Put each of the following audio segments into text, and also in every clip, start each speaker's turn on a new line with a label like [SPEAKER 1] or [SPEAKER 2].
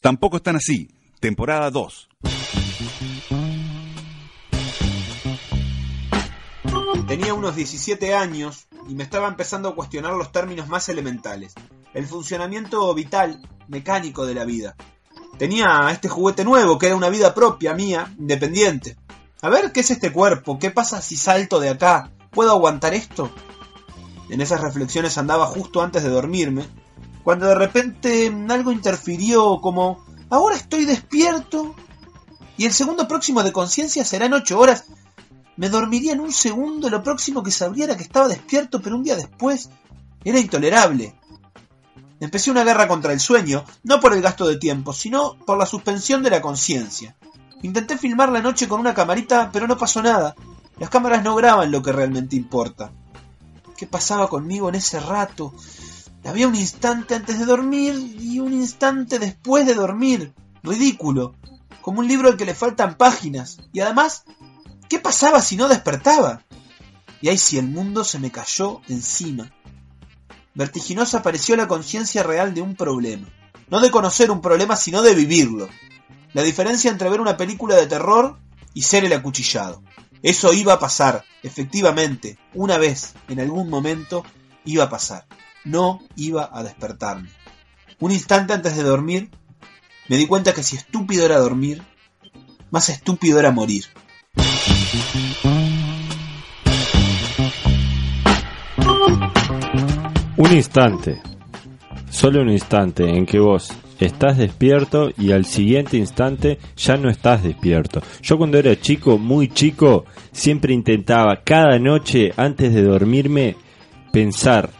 [SPEAKER 1] Tampoco están así. Temporada 2.
[SPEAKER 2] Tenía unos 17 años y me estaba empezando a cuestionar los términos más elementales, el funcionamiento vital, mecánico de la vida. Tenía este juguete nuevo que era una vida propia mía, independiente. A ver, ¿qué es este cuerpo? ¿Qué pasa si salto de acá? ¿Puedo aguantar esto? En esas reflexiones andaba justo antes de dormirme, cuando de repente algo interfirió como, ahora estoy despierto y el segundo próximo de conciencia serán ocho horas. Me dormiría en un segundo, lo próximo que sabría era que estaba despierto, pero un día después era intolerable. Empecé una guerra contra el sueño, no por el gasto de tiempo, sino por la suspensión de la conciencia. Intenté filmar la noche con una camarita, pero no pasó nada. Las cámaras no graban lo que realmente importa. ¿Qué pasaba conmigo en ese rato? Había un instante antes de dormir y un instante después de dormir. Ridículo. Como un libro al que le faltan páginas. Y además, ¿qué pasaba si no despertaba? Y ahí sí el mundo se me cayó encima. Vertiginosa apareció la conciencia real de un problema. No de conocer un problema, sino de vivirlo. La diferencia entre ver una película de terror y ser el acuchillado. Eso iba a pasar, efectivamente, una vez, en algún momento, iba a pasar. No iba a despertarme. Un instante antes de dormir, me di cuenta que si estúpido era dormir, más estúpido era morir.
[SPEAKER 3] Un instante, solo un instante en que vos estás despierto y al siguiente instante ya no estás despierto. Yo cuando era chico, muy chico, siempre intentaba cada noche antes de dormirme pensar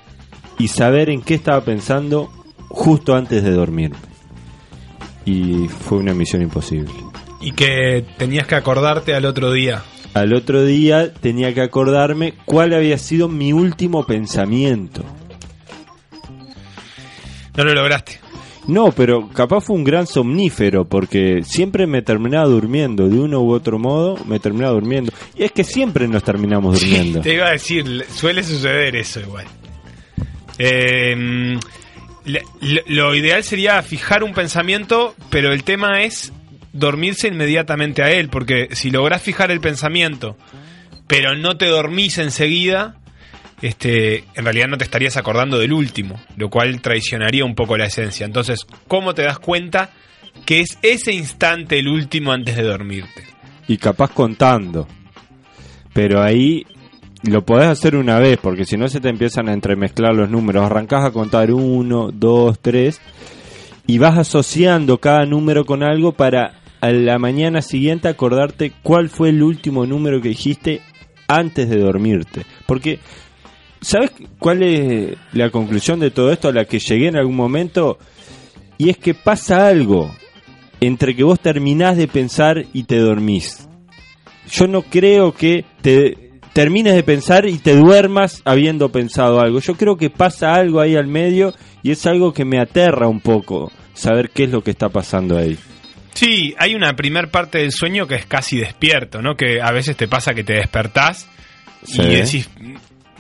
[SPEAKER 3] y saber en qué estaba pensando justo antes de dormirme. Y fue una misión imposible.
[SPEAKER 4] Y que tenías que acordarte al otro día.
[SPEAKER 3] Al otro día tenía que acordarme cuál había sido mi último pensamiento.
[SPEAKER 4] No lo lograste.
[SPEAKER 3] No, pero capaz fue un gran somnífero porque siempre me terminaba durmiendo de uno u otro modo, me terminaba durmiendo. Y es que siempre nos terminamos durmiendo.
[SPEAKER 4] Te iba a decir, le- suele suceder eso igual. Eh, mm, le- lo, lo ideal sería fijar un pensamiento, pero el tema es dormirse inmediatamente a él, porque si lográs fijar el pensamiento, pero no te dormís enseguida, este, en realidad no te estarías acordando del último, lo cual traicionaría un poco la esencia. Entonces, ¿cómo te das cuenta que es ese instante el último antes de dormirte?
[SPEAKER 3] y capaz contando. Pero ahí lo podés hacer una vez, porque si no se te empiezan a entremezclar los números. Arrancás a contar uno, dos, tres, y vas asociando cada número con algo para a la mañana siguiente acordarte cuál fue el último número que dijiste antes de dormirte. Porque, ¿sabes cuál es la conclusión de todo esto a la que llegué en algún momento? Y es que pasa algo entre que vos terminás de pensar y te dormís. Yo no creo que te termines de pensar y te duermas habiendo pensado algo. Yo creo que pasa algo ahí al medio y es algo que me aterra un poco saber qué es lo que está pasando ahí.
[SPEAKER 4] Sí, hay una primer parte del sueño que es casi despierto, ¿no? Que a veces te pasa que te despertás
[SPEAKER 3] Sí.
[SPEAKER 4] y decís,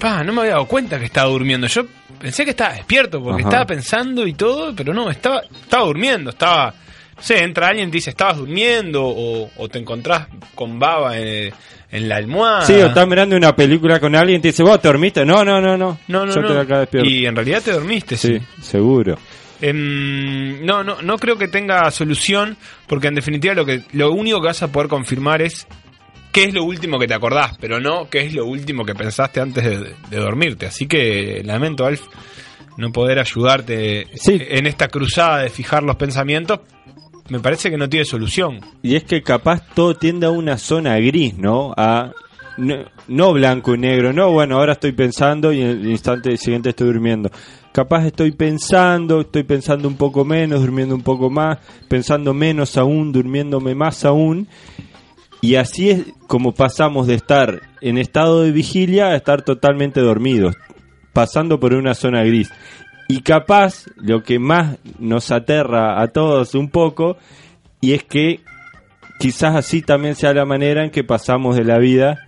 [SPEAKER 4] pa, no me había dado cuenta que estaba durmiendo. Yo pensé que estaba despierto porque
[SPEAKER 3] Ajá.
[SPEAKER 4] estaba pensando y todo, pero no, estaba, estaba durmiendo, estaba... No sé, entra alguien y te dice, estabas durmiendo o, o te encontrás con baba en, en la almohada.
[SPEAKER 3] Sí, o estás mirando una película con alguien y te dice, vos te dormiste. No, no, no, no.
[SPEAKER 4] No, no,
[SPEAKER 3] Yo
[SPEAKER 4] no.
[SPEAKER 3] te acá despierto.
[SPEAKER 4] Y en realidad te dormiste,
[SPEAKER 3] Sí,
[SPEAKER 4] sí.
[SPEAKER 3] seguro.
[SPEAKER 4] Em, no, no, no creo que tenga solución, porque en definitiva lo, que, lo único que vas a poder confirmar es qué es lo último que te acordás, pero no qué es lo último que pensaste antes de, de dormirte. Así que lamento, Alf, no poder ayudarte
[SPEAKER 3] Sí.
[SPEAKER 4] en esta cruzada de fijar los pensamientos. Me parece que no tiene solución.
[SPEAKER 3] Y es que capaz todo tiende a una zona gris, ¿no? A no, no blanco y negro, no, bueno, ahora estoy pensando y en el instante siguiente estoy durmiendo. Capaz estoy pensando, estoy pensando un poco menos, durmiendo un poco más, pensando menos aún, durmiéndome más aún. Y así es como pasamos de estar en estado de vigilia a estar totalmente dormidos, pasando por una zona gris. Y capaz lo que más nos aterra a todos un poco y es que quizás así también sea la manera en que pasamos de la vida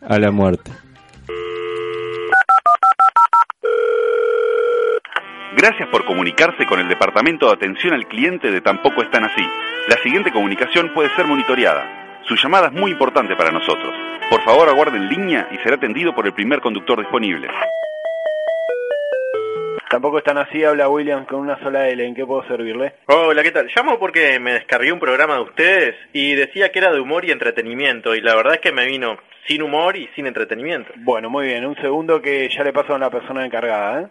[SPEAKER 3] a la muerte.
[SPEAKER 5] Gracias por comunicarse con el Departamento de Atención al Cliente de Tampoco Están Así. La siguiente comunicación puede ser monitoreada. Su llamada es muy importante para nosotros. Por favor, aguarde en línea y será atendido por el primer conductor disponible.
[SPEAKER 6] Tampoco están así, habla Williams con una sola L. ¿En qué puedo servirle?
[SPEAKER 7] Hola, ¿qué tal? Llamo porque me descargué un programa de ustedes y decía que era de humor y entretenimiento y la verdad es que me vino sin humor y sin entretenimiento.
[SPEAKER 6] Bueno, muy bien. Un segundo que ya le paso a la persona encargada. ¿eh?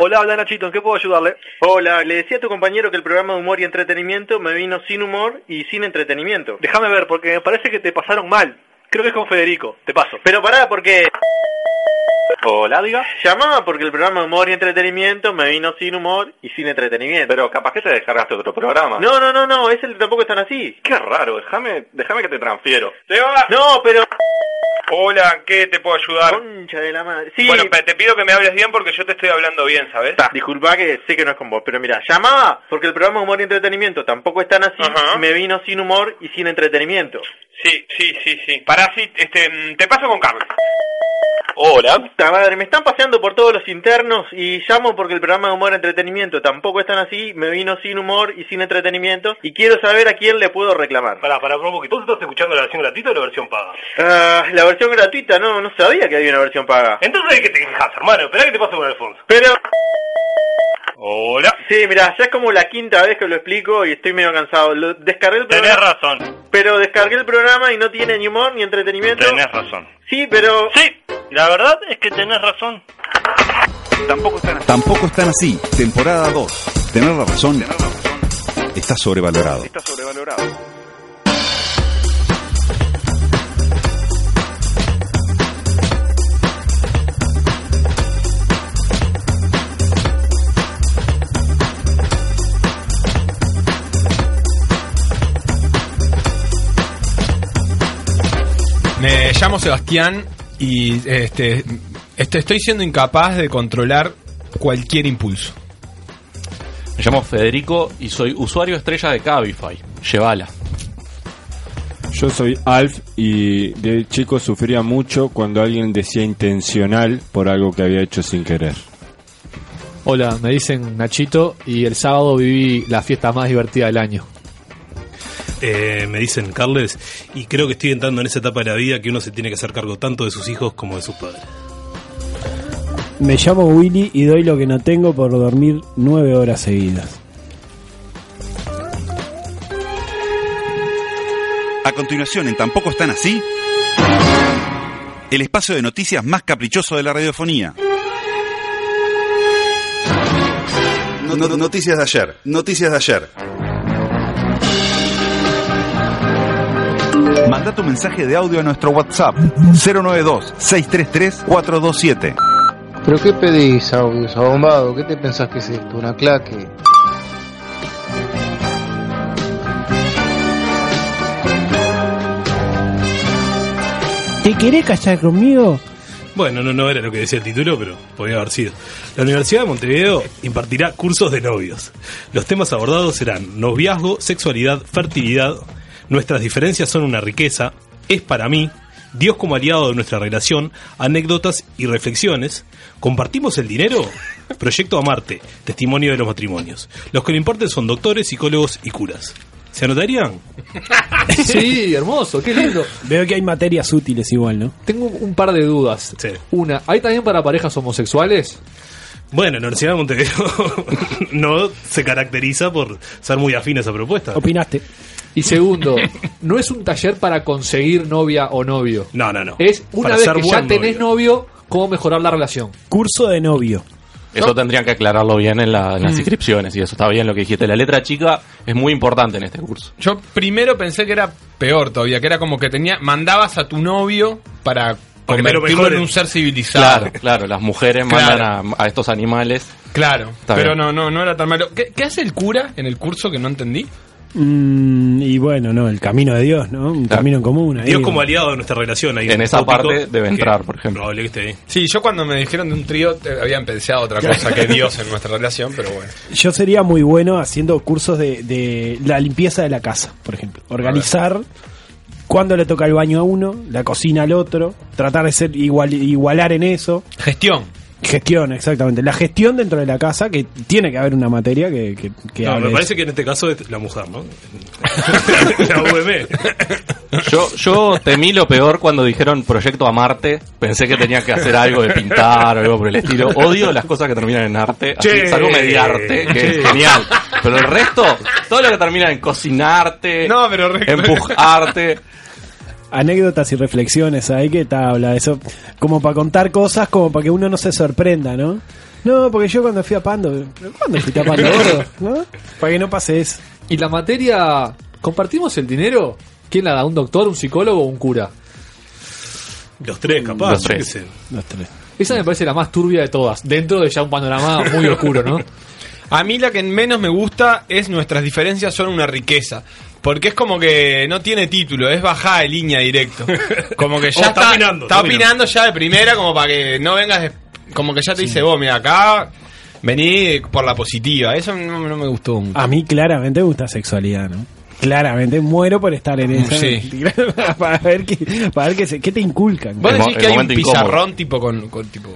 [SPEAKER 7] Hola, habla Nachito, ¿en qué puedo ayudarle? Hola, le decía a tu compañero que el programa de humor y entretenimiento me vino sin humor y sin entretenimiento. Déjame ver, porque me parece que te pasaron mal. Creo que es con Federico, te paso. Pero pará, porque... Hola, diga. Llamaba porque el programa de humor y entretenimiento me vino sin humor y sin entretenimiento.
[SPEAKER 8] Pero capaz que te descargaste otro programa.
[SPEAKER 7] No, no, no, no, es el tampoco están así.
[SPEAKER 8] Qué raro, déjame, déjame que te transfiero.
[SPEAKER 7] No, pero...
[SPEAKER 9] Hola, ¿qué te puedo ayudar?
[SPEAKER 7] Concha de la madre. Sí,
[SPEAKER 9] Bueno, pe- te pido que me hables bien porque yo te estoy hablando bien, ¿sabes?
[SPEAKER 7] Ta, Disculpa que sé que no es con vos, pero mira, llamaba porque el programa de Humor y Entretenimiento tampoco es tan así.
[SPEAKER 9] Ajá.
[SPEAKER 7] Me vino sin humor y sin entretenimiento.
[SPEAKER 9] Sí, sí, sí, sí. Pará, sí, este, mm, te paso con Carlos.
[SPEAKER 8] Hola.
[SPEAKER 7] Puta madre, me están paseando por todos los internos y llamo porque el programa de Humor y Entretenimiento tampoco es tan así. Me vino sin humor y sin entretenimiento y quiero saber a quién le puedo reclamar.
[SPEAKER 8] Pará, pará, un poquito. ¿Tú estás escuchando la versión gratuita o la versión paga?
[SPEAKER 7] Ah, la versión gratuita, no, no sabía que había una versión paga.
[SPEAKER 8] Entonces, ¿qué te quejas, hermano? Esperá que te pase con Alfonso.
[SPEAKER 7] Pero,
[SPEAKER 8] Hola.
[SPEAKER 7] sí, mira, ya es como la quinta vez que lo explico y estoy medio cansado. Lo, descargué el
[SPEAKER 8] Tenés
[SPEAKER 7] programa,
[SPEAKER 8] razón.
[SPEAKER 7] pero descargué el programa y no tiene ni humor ni entretenimiento.
[SPEAKER 8] Tenés razón.
[SPEAKER 7] Sí, pero...
[SPEAKER 8] Sí, la verdad es que tenés razón.
[SPEAKER 5] Tampoco están así. Tampoco están así. Temporada 2. Tener la razón está sobrevalorado. Está sobrevalorado.
[SPEAKER 4] Me llamo Sebastián y este, este, estoy siendo incapaz de controlar cualquier impulso.
[SPEAKER 10] Me llamo Federico y soy usuario estrella de Cabify. Llévala.
[SPEAKER 3] Yo soy Alf y de chico sufría mucho cuando alguien decía intencional por algo que había hecho sin querer.
[SPEAKER 11] Hola, me dicen Nachito y el sábado viví la fiesta más divertida del año.
[SPEAKER 12] Eh, me dicen Carles, y creo que estoy entrando en esa etapa de la vida que uno se tiene que hacer cargo tanto de sus hijos como de sus padres.
[SPEAKER 13] Me llamo Willy y doy lo que no tengo por dormir nueve horas seguidas.
[SPEAKER 5] A continuación, en Tampoco están así, el espacio de noticias más caprichoso de la radiofonía. noticias de ayer, noticias de ayer. Manda tu mensaje de audio a nuestro WhatsApp 092-633-427.
[SPEAKER 14] ¿Pero qué pedís, audios abombado? ¿Qué te pensás que es esto? ¿Una claque?
[SPEAKER 13] ¿Te querés casar conmigo?
[SPEAKER 12] Bueno, no, no era lo que decía el título, pero podía haber sido. La Universidad de Montevideo impartirá cursos de novios. Los temas abordados serán noviazgo, sexualidad, fertilidad, nuestras diferencias son una riqueza, es para mí, Dios como aliado de nuestra relación, anécdotas y reflexiones, compartimos el dinero, proyecto Amarte, testimonio de los matrimonios. Los que le importen son doctores, psicólogos y curas. ¿Se anotarían?
[SPEAKER 11] Sí, hermoso, qué lindo.
[SPEAKER 13] Veo que hay materias útiles igual, ¿no?
[SPEAKER 11] Tengo un par de dudas.
[SPEAKER 12] Sí.
[SPEAKER 11] Una, ¿hay también para parejas homosexuales?
[SPEAKER 12] Bueno, la Universidad de Montevideo no se caracteriza por ser muy afín a esa propuesta.
[SPEAKER 13] Opinaste.
[SPEAKER 11] Y segundo, ¿no es un taller para conseguir novia o novio?
[SPEAKER 12] No, no, no.
[SPEAKER 11] Es una
[SPEAKER 12] Para
[SPEAKER 11] vez
[SPEAKER 12] ser
[SPEAKER 11] que ya
[SPEAKER 12] buen
[SPEAKER 11] tenés
[SPEAKER 12] novio.
[SPEAKER 11] novio, cómo mejorar la relación.
[SPEAKER 13] Curso de novio.
[SPEAKER 10] Eso tendrían que aclararlo bien en, la- en
[SPEAKER 4] Mm.
[SPEAKER 10] las inscripciones y eso está bien lo que dijiste. La letra chica es muy importante en este curso.
[SPEAKER 4] Yo primero pensé que era peor todavía, que era como que tenía, mandabas a tu novio para
[SPEAKER 12] Para que te lo
[SPEAKER 4] convertirlo en
[SPEAKER 12] mejoren.
[SPEAKER 4] un ser civilizado.
[SPEAKER 10] Claro, claro, las mujeres
[SPEAKER 4] Claro.
[SPEAKER 10] mandan a, a estos animales.
[SPEAKER 4] Claro,
[SPEAKER 10] Está
[SPEAKER 4] pero
[SPEAKER 10] bien.
[SPEAKER 4] no, no, no era tan malo. ¿Qué, qué hace el cura en el curso que no entendí?
[SPEAKER 13] Mm, y bueno, no, el camino de Dios, ¿no? Un
[SPEAKER 10] Claro.
[SPEAKER 13] camino en común. ahí.
[SPEAKER 12] Dios como aliado de nuestra relación. Hay
[SPEAKER 10] En
[SPEAKER 12] un
[SPEAKER 10] esa
[SPEAKER 12] tópico
[SPEAKER 10] parte debe
[SPEAKER 12] que
[SPEAKER 10] entrar, por ejemplo.
[SPEAKER 12] Probable que esté ahí.
[SPEAKER 4] Sí, yo cuando me dijeron de un trío te- habían pensado otra cosa que Dios en nuestra relación, pero bueno.
[SPEAKER 13] Yo sería muy bueno haciendo cursos de, de la limpieza de la casa, por ejemplo. Organizar cuándo le toca el baño a uno, la cocina al otro, tratar de ser igual, igualar en eso.
[SPEAKER 4] Gestión.
[SPEAKER 13] Gestión, exactamente. La gestión dentro de la casa, que tiene que haber una materia que, que, que
[SPEAKER 12] No,
[SPEAKER 13] hable
[SPEAKER 12] me
[SPEAKER 13] de
[SPEAKER 12] parece que en este caso es la mujer, ¿no? la UM.
[SPEAKER 10] Yo, yo temí lo peor cuando dijeron proyecto a Marte. Pensé que tenía que hacer algo de pintar o algo por el estilo. Odio las cosas que terminan en arte. Así,
[SPEAKER 4] Che.
[SPEAKER 10] salvo mediarte, que
[SPEAKER 4] Che.
[SPEAKER 10] es genial. Pero el resto, todo lo que termina en cocinarte, empujarte.
[SPEAKER 13] anécdotas y reflexiones ahí que tabla eso como para contar cosas como para que uno no se sorprenda no no porque yo cuando fui a Pando ¿pero ¿cuándo fuiste a Pando gordo? ¿No? para que no pase eso
[SPEAKER 11] y la materia compartimos el dinero quién la da un doctor un psicólogo o un cura
[SPEAKER 12] Los tres, capaz.
[SPEAKER 11] Los
[SPEAKER 12] yo
[SPEAKER 11] tres.
[SPEAKER 12] qué sé.
[SPEAKER 11] esa me parece la más turbia de todas dentro de ya un panorama muy oscuro no
[SPEAKER 4] A mí la que menos me gusta es nuestras diferencias son una riqueza. Porque es como que no tiene título, es bajada de línea directo. Como que ya
[SPEAKER 12] Oh,
[SPEAKER 4] está,
[SPEAKER 12] está
[SPEAKER 4] está opinando,
[SPEAKER 12] opinando, está
[SPEAKER 4] ya de primera, como para que no vengas. de- como que ya te dice, vos, mira, acá vení por la positiva. Eso no, no me gustó mucho.
[SPEAKER 13] a mí claramente me gusta sexualidad no claramente muero por estar en eso
[SPEAKER 4] Sí.
[SPEAKER 13] para ver qué para ver qué, se- qué te inculcan
[SPEAKER 4] Vos decís que hay un pizarrón tipo con, con tipo.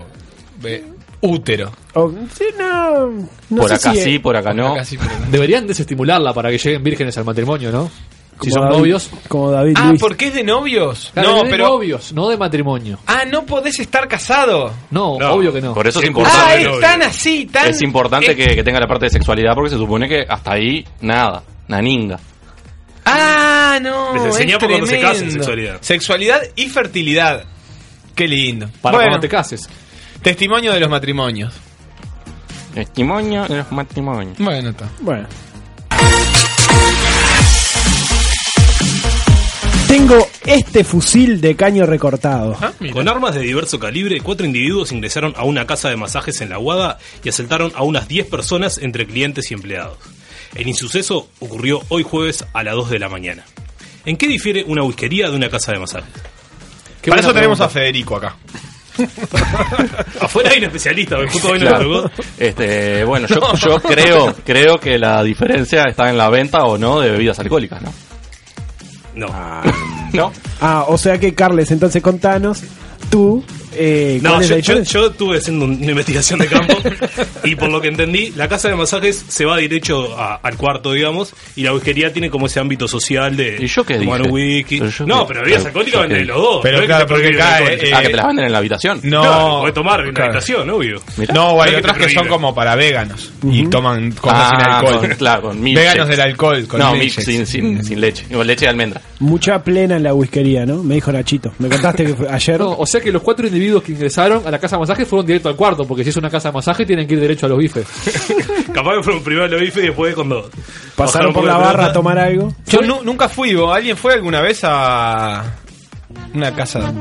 [SPEAKER 4] eh, útero.
[SPEAKER 13] O- Oh, sí, no, no sé si es-
[SPEAKER 11] Deberían desestimularla para que lleguen vírgenes al matrimonio, ¿no? Si
[SPEAKER 13] como
[SPEAKER 11] son
[SPEAKER 13] David-
[SPEAKER 11] novios.
[SPEAKER 13] como David
[SPEAKER 4] Ah,
[SPEAKER 13] Luis
[SPEAKER 4] porque es de novios.
[SPEAKER 11] Claro,
[SPEAKER 4] no,
[SPEAKER 11] de
[SPEAKER 4] pero.
[SPEAKER 11] novios, no de matrimonio.
[SPEAKER 4] Ah, no podés estar casado.
[SPEAKER 11] No,
[SPEAKER 10] No,
[SPEAKER 11] obvio que no.
[SPEAKER 10] Por eso es
[SPEAKER 4] Ah,
[SPEAKER 10] importante.
[SPEAKER 4] es tan así, tan.
[SPEAKER 10] Es importante
[SPEAKER 4] es-
[SPEAKER 10] que, que tenga la parte de sexualidad porque se supone que hasta ahí nada, naninga.
[SPEAKER 4] Ah, no.
[SPEAKER 10] Les enseñamos
[SPEAKER 4] es
[SPEAKER 10] cuando se casen,
[SPEAKER 4] tremendo.
[SPEAKER 10] sexualidad.
[SPEAKER 4] Sexualidad y fertilidad. Qué lindo.
[SPEAKER 11] Para cuando te cases.
[SPEAKER 4] Testimonio de los matrimonios.
[SPEAKER 10] Testimonio de los matrimonios.
[SPEAKER 4] Bueno, está.
[SPEAKER 13] Bueno. Tengo este fusil de caño recortado.
[SPEAKER 12] Con armas de diverso calibre, cuatro individuos ingresaron a una casa de masajes en La Guada y asaltaron a unas 10 personas entre clientes y empleados. El insuceso ocurrió hoy jueves a las 2 de la mañana. ¿En qué difiere una whiskería de una casa de masajes?
[SPEAKER 4] Qué Para buena eso tenemos pregunta. a Federico acá.
[SPEAKER 12] Afuera hay un especialista, porque justo hoy no
[SPEAKER 10] Claro.
[SPEAKER 12] lo tocó.
[SPEAKER 10] Este, bueno, yo,
[SPEAKER 12] No.
[SPEAKER 10] yo creo, creo que la diferencia está en la venta o no de bebidas alcohólicas, ¿no?
[SPEAKER 12] No.
[SPEAKER 10] no.
[SPEAKER 13] Ah, o sea que Carles, entonces contanos tú eh,
[SPEAKER 12] No,
[SPEAKER 13] ¿cuál es
[SPEAKER 12] yo,
[SPEAKER 13] la
[SPEAKER 12] yo,
[SPEAKER 13] diferencia?
[SPEAKER 12] yo estuve haciendo un- una investigación de campo y por lo que entendí, la casa de masajes se va derecho a- al cuarto, digamos, y la whiskería tiene como ese ámbito social de ¿Y yo
[SPEAKER 10] qué
[SPEAKER 12] tomar
[SPEAKER 10] dije?
[SPEAKER 12] un whisky.
[SPEAKER 10] Pero yo
[SPEAKER 12] no,
[SPEAKER 10] qué-
[SPEAKER 12] pero bebidas
[SPEAKER 10] pero
[SPEAKER 12] alcohólicas
[SPEAKER 10] yo qué
[SPEAKER 12] venden
[SPEAKER 10] dije.
[SPEAKER 12] los dos.
[SPEAKER 10] Pero
[SPEAKER 12] no es
[SPEAKER 10] claro,
[SPEAKER 12] te prohíben
[SPEAKER 10] porque
[SPEAKER 12] el
[SPEAKER 10] cae,
[SPEAKER 12] alcohol.
[SPEAKER 10] eh, Ah, que te las venden en la habitación.
[SPEAKER 4] No.
[SPEAKER 12] Claro, podés tomar en la
[SPEAKER 4] Claro.
[SPEAKER 12] habitación, obvio.
[SPEAKER 4] No, hay
[SPEAKER 12] es que
[SPEAKER 4] otras
[SPEAKER 12] te
[SPEAKER 4] que son
[SPEAKER 12] prohíben.
[SPEAKER 4] como para veganos. Y toman cosas sin
[SPEAKER 10] Ah,
[SPEAKER 4] alcohol.
[SPEAKER 10] con- claro, con milkshakes.
[SPEAKER 4] veganos del alcohol. Con
[SPEAKER 10] No,
[SPEAKER 4] milkshakes.
[SPEAKER 10] milk sin, sin, sin leche. O leche de almendra.
[SPEAKER 13] Mucha plena en la whiskería, ¿no? Me dijo Nachito. Me contaste que fue ayer.
[SPEAKER 11] No, Ah, o sea que los cuatro individuos que ingresaron a la casa de masaje fueron directo al cuarto, porque si es una casa de masaje tienen que ir derecho a los bifes.
[SPEAKER 12] Capaz que fueron primero los bifes y después cuando. bajaron
[SPEAKER 13] Pasaron por
[SPEAKER 12] un
[SPEAKER 13] la
[SPEAKER 12] poco de
[SPEAKER 13] barra a
[SPEAKER 12] plata.
[SPEAKER 13] tomar algo.
[SPEAKER 4] Yo nu- nunca fui, ¿vo? ¿alguien fue alguna vez a una casa?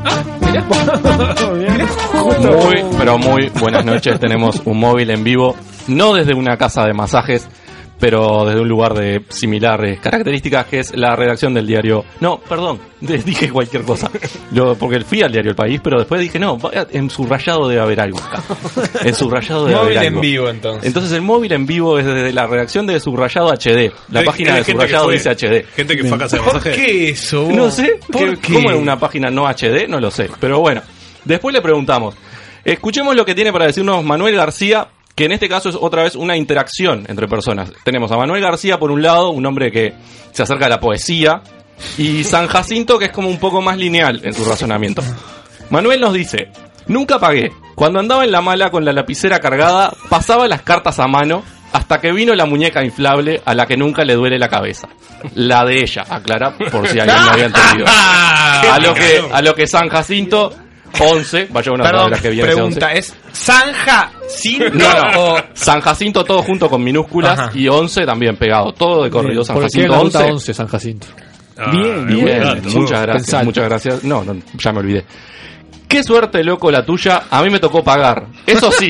[SPEAKER 10] Muy, pero muy buenas noches. Tenemos un móvil en vivo, no desde una casa de masajes, pero desde un lugar de similares características, que es la redacción del diario. No, perdón, de- dije cualquier cosa. Yo, porque fui al diario El País, pero después dije, no, vaya- en subrayado debe haber algo acá. En subrayado debe
[SPEAKER 4] Móvil
[SPEAKER 10] haber
[SPEAKER 4] en
[SPEAKER 10] algo.
[SPEAKER 4] vivo, entonces.
[SPEAKER 10] Entonces el móvil en vivo es desde la redacción de subrayado HD. La
[SPEAKER 12] Hay-
[SPEAKER 10] página
[SPEAKER 12] hay gente
[SPEAKER 10] de
[SPEAKER 12] que
[SPEAKER 10] subrayado
[SPEAKER 12] fue-
[SPEAKER 10] dice HD.
[SPEAKER 12] Gente que fue a casa de
[SPEAKER 4] ¿Por
[SPEAKER 12] masajes.
[SPEAKER 4] qué eso? vos?
[SPEAKER 10] No sé,
[SPEAKER 4] ¿Por
[SPEAKER 10] ¿qué-
[SPEAKER 4] qué?
[SPEAKER 10] ¿cómo en una página no HD? No lo sé, pero bueno. Después le preguntamos. Escuchemos lo que tiene para decirnos Manuel García, que en este caso es otra vez una interacción entre personas. Tenemos a Manuel García por un lado, un hombre que se acerca a la poesía, y San Jacinto que es como un poco más lineal en su razonamiento. Manuel nos dice, nunca pagué. Cuando andaba en la mala con la lapicera cargada, pasaba las cartas a mano hasta que vino la muñeca inflable a la que nunca le duele la cabeza. La de ella, aclara por si alguien no había entendido.
[SPEAKER 4] Ah,
[SPEAKER 10] A lo que, a lo que San Jacinto, 11, vaya una
[SPEAKER 4] Perdón,
[SPEAKER 10] palabra que viene
[SPEAKER 4] pregunta, ¿es Sanja Cinto
[SPEAKER 10] No, no.
[SPEAKER 4] o
[SPEAKER 10] San Jacinto todo junto con minúsculas
[SPEAKER 4] Ajá.
[SPEAKER 10] y 11 también pegado, todo de corrido. San
[SPEAKER 11] ¿Por qué
[SPEAKER 10] Jacinto
[SPEAKER 11] la ruta
[SPEAKER 10] 11.
[SPEAKER 11] 11, San Jacinto?
[SPEAKER 10] Bien, bien. Muchas gracias,
[SPEAKER 11] Pensalo.
[SPEAKER 10] muchas gracias. No, no, ya me olvidé. Qué suerte, loco, la tuya. A mí me tocó pagar. Eso sí,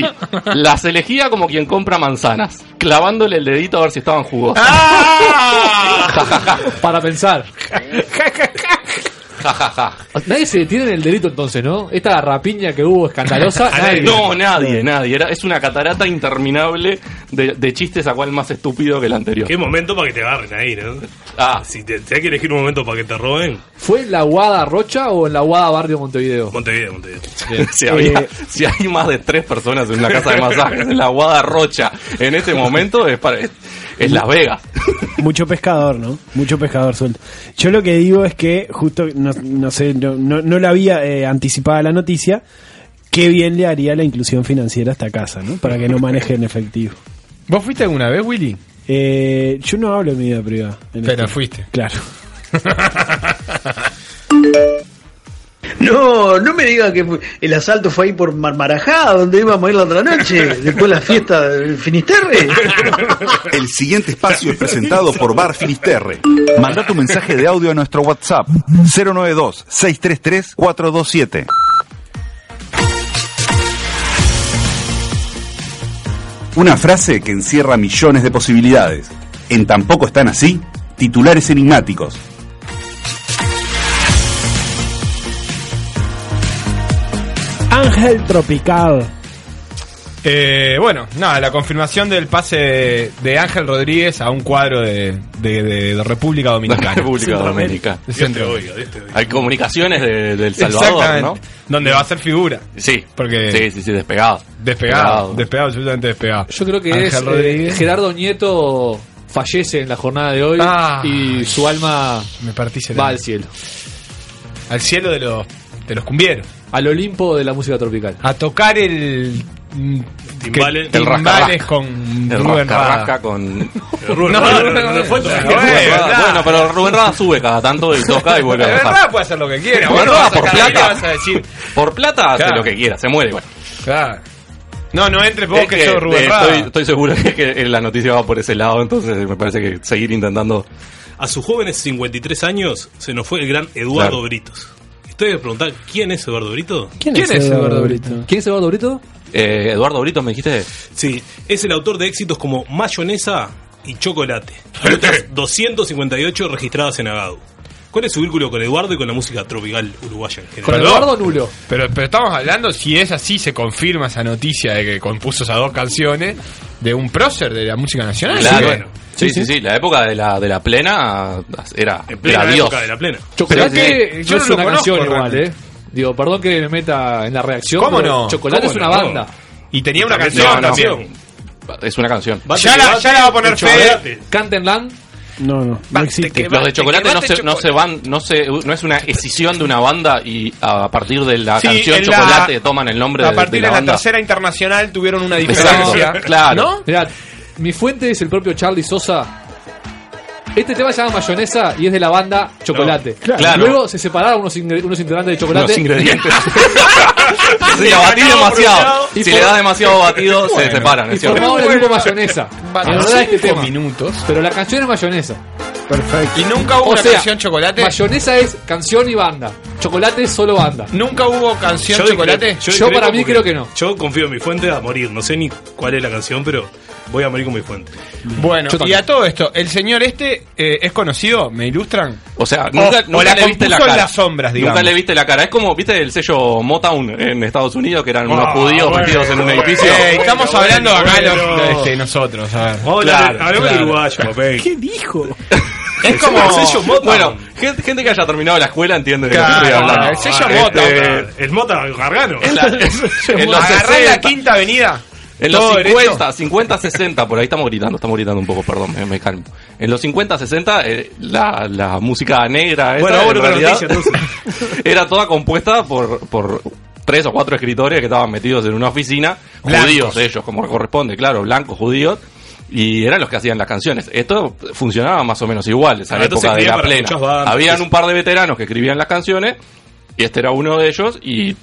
[SPEAKER 10] las elegía como quien compra manzanas, clavándole el dedito a ver si estaban Ah. jugosas.
[SPEAKER 11] Para pensar.
[SPEAKER 10] Ja, ja, ja.
[SPEAKER 11] Nadie se detiene en el delito entonces, ¿no? Esta rapiña que hubo escandalosa.
[SPEAKER 10] A nadie. No, nadie, nadie. Era, es una catarata interminable de, de chistes a cual más estúpido que el anterior.
[SPEAKER 12] ¿Qué momento para que te agarren ahí, no?
[SPEAKER 10] Ah.
[SPEAKER 12] Si, te, si hay que elegir un momento para que te roben,
[SPEAKER 11] ¿Fue en la Guada Rocha o en la Guada Barrio Montevideo?
[SPEAKER 12] Montevideo, Montevideo.
[SPEAKER 10] Si, había-
[SPEAKER 13] Eh,
[SPEAKER 10] si hay más de tres personas en una casa de masajes en la Guada Rocha en este momento, es, para, es, es Las Vegas.
[SPEAKER 13] Mucho pescador, ¿no? Mucho pescador suelto. Yo lo que digo es que, justo, no, no sé, no, no, no la había eh, anticipada la noticia, qué bien le haría la inclusión financiera a esta casa, ¿no? Para que no maneje en efectivo.
[SPEAKER 4] ¿Vos fuiste alguna vez, Willy?
[SPEAKER 13] Eh, yo no hablo de mi vida privada. en
[SPEAKER 4] Pero
[SPEAKER 13] esto.
[SPEAKER 4] fuiste.
[SPEAKER 13] Claro.
[SPEAKER 14] No, no me digan que fue- el asalto fue ahí por Marmarajá, donde íbamos a ir la otra noche, después la fiesta del Finisterre.
[SPEAKER 5] El siguiente espacio es presentado por Bar Finisterre. Manda tu mensaje de audio a nuestro WhatsApp 092 633 427. Una frase que encierra millones de posibilidades. En tampoco están así, titulares enigmáticos.
[SPEAKER 13] Ángel Tropical.
[SPEAKER 4] Eh, bueno, nada, la confirmación del pase de, de Ángel Rodríguez a un cuadro de, de- de- de República Dominicana.
[SPEAKER 10] República Dominicana.
[SPEAKER 4] De Centro-
[SPEAKER 10] Hay comunicaciones de- del Salvador, ¿no?
[SPEAKER 4] Exactamente. Donde va a ser figura.
[SPEAKER 10] Sí.
[SPEAKER 4] Porque
[SPEAKER 10] Sí, sí, sí, despegado.
[SPEAKER 4] despegado, despegado, absolutamente despegado.
[SPEAKER 11] Yo creo que
[SPEAKER 4] Ángel
[SPEAKER 11] es eh,
[SPEAKER 4] Rodríguez.
[SPEAKER 11] Gerardo Nieto fallece en la jornada de hoy
[SPEAKER 4] Ah.
[SPEAKER 11] y su alma
[SPEAKER 4] Me partí
[SPEAKER 11] va al cielo.
[SPEAKER 4] Al cielo de los, de los cumbieros.
[SPEAKER 11] Al Olimpo de la música tropical.
[SPEAKER 4] A tocar el... mm,
[SPEAKER 12] Timbales.
[SPEAKER 4] que-
[SPEAKER 12] El
[SPEAKER 4] timbales
[SPEAKER 12] rascarrasca.
[SPEAKER 4] con
[SPEAKER 10] El
[SPEAKER 4] Rubén
[SPEAKER 10] rasca,
[SPEAKER 4] Rada.
[SPEAKER 10] rasca con.
[SPEAKER 12] Rubén Rada, no, no, no fue todavía.
[SPEAKER 10] Rubén
[SPEAKER 12] Bueno,
[SPEAKER 10] Rada,
[SPEAKER 12] nada.
[SPEAKER 10] Bueno, pero Rubén Rada sube cada tanto y toca y vuelve a
[SPEAKER 4] Rubén
[SPEAKER 10] bajar.
[SPEAKER 4] Rada puede hacer lo que quiera.
[SPEAKER 10] Rubén
[SPEAKER 4] vos no
[SPEAKER 10] Rada,
[SPEAKER 4] vas a
[SPEAKER 10] por
[SPEAKER 4] sacar ahí,
[SPEAKER 10] plata.
[SPEAKER 4] le vas a decir,
[SPEAKER 10] Por plata hace
[SPEAKER 4] Claro.
[SPEAKER 10] lo que quiera, se muere. Bueno.
[SPEAKER 4] claro. No, no entres vos
[SPEAKER 10] Es
[SPEAKER 4] que,
[SPEAKER 10] que,
[SPEAKER 4] sos Rubén
[SPEAKER 10] eh,
[SPEAKER 4] Rada.
[SPEAKER 10] estoy, estoy seguro que, que la noticia va por ese lado, entonces me parece que seguir intentando.
[SPEAKER 12] a sus jóvenes 53 años se nos fue el gran Eduardo
[SPEAKER 10] Claro.
[SPEAKER 12] Britos. Ustedes preguntar quién es Eduardo Brito.
[SPEAKER 11] ¿Quién es Eduardo Brito?
[SPEAKER 10] Eh, Eduardo Brito, me dijiste.
[SPEAKER 12] Sí, es el autor de éxitos como Mayonesa y Chocolate. Y otras 258 registradas en Agado. ¿Cuál es su vínculo con Eduardo y con la música tropical uruguaya en general?
[SPEAKER 11] Nulo.
[SPEAKER 4] Pero, pero estamos hablando, si es así, se confirma esa noticia de que compuso esas dos canciones de un prócer de la música nacional.
[SPEAKER 10] Claro.
[SPEAKER 4] Sí,
[SPEAKER 10] bueno. Sí, sí, sí, la época de la, de la plena era,
[SPEAKER 12] plena época
[SPEAKER 10] era Dios.
[SPEAKER 12] de la plena.
[SPEAKER 11] Chocolate
[SPEAKER 10] Pero que
[SPEAKER 11] no
[SPEAKER 10] yo
[SPEAKER 11] es
[SPEAKER 10] no lo
[SPEAKER 11] una
[SPEAKER 10] conozco,
[SPEAKER 11] canción igual,
[SPEAKER 10] realmente.
[SPEAKER 11] ¿eh? Digo, perdón que me meta en la reacción.
[SPEAKER 4] ¿Cómo
[SPEAKER 11] pero
[SPEAKER 4] no?
[SPEAKER 11] Chocolate
[SPEAKER 4] ¿Cómo
[SPEAKER 11] es una
[SPEAKER 4] no?
[SPEAKER 11] banda.
[SPEAKER 4] Y tenía una
[SPEAKER 10] También
[SPEAKER 4] canción
[SPEAKER 10] tenía una
[SPEAKER 4] también.
[SPEAKER 10] Es una canción.
[SPEAKER 4] Ya la, ya la va a poner Fede.
[SPEAKER 11] Cantenland.
[SPEAKER 13] No, no, no existe.
[SPEAKER 10] Los de chocolate no
[SPEAKER 4] quemaste
[SPEAKER 10] se, no se van, no se, no es una escisión de una banda y a partir de la
[SPEAKER 4] Sí,
[SPEAKER 10] canción
[SPEAKER 4] en la-
[SPEAKER 10] Chocolate toman el nombre
[SPEAKER 4] A
[SPEAKER 10] de-
[SPEAKER 4] partir
[SPEAKER 10] de
[SPEAKER 4] de
[SPEAKER 10] la
[SPEAKER 4] la
[SPEAKER 10] banda.
[SPEAKER 4] tercera internacional tuvieron una
[SPEAKER 10] Exacto,
[SPEAKER 4] diferencia.
[SPEAKER 10] claro.
[SPEAKER 4] ¿No?
[SPEAKER 11] Mirá, mi fuente es el propio Charlie Sosa. Este tema se llama mayonesa y es de la banda Chocolate.
[SPEAKER 10] No, claro.
[SPEAKER 11] Luego se separaron unos, ingre- unos integrantes de chocolate.
[SPEAKER 10] Los ingredientes.
[SPEAKER 11] Y
[SPEAKER 10] Sí, a batir
[SPEAKER 11] ganado por un
[SPEAKER 10] demasiado.
[SPEAKER 11] lado.
[SPEAKER 10] Si
[SPEAKER 11] Y
[SPEAKER 10] le
[SPEAKER 11] por-
[SPEAKER 10] da demasiado batido, se
[SPEAKER 11] Bueno.
[SPEAKER 10] separan.
[SPEAKER 11] Y
[SPEAKER 10] es cierto.
[SPEAKER 11] formaron el grupo mayonesa.
[SPEAKER 4] Van
[SPEAKER 11] Y la verdad es que
[SPEAKER 4] cinco
[SPEAKER 11] tema.
[SPEAKER 4] minutos.
[SPEAKER 11] Pero la canción es mayonesa.
[SPEAKER 13] Perfecto.
[SPEAKER 4] Y nunca hubo
[SPEAKER 11] O
[SPEAKER 4] una
[SPEAKER 11] sea,
[SPEAKER 4] canción chocolate.
[SPEAKER 11] Mayonesa es canción y banda. Chocolate es solo banda.
[SPEAKER 4] Nunca hubo canción
[SPEAKER 12] Yo
[SPEAKER 4] chocolate.
[SPEAKER 12] discrepo,
[SPEAKER 11] Yo
[SPEAKER 12] discrepo
[SPEAKER 11] para mí
[SPEAKER 12] porque
[SPEAKER 11] creo que no.
[SPEAKER 12] Yo confío en mi fuente a morir. No sé ni cuál es la canción, pero voy a morir con mi fuente.
[SPEAKER 4] Bueno,
[SPEAKER 12] Yo
[SPEAKER 4] y
[SPEAKER 12] también.
[SPEAKER 4] a todo esto, ¿el señor este eh, es conocido? ¿Me ilustran?
[SPEAKER 10] O sea, nunca,
[SPEAKER 4] o
[SPEAKER 10] nunca
[SPEAKER 4] la
[SPEAKER 10] le viste la
[SPEAKER 4] compuso en
[SPEAKER 10] cara.
[SPEAKER 4] las sombras, digamos.
[SPEAKER 10] Nunca le viste la cara. Es como, viste, el sello Motown en Estados Unidos, que eran unos
[SPEAKER 4] Ah,
[SPEAKER 10] judíos
[SPEAKER 4] bueno,
[SPEAKER 10] metidos en un
[SPEAKER 4] bueno,
[SPEAKER 10] edificio.
[SPEAKER 4] eh, estamos
[SPEAKER 10] Bueno,
[SPEAKER 4] hablando
[SPEAKER 10] bueno,
[SPEAKER 4] acá
[SPEAKER 10] bueno.
[SPEAKER 4] los- este, nosotros. A ver.
[SPEAKER 10] Claro,
[SPEAKER 12] Hablemos
[SPEAKER 10] claro.
[SPEAKER 12] de uruguayo, papel.
[SPEAKER 13] ¿Qué dijo?
[SPEAKER 10] Es
[SPEAKER 12] como-
[SPEAKER 10] el sello Motown. Bueno, gente, gente que haya terminado la escuela entiende de
[SPEAKER 4] Claro,
[SPEAKER 10] lo que estoy hablando.
[SPEAKER 4] el sello
[SPEAKER 10] Este,
[SPEAKER 4] Motown, claro.
[SPEAKER 12] El Mota Gargano.
[SPEAKER 10] En, la- en los
[SPEAKER 4] Agarrá la
[SPEAKER 10] 60,
[SPEAKER 4] quinta avenida.
[SPEAKER 10] en los
[SPEAKER 4] todo
[SPEAKER 10] 50, 50, 60, por ahí estamos gritando, estamos gritando un poco, perdón, me, me calmo. En los 50, 60, eh, la, la música negra esa,
[SPEAKER 12] Bueno,
[SPEAKER 10] en
[SPEAKER 12] vamos con la
[SPEAKER 10] realidad,
[SPEAKER 12] noticia entonces.
[SPEAKER 10] era toda compuesta por, por tres o cuatro escritores que estaban metidos en una oficina,
[SPEAKER 4] Blancos.
[SPEAKER 10] judíos ellos, como corresponde, claro, blancos, judíos, y eran los que hacían las cancionnes. Esto funcionaba más o menos igual, esa
[SPEAKER 12] Claro, entonces
[SPEAKER 10] época de
[SPEAKER 12] escribían
[SPEAKER 10] la
[SPEAKER 12] para
[SPEAKER 10] plena.
[SPEAKER 12] muchas bandas.
[SPEAKER 10] Habían un par de veteranos que escribían las canciones, y este era uno de ellos, y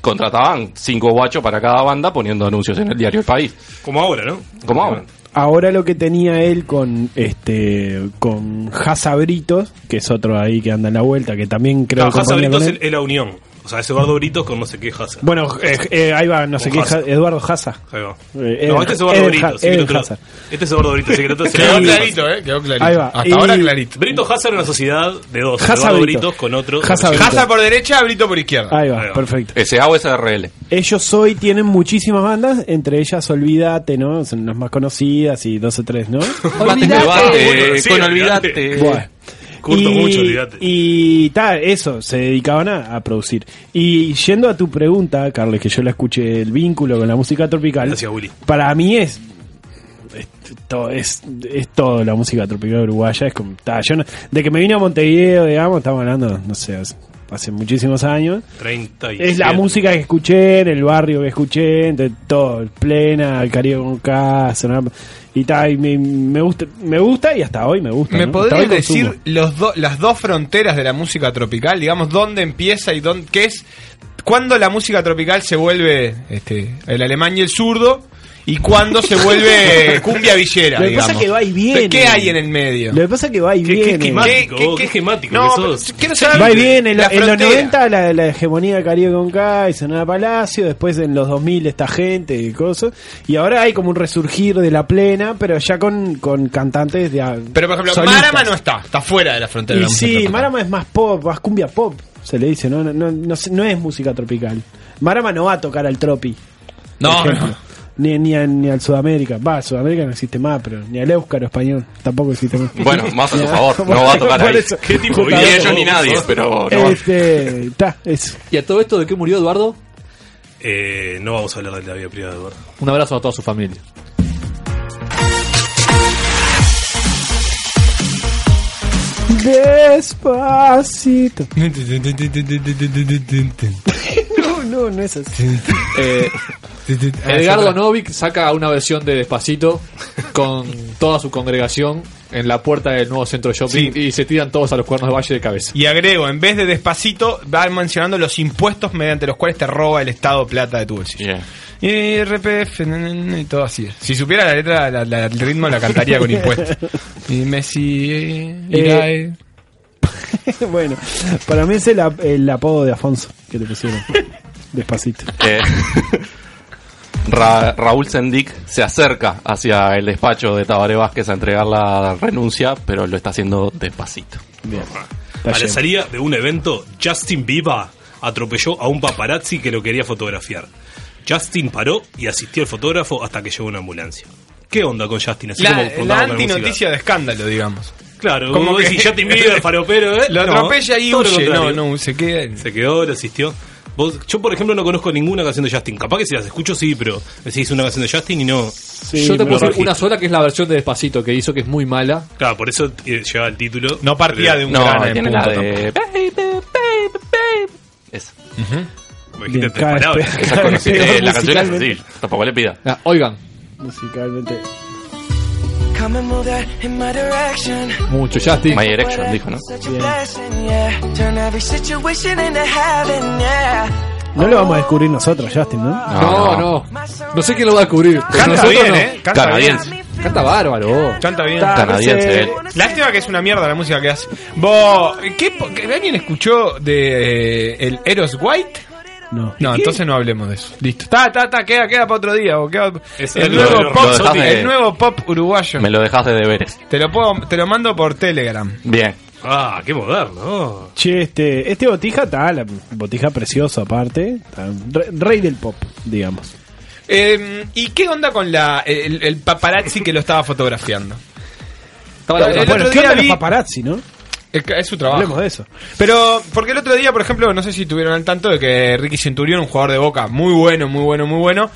[SPEAKER 10] contrataban cinco guachos para cada banda poniendo anuncios en el diario El País.
[SPEAKER 12] Como ahora, ¿no?
[SPEAKER 10] Como ahora.
[SPEAKER 13] Ahora lo que tenía él con este con Jasabritos, que es otro ahí que anda en la vuelta, que también creo
[SPEAKER 12] No,
[SPEAKER 13] que
[SPEAKER 12] Jaza
[SPEAKER 13] componía
[SPEAKER 12] Britos
[SPEAKER 13] con
[SPEAKER 12] es
[SPEAKER 13] él.
[SPEAKER 12] es la unión. O O sea, es Eduardo Britos con no se quejas.
[SPEAKER 13] Bueno, eh, eh, ahí va, no sé qué,
[SPEAKER 12] Hazard.
[SPEAKER 13] Eduardo Jaza.
[SPEAKER 12] Ahí va.
[SPEAKER 13] Eh,
[SPEAKER 12] no,
[SPEAKER 13] Eden-
[SPEAKER 12] este es Eduardo
[SPEAKER 13] Eden
[SPEAKER 12] Brito.
[SPEAKER 13] Ha-
[SPEAKER 12] sí que el
[SPEAKER 13] Eden
[SPEAKER 12] otro-
[SPEAKER 13] Hazard.
[SPEAKER 12] Este es Eduardo Brito. sí que el otro es
[SPEAKER 4] Quedó
[SPEAKER 12] Eduardo
[SPEAKER 4] clarito, ¿eh? Quedó clarito.
[SPEAKER 13] Ahí va.
[SPEAKER 4] Hasta
[SPEAKER 13] Y-
[SPEAKER 4] ahora clarito.
[SPEAKER 12] Brito Hazard en una sociedad de dos.
[SPEAKER 13] Hazard
[SPEAKER 12] Eduardo
[SPEAKER 13] Brito.
[SPEAKER 12] Britos con otro.
[SPEAKER 13] Hazard Brito.
[SPEAKER 4] Casa por derecha, Brito por izquierda.
[SPEAKER 13] Ahí va, perfecto.
[SPEAKER 15] SA o SRL.
[SPEAKER 13] Ellos hoy tienen muchísimas bandas, entre ellas Olvídate, ¿no? Son las más conocidas y dos o tres, ¿no?
[SPEAKER 10] eh,
[SPEAKER 15] Olvidate, con olvidate.
[SPEAKER 13] Buah.
[SPEAKER 15] Curto mucho, olvidate.
[SPEAKER 13] Y ta, eso, se dedicaban a, a producir. Y yendo a tu pregunta, Carles, que yo la escuché, el vínculo con la música tropical. Para mí es. es todo, es, es todo la música tropical uruguaya. Es como, ta, yo no- de que me vine a Montevideo, digamos, estamos hablando, no sé, hace- hace muchísimos años.
[SPEAKER 12] 30 y
[SPEAKER 13] Es la música que escuché, en el barrio que escuché, de todo, plena, el Caribe con K, sonaba- y tal, y me, me gusta, me gusta y hasta hoy me gusta.
[SPEAKER 4] ¿Me
[SPEAKER 13] ¿no? Hasta
[SPEAKER 4] podrías
[SPEAKER 13] hoy consumo.
[SPEAKER 4] decir los do- las dos fronteras de la música tropical? Digamos, ¿dónde empieza y dónde, qué es? ¿Cuándo la música tropical se vuelve este, el alemán y el zurdo? ¿Y cuándo se vuelve cumbia villera?
[SPEAKER 13] Lo que
[SPEAKER 4] digamos?
[SPEAKER 13] pasa es que va y viene.
[SPEAKER 4] ¿Qué hay en el medio?
[SPEAKER 13] Lo que pasa es que va y viene.
[SPEAKER 4] no, pero Quiero saber
[SPEAKER 13] Va y viene, en,
[SPEAKER 4] la
[SPEAKER 13] lo- en los
[SPEAKER 4] frontera.
[SPEAKER 13] 90 la, la hegemonía de Caribe con K y Sonora Palacio, después en los 2000 esta gente y cosas, y ahora hay como un resurgir de la plena, pero ya con, con cantantes de... a-
[SPEAKER 4] Pero, por ejemplo,
[SPEAKER 13] solistas.
[SPEAKER 4] Marama no está, está fuera de la frontera. de
[SPEAKER 13] Y
[SPEAKER 4] la música
[SPEAKER 13] sí,
[SPEAKER 4] tropical.
[SPEAKER 13] Marama es más pop, más cumbia pop, se le dice, no, no, no, no sé- no es música tropical. Marama no va a tocar al tropi.
[SPEAKER 4] No,
[SPEAKER 13] por ejemplo. Ni, ni, a- ni al Sudamérica. Va, Sudamérica no existe más, pero ni al Éuscaro español tampoco existe más.
[SPEAKER 15] Bueno, más a
[SPEAKER 13] Ni
[SPEAKER 15] tu favor, no va a tocar
[SPEAKER 13] Por
[SPEAKER 15] ahí.
[SPEAKER 13] eso.
[SPEAKER 15] ¿Qué tipo? Ni ellos ni nadie, pero no.
[SPEAKER 13] Este, ta, eso.
[SPEAKER 11] ¿Y a todo esto de qué murió Eduardo?
[SPEAKER 12] Eh, no vamos a hablar de la vida privada de Eduardo.
[SPEAKER 11] Un abrazo a toda su familia.
[SPEAKER 13] Despacito. No, no, no es así.
[SPEAKER 11] Eh, Edgardo Novik saca una versión de Despacito con toda su congregación en la puerta del nuevo centro shopping y se tiran todos a los cuernos de valle de cabeza.
[SPEAKER 4] Y agrego, en vez de despacito, va mencionando los impuestos mediante los cuales te roba el Estado plata de tu bolsillo. Y RPF, na, na, na, y todo así. Si supiera la letra, la- la- el ritmo la cantaría con impuestos. Y Messi, eh, Irae.
[SPEAKER 13] bueno, para mí es el, ap- el apodo de Afonso que te pusieron. Despacito.
[SPEAKER 15] Eh, Ra- Raúl Sendic se acerca hacia el despacho de Tabaré Vázquez a entregar la renuncia, pero lo está haciendo despacito.
[SPEAKER 12] A la
[SPEAKER 15] lleno.
[SPEAKER 12] salida de un evento, Justin Bieber atropelló a un paparazzi que lo quería fotografiar. Justin paró y asistió al fotógrafo hasta que llegó una ambulancia. ¿Qué onda con Justin? Así como
[SPEAKER 4] La, la
[SPEAKER 12] preguntaba con música.
[SPEAKER 4] antinoticia de escándalo, digamos.
[SPEAKER 12] Claro, como que si Justin Bieber, faropero, ¿eh?
[SPEAKER 4] Lo
[SPEAKER 12] No,
[SPEAKER 4] atropella y
[SPEAKER 12] todo lo
[SPEAKER 4] huye. No,
[SPEAKER 12] contrario.
[SPEAKER 4] no, se queda.
[SPEAKER 12] Se quedó, lo asistió. Vos, yo, por ejemplo, no conozco ninguna canción de Justin. Capaz que si las escucho, sí, pero decís una canción de Justin y no.
[SPEAKER 11] Yo te
[SPEAKER 12] no
[SPEAKER 11] puse
[SPEAKER 12] registro.
[SPEAKER 11] una sola que es la versión de Despacito que hizo que es muy mala.
[SPEAKER 12] Claro, por eso eh, llevaba el título.
[SPEAKER 4] No partía de un
[SPEAKER 11] No,
[SPEAKER 4] gran
[SPEAKER 11] tiene
[SPEAKER 4] punto
[SPEAKER 11] la
[SPEAKER 10] Eh,
[SPEAKER 11] de-
[SPEAKER 4] tampoco.
[SPEAKER 12] Me dijiste
[SPEAKER 11] Bien,
[SPEAKER 12] tres
[SPEAKER 11] cada
[SPEAKER 12] palabras.
[SPEAKER 11] vez peor. Esa es conocida.
[SPEAKER 15] Eh, la canción es
[SPEAKER 11] Musicalmente.
[SPEAKER 15] así, tampoco le pida.
[SPEAKER 11] Ah, oigan,
[SPEAKER 13] Musicalmente.
[SPEAKER 16] Come and move that in my direction.
[SPEAKER 11] mucho Justin.
[SPEAKER 15] My Erection, dijo, ¿no?
[SPEAKER 16] Such a blessing, yeah. Turn every situation into heaven, yeah.
[SPEAKER 13] No lo vamos a descubrir nosotros, Justin, ¿no?
[SPEAKER 11] No, no. No sé quién lo va a descubrir. pero
[SPEAKER 4] Canta
[SPEAKER 11] nosotros
[SPEAKER 4] bien,
[SPEAKER 11] no.
[SPEAKER 4] ¿eh? Canta Canadiense.
[SPEAKER 11] Canta bárbaro.
[SPEAKER 4] Canta bien.
[SPEAKER 11] Canadiense, él.
[SPEAKER 4] Lástima que es una mierda la música que hace. Vos, ¿qué, po- qué- ¿Alguien escuchó de eh, el Eros White?
[SPEAKER 13] No.
[SPEAKER 4] No, entonces no hablemos de eso. Listo. Ta, ta, ta, queda, queda para otro día. o queda-
[SPEAKER 15] Eso
[SPEAKER 4] el,
[SPEAKER 15] lo-
[SPEAKER 4] nuevo
[SPEAKER 15] lo
[SPEAKER 4] pop,
[SPEAKER 15] dejás de-
[SPEAKER 4] el nuevo pop uruguayo.
[SPEAKER 15] Me lo dejas de deberes.
[SPEAKER 4] Te lo puedo, te lo mando por Telegram.
[SPEAKER 15] Bien.
[SPEAKER 12] Ah, qué moderno.
[SPEAKER 13] Che, este, este botija está, la botija preciosa aparte, ta, re- rey del pop, digamos.
[SPEAKER 4] Eh, ¿Y qué onda con la, el, el paparazzi que lo estaba fotografiando?
[SPEAKER 11] Estaba
[SPEAKER 4] El
[SPEAKER 13] bueno,
[SPEAKER 4] otro
[SPEAKER 13] ¿qué
[SPEAKER 4] día
[SPEAKER 13] onda los
[SPEAKER 4] vi-
[SPEAKER 13] paparazzi, no?
[SPEAKER 4] Es, que es su trabajo.
[SPEAKER 13] Hablemos de eso.
[SPEAKER 4] Pero, porque el otro día, por ejemplo, no sé si tuvieron al tanto de que Ricky Centurión, un jugador de boca muy bueno, muy bueno, muy bueno,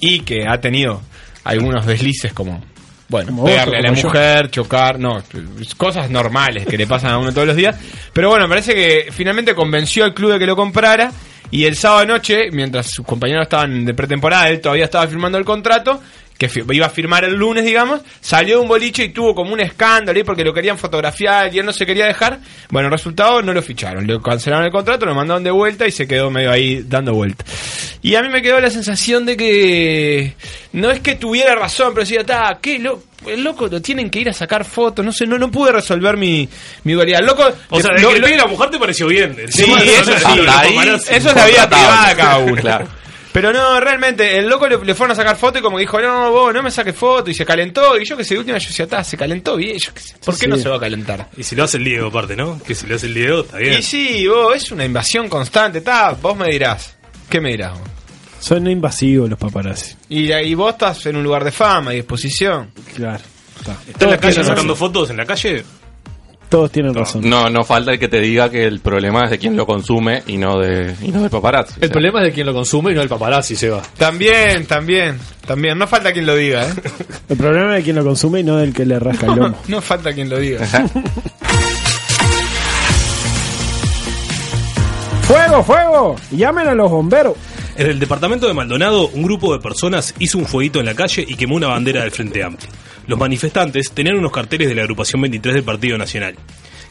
[SPEAKER 4] y que ha tenido algunos deslices como, bueno,
[SPEAKER 7] Como vos,
[SPEAKER 4] pegarle a la
[SPEAKER 7] como yo.
[SPEAKER 4] mujer, chocar, no, cosas normales que le pasan a uno todos los días. Pero bueno, parece que finalmente convenció al club de que lo comprara. Y el sábado noche, mientras sus compañeros estaban de pretemporada, él todavía estaba firmando el contrato, que fi- iba a firmar el lunes, digamos, salió de un boliche y tuvo como un escándalo ahí porque lo querían fotografiar y él no se quería dejar. Bueno, resultado, no lo ficharon, le cancelaron el contrato, lo mandaron de vuelta y se quedó medio ahí dando vuelta. Y a mí me quedó la sensación de que no es que tuviera razón, pero decía, ta, qué lo- el loco lo tienen que ir a sacar fotos, no sé, no, no pude resolver mi, mi dualidad. El Loco, eh,
[SPEAKER 12] O sea, de
[SPEAKER 4] lo-
[SPEAKER 12] que le
[SPEAKER 4] lo-
[SPEAKER 12] pegue la mujer te pareció bien. El
[SPEAKER 4] Sí,
[SPEAKER 12] tema de-
[SPEAKER 4] eso sí,
[SPEAKER 12] los
[SPEAKER 4] ahí,
[SPEAKER 12] paparazzi.
[SPEAKER 4] eso es la vida privada de cada uno.
[SPEAKER 10] Claro.
[SPEAKER 4] Pero no, realmente, el loco le, le fueron a sacar foto y como que dijo, no, vos no me saques foto, y se calentó, y yo que sé, de última yo decía, "Ta, se calentó bien, yo qué sé, ¿por qué no
[SPEAKER 12] Sí.
[SPEAKER 4] se va a calentar?
[SPEAKER 12] Y si lo hace el Diego, aparte, ¿no? Que si lo hace el Diego, está bien.
[SPEAKER 4] Y sí, vos, es una invasión constante, ta, vos me dirás, ¿qué me dirás? vos?
[SPEAKER 13] Son invasivos los paparazzi.
[SPEAKER 4] Y, y vos estás en un lugar de fama y exposición.
[SPEAKER 13] Claro.
[SPEAKER 12] ¿Está en la calle
[SPEAKER 13] tienen
[SPEAKER 12] sacando fotos en la calle?
[SPEAKER 13] Todos tienen razón.
[SPEAKER 10] No, no falta el que te diga que el problema es de quien lo consume y no de y no del paparazzi.
[SPEAKER 11] El problema es de quien lo consume y no el paparazzi, Seba.
[SPEAKER 4] También, también, también, no falta quien lo diga, ¿eh?
[SPEAKER 13] El problema es de quien lo consume y no del que le rasca el lomo.
[SPEAKER 4] No falta quien lo diga.
[SPEAKER 13] ¡Fuego, fuego! Llamen a los bomberos.
[SPEAKER 12] En el departamento de Maldonado, un grupo de personas hizo un fueguito en la calle y quemó una bandera del Frente Amplio. Los manifestantes tenían unos carteles de la agrupación 23 del Partido Nacional.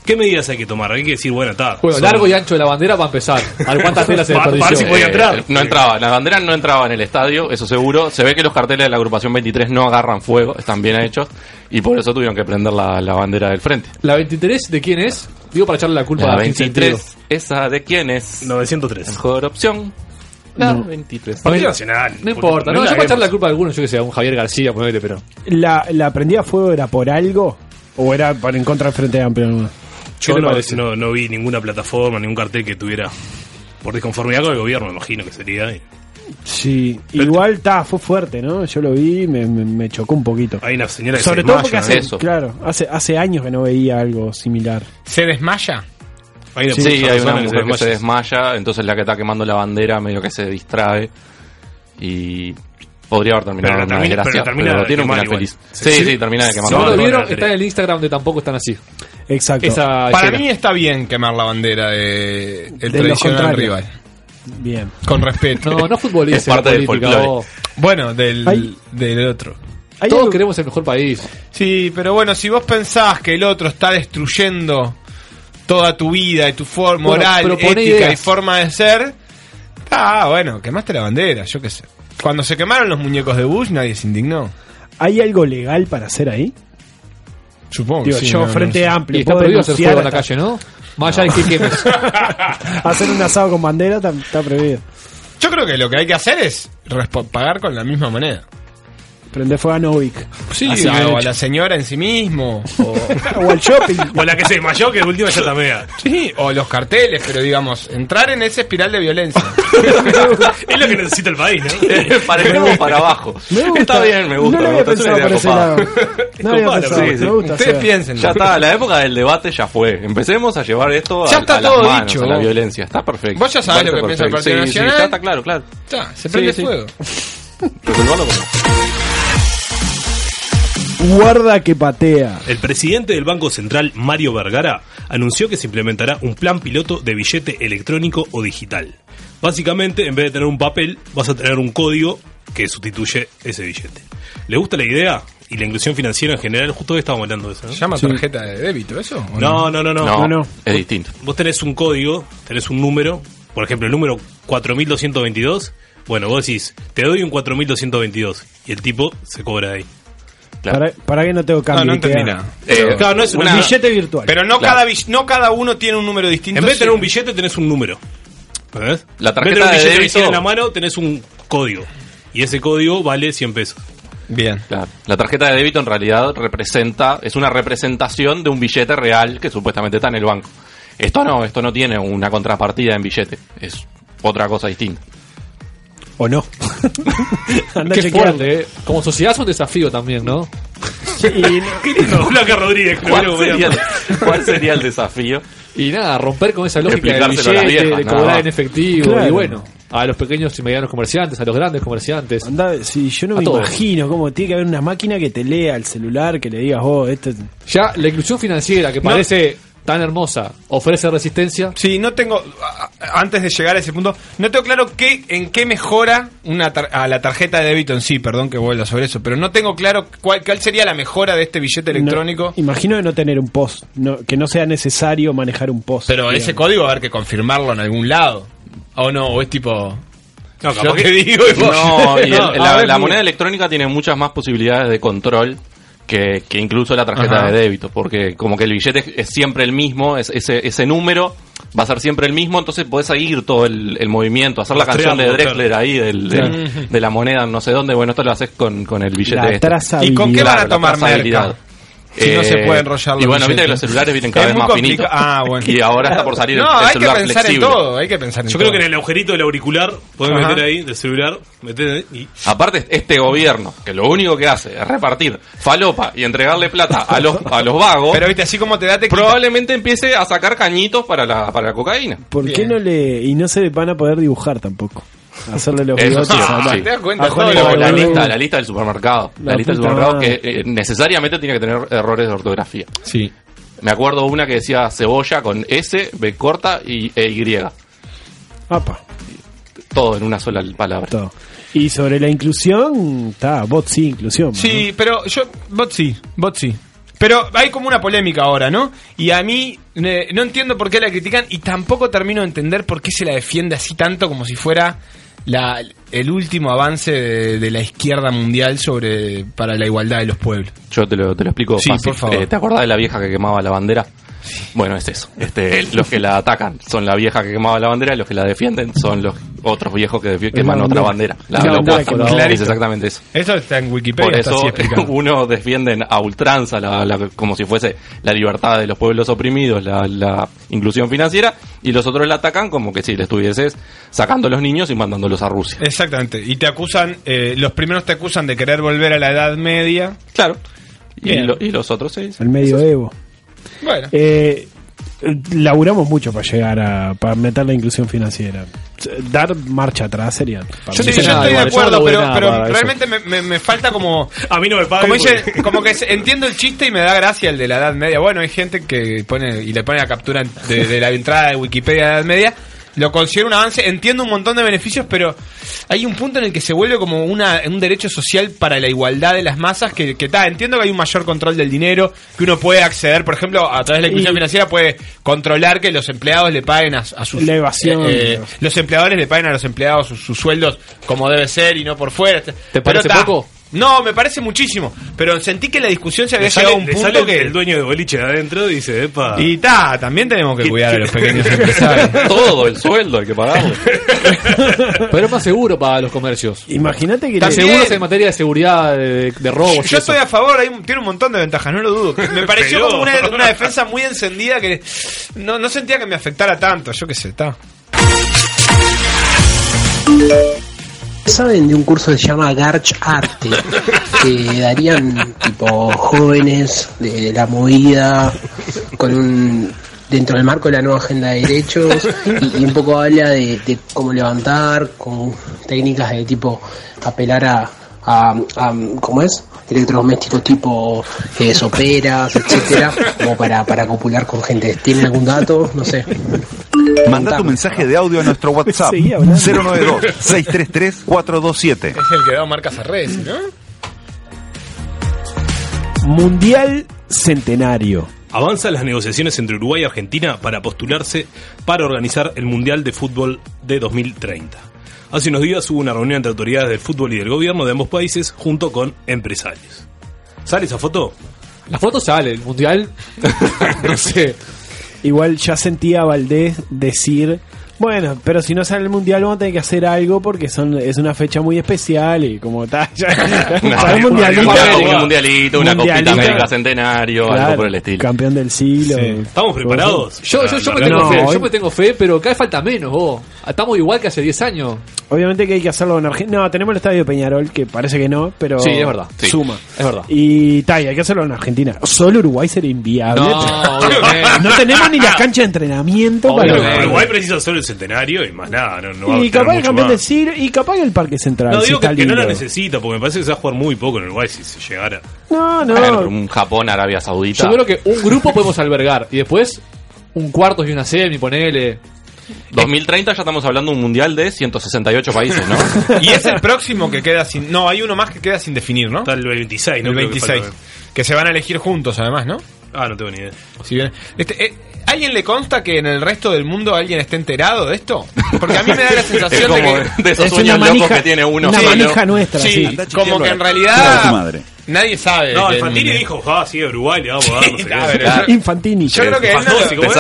[SPEAKER 12] ¿Qué medidas hay que tomar? Hay que decir, bueno, está.
[SPEAKER 11] Juego largo y ancho de la bandera para empezar. A ver cuántas telas se desperdició.
[SPEAKER 10] Eh, No entraba, la bandera no entraba en el estadio, eso seguro. Se ve que los carteles de la agrupación 23 no agarran fuego, están bien hechos, y por eso tuvieron que prender la, la bandera del frente.
[SPEAKER 11] ¿La 23 de quién es? Digo para echarle la culpa
[SPEAKER 10] La
[SPEAKER 11] a 23.
[SPEAKER 10] 23, ¿esa de quién es?
[SPEAKER 12] 903.
[SPEAKER 10] Mejor opción. La 23.
[SPEAKER 11] Partido
[SPEAKER 12] Nacional.
[SPEAKER 11] No importa, no, yo
[SPEAKER 10] la
[SPEAKER 11] para echarle
[SPEAKER 10] vemos.
[SPEAKER 11] la culpa a alguno, yo que sé, a un Javier García, ponele, pero.
[SPEAKER 13] ¿La, ¿La prendida a fuego era por algo? ¿O era para en contra del Frente Amplio? nomás?
[SPEAKER 12] Yo no, no- no vi ninguna plataforma, ningún cartel que tuviera. Por desconformidad con el gobierno, me imagino que sería. ¿eh?
[SPEAKER 13] Sí, igual ta, fue fuerte, ¿no? Yo lo vi y me, me- me chocó un poquito.
[SPEAKER 12] Hay una señora que
[SPEAKER 13] Sobre
[SPEAKER 12] se
[SPEAKER 13] todo
[SPEAKER 12] desmaya,
[SPEAKER 13] porque
[SPEAKER 12] ¿no?
[SPEAKER 13] hace,
[SPEAKER 12] Eso.
[SPEAKER 13] claro, hace, hace años que no veía algo similar.
[SPEAKER 4] ¿Se desmaya?
[SPEAKER 12] Hay
[SPEAKER 10] Sí,
[SPEAKER 12] muchas
[SPEAKER 10] hay una
[SPEAKER 12] personas
[SPEAKER 10] mujer que se
[SPEAKER 12] desmayan.
[SPEAKER 10] desmaya, entonces la que está quemando la bandera medio que se distrae y podría haber terminado
[SPEAKER 11] Pero la
[SPEAKER 10] en una
[SPEAKER 11] termina-
[SPEAKER 10] desgracia,
[SPEAKER 11] pero la termina
[SPEAKER 10] pero
[SPEAKER 11] de
[SPEAKER 10] tiene un
[SPEAKER 11] quemar
[SPEAKER 10] final
[SPEAKER 11] igual.
[SPEAKER 10] feliz.
[SPEAKER 11] Sí,
[SPEAKER 10] Sí,
[SPEAKER 11] sí.
[SPEAKER 10] sí, termina de quemar.
[SPEAKER 11] Si no
[SPEAKER 10] la
[SPEAKER 11] lo
[SPEAKER 10] bandera.
[SPEAKER 11] vieron, está en el Instagram de Tampoco Están Así.
[SPEAKER 13] Exacto.
[SPEAKER 11] Esa
[SPEAKER 4] Para
[SPEAKER 11] escena.
[SPEAKER 4] mí está bien quemar la bandera de el
[SPEAKER 11] De los
[SPEAKER 4] tradicional
[SPEAKER 11] contrarios.
[SPEAKER 4] rival.
[SPEAKER 13] Bien.
[SPEAKER 4] Con respeto.
[SPEAKER 11] No, no futbolista, Es parte del política, folclore. vos.
[SPEAKER 4] Bueno, del,
[SPEAKER 11] Hay-
[SPEAKER 4] del otro.
[SPEAKER 11] Todos queremos el mejor país.
[SPEAKER 4] Sí, pero bueno, si vos pensás que el otro está destruyendo toda tu vida y tu forma
[SPEAKER 11] Bueno,
[SPEAKER 4] moral,
[SPEAKER 11] pero
[SPEAKER 4] ética
[SPEAKER 11] poné
[SPEAKER 4] y
[SPEAKER 11] ideas.
[SPEAKER 4] forma de ser, ah, bueno, quemaste la bandera, yo qué sé. Cuando se quemaron los muñecos de Bush, nadie se indignó.
[SPEAKER 13] ¿Hay algo legal para hacer ahí?
[SPEAKER 4] Supongo que
[SPEAKER 13] Digo,
[SPEAKER 4] sí,
[SPEAKER 13] yo,
[SPEAKER 4] no, no
[SPEAKER 13] Frente
[SPEAKER 4] sé.
[SPEAKER 13] Amplio,
[SPEAKER 11] Y está
[SPEAKER 13] puedo
[SPEAKER 11] prohibido hacer
[SPEAKER 13] denunciar
[SPEAKER 11] fuego en la
[SPEAKER 13] hasta-
[SPEAKER 11] calle, ¿no? Más allá de que quemes.
[SPEAKER 13] Hacer un asado con bandera está, está prohibido.
[SPEAKER 4] Yo creo que lo que hay que hacer es respo- pagar con la misma moneda.
[SPEAKER 13] Prender fuego a Novik.
[SPEAKER 4] Sí,
[SPEAKER 13] Así bien
[SPEAKER 4] o a
[SPEAKER 13] hecho.
[SPEAKER 4] la señora en sí mismo. O,
[SPEAKER 13] O al shopping.
[SPEAKER 12] O la que se desmayó, que de última ya está media.
[SPEAKER 4] Sí, o los carteles, pero digamos, entrar en esa espiral de violencia.
[SPEAKER 12] es lo que necesita el país,
[SPEAKER 10] ¿no? Paremos para abajo. Está bien, me gusta.
[SPEAKER 4] No lo
[SPEAKER 10] me
[SPEAKER 4] había
[SPEAKER 10] gusta, es
[SPEAKER 4] pensado
[SPEAKER 10] una idea
[SPEAKER 4] por ese
[SPEAKER 10] copada.
[SPEAKER 4] lado. No lo había
[SPEAKER 10] Copada,
[SPEAKER 4] pensado, me gusta, Ustedes Seba. piensen.
[SPEAKER 10] Ya está, la época del debate ya fue. Empecemos a llevar esto a,
[SPEAKER 4] Ya está
[SPEAKER 10] a las
[SPEAKER 4] todo
[SPEAKER 10] manos,
[SPEAKER 4] dicho.
[SPEAKER 10] a la violencia. Está perfecto.
[SPEAKER 4] Vos ya sabés
[SPEAKER 10] Parece
[SPEAKER 4] lo que piensa el
[SPEAKER 10] perfecto.
[SPEAKER 4] Partido
[SPEAKER 10] Sí, sí,
[SPEAKER 4] Nacional.
[SPEAKER 10] ya está claro, claro.
[SPEAKER 4] Ya, se
[SPEAKER 10] Sí,
[SPEAKER 4] prende
[SPEAKER 10] sí.
[SPEAKER 4] fuego.
[SPEAKER 10] Resolvalo como-
[SPEAKER 13] Guarda que patea.
[SPEAKER 12] El presidente del Banco Central, Mario Vergara, anunció que se implementará un plan piloto de billete electrónico o digital. Básicamente, en vez de tener un papel, vas a tener un código que sustituye ese billete. ¿Le gusta la idea? Y la inclusión financiera en general, justo hoy estábamos hablando de eso. ¿no?
[SPEAKER 4] ¿Llama tarjeta de débito eso? o
[SPEAKER 12] No, no, no, no.
[SPEAKER 10] Es distinto.
[SPEAKER 12] Vos tenés un código, tenés un número, por ejemplo, el número 4222. Bueno, vos decís, te doy un 4222 y el tipo se cobra de ahí.
[SPEAKER 13] ¿Para, para que no tengo cambio?
[SPEAKER 12] No, no entendí
[SPEAKER 13] Ikea?
[SPEAKER 12] nada. Eh, Claro, no es una-
[SPEAKER 13] un billete virtual.
[SPEAKER 4] Pero no,
[SPEAKER 12] Claro.
[SPEAKER 4] cada, bis- no cada uno tiene un número distinto.
[SPEAKER 12] En vez de tener
[SPEAKER 4] sí.
[SPEAKER 12] un billete, tenés un número. ¿Entendés?
[SPEAKER 10] La
[SPEAKER 12] En vez de
[SPEAKER 10] tarjeta
[SPEAKER 12] tener un
[SPEAKER 10] de
[SPEAKER 12] billete
[SPEAKER 10] débito.
[SPEAKER 12] vecino en la mano, tenés un código. Y ese código vale 100 pesos.
[SPEAKER 4] Bien.
[SPEAKER 10] Claro. La tarjeta de débito en realidad representa, es una representación de un billete real que supuestamente está en el banco. Esto no, esto no tiene una contrapartida en billete, es otra cosa distinta.
[SPEAKER 13] ¿O no? Anda
[SPEAKER 11] Qué
[SPEAKER 13] chequeando.
[SPEAKER 11] fuerte, ¿eh? Como sociedad es un desafío también, ¿no?
[SPEAKER 12] Blanca Rodríguez, creo
[SPEAKER 10] ¿Cuál
[SPEAKER 12] que voy a-
[SPEAKER 10] sería, el, cuál sería el desafío?
[SPEAKER 11] Y nada, romper con esa lógica del
[SPEAKER 10] Explicárselo a las
[SPEAKER 11] billete,
[SPEAKER 10] viejas,
[SPEAKER 11] de
[SPEAKER 10] nada
[SPEAKER 11] cobrar
[SPEAKER 10] más.
[SPEAKER 11] en efectivo.
[SPEAKER 13] Claro.
[SPEAKER 11] Y bueno, a los pequeños y medianos comerciantes, a los grandes comerciantes.
[SPEAKER 13] Anda, si yo no
[SPEAKER 11] A
[SPEAKER 13] me
[SPEAKER 11] todos.
[SPEAKER 13] imagino cómo tiene que haber una máquina que te lea el celular, que le digas, oh, este.
[SPEAKER 11] Ya la inclusión Ah, financiera, que parece tan hermosa ofrece resistencia.
[SPEAKER 4] Sí, no tengo. a- a- Antes de llegar a ese punto, no tengo claro qué, en qué mejora una tar- a la tarjeta de débito en sí, perdón que vuelva sobre eso, pero no tengo claro cuál, cuál sería la mejora de este billete electrónico.
[SPEAKER 13] Imagino de no tener un post, no- que no sea necesario manejar un post.
[SPEAKER 17] Pero
[SPEAKER 13] digamos.
[SPEAKER 17] ese código va a haber que confirmarlo en algún lado. O no, o es tipo.
[SPEAKER 12] No,
[SPEAKER 17] yo te digo y vos-
[SPEAKER 10] No, y el-
[SPEAKER 17] No,
[SPEAKER 10] la,
[SPEAKER 17] a ver,
[SPEAKER 10] la
[SPEAKER 17] mira.
[SPEAKER 10] moneda electrónica tiene muchas más posibilidades de control que, que incluso la tarjeta
[SPEAKER 4] Ajá.
[SPEAKER 10] de débito, porque como que el billete es, es siempre el mismo, es- ese, ese número va a ser siempre el mismo, entonces podés seguir todo el, el movimiento, hacer la canción de
[SPEAKER 4] Rastrearlo,
[SPEAKER 10] Drexler
[SPEAKER 4] claro.
[SPEAKER 10] ahí, del-
[SPEAKER 4] Claro.
[SPEAKER 10] del- de la moneda no sé dónde, bueno, esto lo haces con, con el billete.
[SPEAKER 4] La
[SPEAKER 10] este.
[SPEAKER 4] trazabilidad. ¿Y con qué van a
[SPEAKER 10] Claro, la
[SPEAKER 4] tomar
[SPEAKER 10] trazabilidad. Eh,
[SPEAKER 4] merca? Si no se puede enrollar
[SPEAKER 10] Y
[SPEAKER 4] los
[SPEAKER 10] bueno, viste
[SPEAKER 4] billetes.
[SPEAKER 10] que los celulares vienen
[SPEAKER 4] Es
[SPEAKER 10] cada vez
[SPEAKER 4] muy
[SPEAKER 10] más finitos.
[SPEAKER 4] complicado. Ah, bueno.
[SPEAKER 10] Y ahora está por salir el-
[SPEAKER 4] No,
[SPEAKER 10] el,
[SPEAKER 4] hay que
[SPEAKER 10] celular
[SPEAKER 4] pensar en
[SPEAKER 10] flexible.
[SPEAKER 4] todo, hay que pensar en
[SPEAKER 10] Yo
[SPEAKER 12] Yo creo
[SPEAKER 4] todo.
[SPEAKER 12] que en el agujerito del auricular podés
[SPEAKER 10] Ajá.
[SPEAKER 12] meter ahí, del celular, meter ahí y
[SPEAKER 10] Aparte, este gobierno, que lo único que hace es repartir falopa y entregarle plata a los, a los vagos. Pero
[SPEAKER 4] viste, así como te da,
[SPEAKER 10] Probablemente empiece a sacar cañitos para la, para la cocaína.
[SPEAKER 13] ¿Por qué no le.? Y no se van a poder dibujar tampoco. Hacerle los
[SPEAKER 10] Eso
[SPEAKER 13] bigotes
[SPEAKER 10] sí,
[SPEAKER 13] a-
[SPEAKER 10] sí.
[SPEAKER 4] ¿Te das cuenta?
[SPEAKER 10] Ah,
[SPEAKER 4] Todo
[SPEAKER 10] o
[SPEAKER 4] lo-
[SPEAKER 10] la
[SPEAKER 4] lo-
[SPEAKER 10] lista, la lista del supermercado. La,
[SPEAKER 4] La
[SPEAKER 10] lista del
[SPEAKER 4] puta
[SPEAKER 10] supermercado
[SPEAKER 4] madre.
[SPEAKER 10] que eh, necesariamente tiene que tener errores de ortografía.
[SPEAKER 11] Sí.
[SPEAKER 10] Me acuerdo una que decía cebolla con S, B corta y E Y.
[SPEAKER 13] Apa.
[SPEAKER 10] Todo en una sola palabra.
[SPEAKER 13] Y sobre la inclusión, está, bot sí, inclusión.
[SPEAKER 4] Sí, pero yo. Bot sí, bot sí. Pero hay como una polémica ahora, ¿no? Y a mí eh, no entiendo por qué la critican y tampoco termino de entender por qué se la defiende así tanto como si fuera la, el último avance de, de la izquierda mundial sobre para la igualdad de los pueblos.
[SPEAKER 10] Yo te lo, te lo explico
[SPEAKER 4] Sí,
[SPEAKER 10] fácil.
[SPEAKER 4] por favor.
[SPEAKER 10] Eh, ¿Te acordás de la vieja que quemaba la bandera? Bueno, es eso. Este, los que la atacan son la vieja que quemaba la bandera y los que la defienden son los otros viejos que defi- queman otra bandera. La,
[SPEAKER 4] La
[SPEAKER 10] lo
[SPEAKER 4] bandera
[SPEAKER 10] opuesto.
[SPEAKER 4] que quemaba.
[SPEAKER 10] Es exactamente eso.
[SPEAKER 4] Eso está en Wikipedia,
[SPEAKER 10] Por
[SPEAKER 4] está
[SPEAKER 10] eso
[SPEAKER 4] así explicado.
[SPEAKER 10] unos defienden a ultranza la- la- como si fuese la libertad de los pueblos oprimidos, la, la inclusión financiera, y los otros la atacan como que si le estuvieses sacando a los niños y mandándolos a Rusia.
[SPEAKER 4] Exactamente. Y te acusan, eh, los primeros te acusan de querer volver a la Edad Media.
[SPEAKER 10] Claro. Y,
[SPEAKER 4] Bien.
[SPEAKER 10] lo- y los otros sí.
[SPEAKER 13] El medioevo.
[SPEAKER 4] Bueno.
[SPEAKER 13] Eh, laburamos mucho para llegar a. para meter la inclusión financiera. Dar marcha atrás sería.
[SPEAKER 4] Yo, te- yo estoy de acuerdo, pero, pero realmente me, me- me falta como...
[SPEAKER 12] A mí no me
[SPEAKER 4] Como,
[SPEAKER 12] porque-
[SPEAKER 4] dice- como que se- entiendo el chiste y me da gracia el de la Edad Media. Bueno, hay gente que pone y le pone la captura de, de la entrada de Wikipedia de la Edad Media. Lo considero un avance, entiendo un montón de beneficios, pero hay un punto en el que se vuelve como una, un derecho social para la igualdad de las masas, que, que ta, entiendo que hay un mayor control del dinero, que uno puede acceder, por ejemplo, a través de la inclusión
[SPEAKER 13] Y-
[SPEAKER 4] financiera, puede controlar que los empleados le paguen a, a sus... eh,
[SPEAKER 13] La evasión.
[SPEAKER 4] los empleadores le paguen a los empleados sus, sus sueldos como debe ser y no por fuera. ¿Te
[SPEAKER 11] parece poco?
[SPEAKER 4] No, me parece muchísimo. Pero sentí que la discusión se había
[SPEAKER 12] Le sale-
[SPEAKER 4] llegado a un
[SPEAKER 12] le
[SPEAKER 4] punto
[SPEAKER 12] sale el-
[SPEAKER 4] que.
[SPEAKER 12] el dueño de boliche de adentro dice, epa.
[SPEAKER 4] Y ta, también tenemos que cuidar a los pequeños empresarios.
[SPEAKER 10] Todo el sueldo hay que pagarlo.
[SPEAKER 11] Pero es más seguro para los comercios.
[SPEAKER 13] Imagínate que
[SPEAKER 11] Están
[SPEAKER 4] También.
[SPEAKER 11] seguros en materia de seguridad, de, de
[SPEAKER 4] Yo
[SPEAKER 11] robos. y eso.
[SPEAKER 4] estoy a favor, hay un- tiene un montón de ventajas, no lo dudo. Me pareció
[SPEAKER 11] Pero-
[SPEAKER 4] como una, una defensa muy encendida que no, no sentía que me afectara tanto, yo qué sé, ta.
[SPEAKER 18] ¿Saben de un curso que se llama Garch Arte? Que darían tipo jóvenes de la movida con un dentro del marco de la nueva agenda de derechos y, y un poco habla de, de cómo levantar con técnicas de tipo apelar a, a, a, ¿cómo es? electrodomésticos tipo eh, soperas, etcétera, como para, para copular con gente. ¿Tienen algún dato? No sé.
[SPEAKER 5] Manda tu mensaje de audio a nuestro WhatsApp
[SPEAKER 18] Seguí hablando.
[SPEAKER 5] 092-633-427.
[SPEAKER 4] Es el que da marcas a redes, ¿no?
[SPEAKER 13] Mundial centenario.
[SPEAKER 12] Avanzan las negociaciones entre Uruguay y Argentina para postularse para organizar el Mundial de Fútbol de 2030. Hace unos días hubo una reunión entre autoridades del fútbol y del gobierno de ambos países junto con empresarios. ¿Sale esa foto?
[SPEAKER 11] La foto sale, el mundial. no sé.
[SPEAKER 13] Igual ya sentía a Valdés decir. Bueno, pero si no sale el mundial vamos a tener que hacer algo porque son es una fecha muy especial y como tal. Ya,
[SPEAKER 10] Una-
[SPEAKER 13] para el mundialito.
[SPEAKER 10] un mundialito, un mundialito, una
[SPEAKER 13] Mundialito.
[SPEAKER 10] copita América Centenario, algo
[SPEAKER 13] Claro,
[SPEAKER 10] por el estilo.
[SPEAKER 13] Campeón del siglo.
[SPEAKER 12] ¿Estamos preparados?
[SPEAKER 11] Yo, yo, yo me
[SPEAKER 13] No,
[SPEAKER 11] tengo fe,
[SPEAKER 13] hoy-
[SPEAKER 11] yo me tengo fe, pero cada vez falta menos, vos. Estamos igual que hace 10 años.
[SPEAKER 13] Obviamente que hay que hacerlo en Argentina. No, tenemos el estadio de Peñarol, que parece que no, pero
[SPEAKER 11] Sí, es verdad. Sí.
[SPEAKER 13] suma.
[SPEAKER 11] Es verdad.
[SPEAKER 13] Y ta, y hay que hacerlo en Argentina. Solo Uruguay sería inviable.
[SPEAKER 12] No, obviamente.
[SPEAKER 13] No tenemos ni la cancha de entrenamiento para.
[SPEAKER 12] Uruguay precisa solo el centenario y más nada. No, no va a
[SPEAKER 13] y
[SPEAKER 12] tener
[SPEAKER 13] capaz el
[SPEAKER 12] mucho
[SPEAKER 13] campeón
[SPEAKER 12] más.
[SPEAKER 13] del siglo y capaz el Parque Central.
[SPEAKER 12] No
[SPEAKER 13] si
[SPEAKER 12] digo que,
[SPEAKER 13] está
[SPEAKER 12] que no la
[SPEAKER 13] lindo.
[SPEAKER 12] necesita, porque me parece que se va a jugar muy poco en Uruguay si se llegara.
[SPEAKER 13] No, no.
[SPEAKER 10] Bueno, pero un Japón, Arabia Saudita.
[SPEAKER 11] Yo creo que un grupo podemos albergar y después un cuartos y una semi, ponele.
[SPEAKER 10] 2030 ya estamos hablando de un mundial de 168 países, ¿no?
[SPEAKER 4] Y es el próximo que queda sin. No, hay uno más que queda sin definir, ¿no? Está el 26,
[SPEAKER 12] ¿no? Creo
[SPEAKER 4] El
[SPEAKER 12] que
[SPEAKER 4] 26.
[SPEAKER 12] falta.
[SPEAKER 4] Que se van a elegir juntos, además, ¿no?
[SPEAKER 12] Ah, no tengo ni idea.
[SPEAKER 4] Si bien- este, eh, ¿Alguien le consta que en el resto del mundo alguien esté enterado de esto? Porque a mí me da la sensación de
[SPEAKER 10] como
[SPEAKER 4] que.
[SPEAKER 10] de esos Es una sueños locos manija- que tiene uno una solo. manija nuestra, sí.
[SPEAKER 4] Sí,
[SPEAKER 10] Anda
[SPEAKER 4] como que
[SPEAKER 12] Claro,
[SPEAKER 4] en
[SPEAKER 12] su
[SPEAKER 4] realidad.
[SPEAKER 12] madre.
[SPEAKER 4] Nadie sabe.
[SPEAKER 12] No,
[SPEAKER 4] que-
[SPEAKER 12] Infantini dijo, ah, sí, Uruguay, le vamos a dar. No sé qué.
[SPEAKER 13] Infantini.
[SPEAKER 4] Yo creo que él no
[SPEAKER 12] Fantástico,
[SPEAKER 4] lo-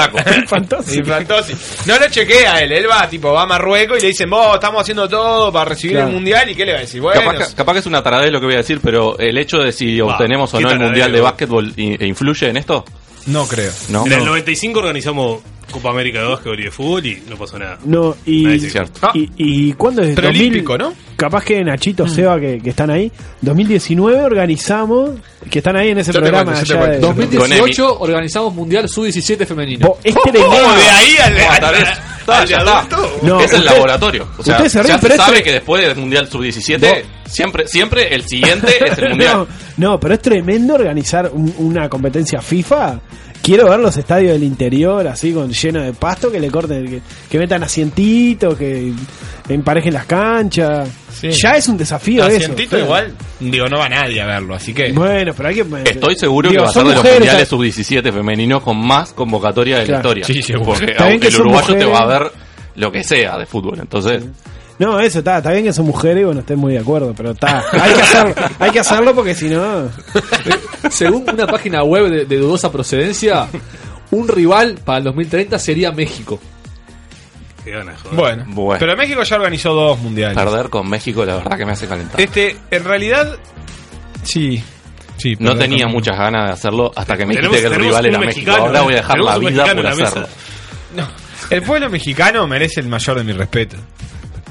[SPEAKER 12] ¿eh?
[SPEAKER 4] Sí, Fantozzi. No lo chequea él, él va tipo, va a Marruecos y le dicen, vos estamos haciendo todo para recibir
[SPEAKER 10] Claro.
[SPEAKER 4] el mundial y qué le va a decir, bueno,
[SPEAKER 10] Capaz, que- capaz que es una taradez lo que voy a decir, pero el hecho de si obtenemos o
[SPEAKER 12] qué
[SPEAKER 10] no el
[SPEAKER 12] taradez,
[SPEAKER 10] mundial de
[SPEAKER 12] boludo.
[SPEAKER 10] básquetbol i- e influye en esto.
[SPEAKER 4] No creo.
[SPEAKER 10] No.
[SPEAKER 12] En el
[SPEAKER 10] No.
[SPEAKER 12] 95 organizamos Copa América de Básquetbol y de Fútbol y no pasó nada.
[SPEAKER 13] No, y,
[SPEAKER 12] Ahí sí.
[SPEAKER 19] Ah.
[SPEAKER 12] Cierto.
[SPEAKER 13] y, y cuándo es
[SPEAKER 12] Preolímpico,
[SPEAKER 13] 2000, Capaz que Nachito, Seba, que, que están ahí. 2019 organizamos, que están ahí en ese
[SPEAKER 11] Yo te
[SPEAKER 13] programa.
[SPEAKER 11] cuento, yo te
[SPEAKER 13] allá
[SPEAKER 11] cuento.
[SPEAKER 13] de-
[SPEAKER 11] 2018 organizamos Mundial Sub-17 femenino.
[SPEAKER 13] este de enero. de
[SPEAKER 4] ahí al
[SPEAKER 10] Ah, tal vez. Está, ya está.
[SPEAKER 11] No,
[SPEAKER 10] es el
[SPEAKER 11] usted-
[SPEAKER 10] laboratorio. O sea,
[SPEAKER 11] usted se ríe,
[SPEAKER 10] ya
[SPEAKER 13] pero
[SPEAKER 10] se
[SPEAKER 13] esto
[SPEAKER 10] sabe
[SPEAKER 13] es-
[SPEAKER 10] que después del Mundial Sub-17, siempre, siempre el siguiente es el Mundial.
[SPEAKER 13] No, no, pero es tremendo organizar un- una competencia FIFA. Quiero ver los estadios del interior así con lleno de pasto que le corten, que, que metan asientitos, que emparejen las canchas.
[SPEAKER 4] Sí.
[SPEAKER 13] Ya es un desafío
[SPEAKER 4] no,
[SPEAKER 13] eso.
[SPEAKER 4] Cientito
[SPEAKER 13] Fede.
[SPEAKER 4] igual, digo, no va nadie a verlo, así que...
[SPEAKER 13] Bueno, pero hay que
[SPEAKER 10] Estoy seguro
[SPEAKER 13] Digo,
[SPEAKER 10] que va a ser
[SPEAKER 13] son
[SPEAKER 10] de los
[SPEAKER 13] mujeres,
[SPEAKER 10] mundiales
[SPEAKER 13] ¿sabes?
[SPEAKER 10] sub-17 femeninos con más convocatoria de la
[SPEAKER 13] Claro.
[SPEAKER 10] historia.
[SPEAKER 13] Sí, seguro.
[SPEAKER 10] Porque
[SPEAKER 13] Está bien que
[SPEAKER 10] el
[SPEAKER 13] son
[SPEAKER 10] uruguayo te
[SPEAKER 13] mujeres.
[SPEAKER 10] va a ver lo que sea de fútbol. Entonces,
[SPEAKER 13] No, eso está, está bien que son mujeres, bueno, estoy muy de acuerdo, pero está, hay que hacerlo, hay que hacerlo porque si no,
[SPEAKER 11] Según una página web de, de dudosa procedencia, un rival para el 2030 sería México.
[SPEAKER 12] Qué ganas, joder.
[SPEAKER 4] Bueno, pero México ya organizó dos mundiales.
[SPEAKER 10] perder con México la verdad que me hace calentar.
[SPEAKER 4] Este, en realidad... Sí. sí
[SPEAKER 10] no
[SPEAKER 4] perdón,
[SPEAKER 10] tenía
[SPEAKER 4] también.
[SPEAKER 10] muchas ganas de hacerlo hasta que me
[SPEAKER 4] Tenemos-
[SPEAKER 10] dijiste que el
[SPEAKER 4] tenemos
[SPEAKER 10] rival
[SPEAKER 4] un
[SPEAKER 10] era México.
[SPEAKER 4] mexicano,
[SPEAKER 10] Ahora
[SPEAKER 4] ¿eh?
[SPEAKER 10] voy a dejar la
[SPEAKER 4] Tenemos un
[SPEAKER 10] vida
[SPEAKER 4] mexicano
[SPEAKER 10] por
[SPEAKER 4] en la mesa.
[SPEAKER 10] hacerlo.
[SPEAKER 4] El pueblo mexicano merece el mayor de mi respeto.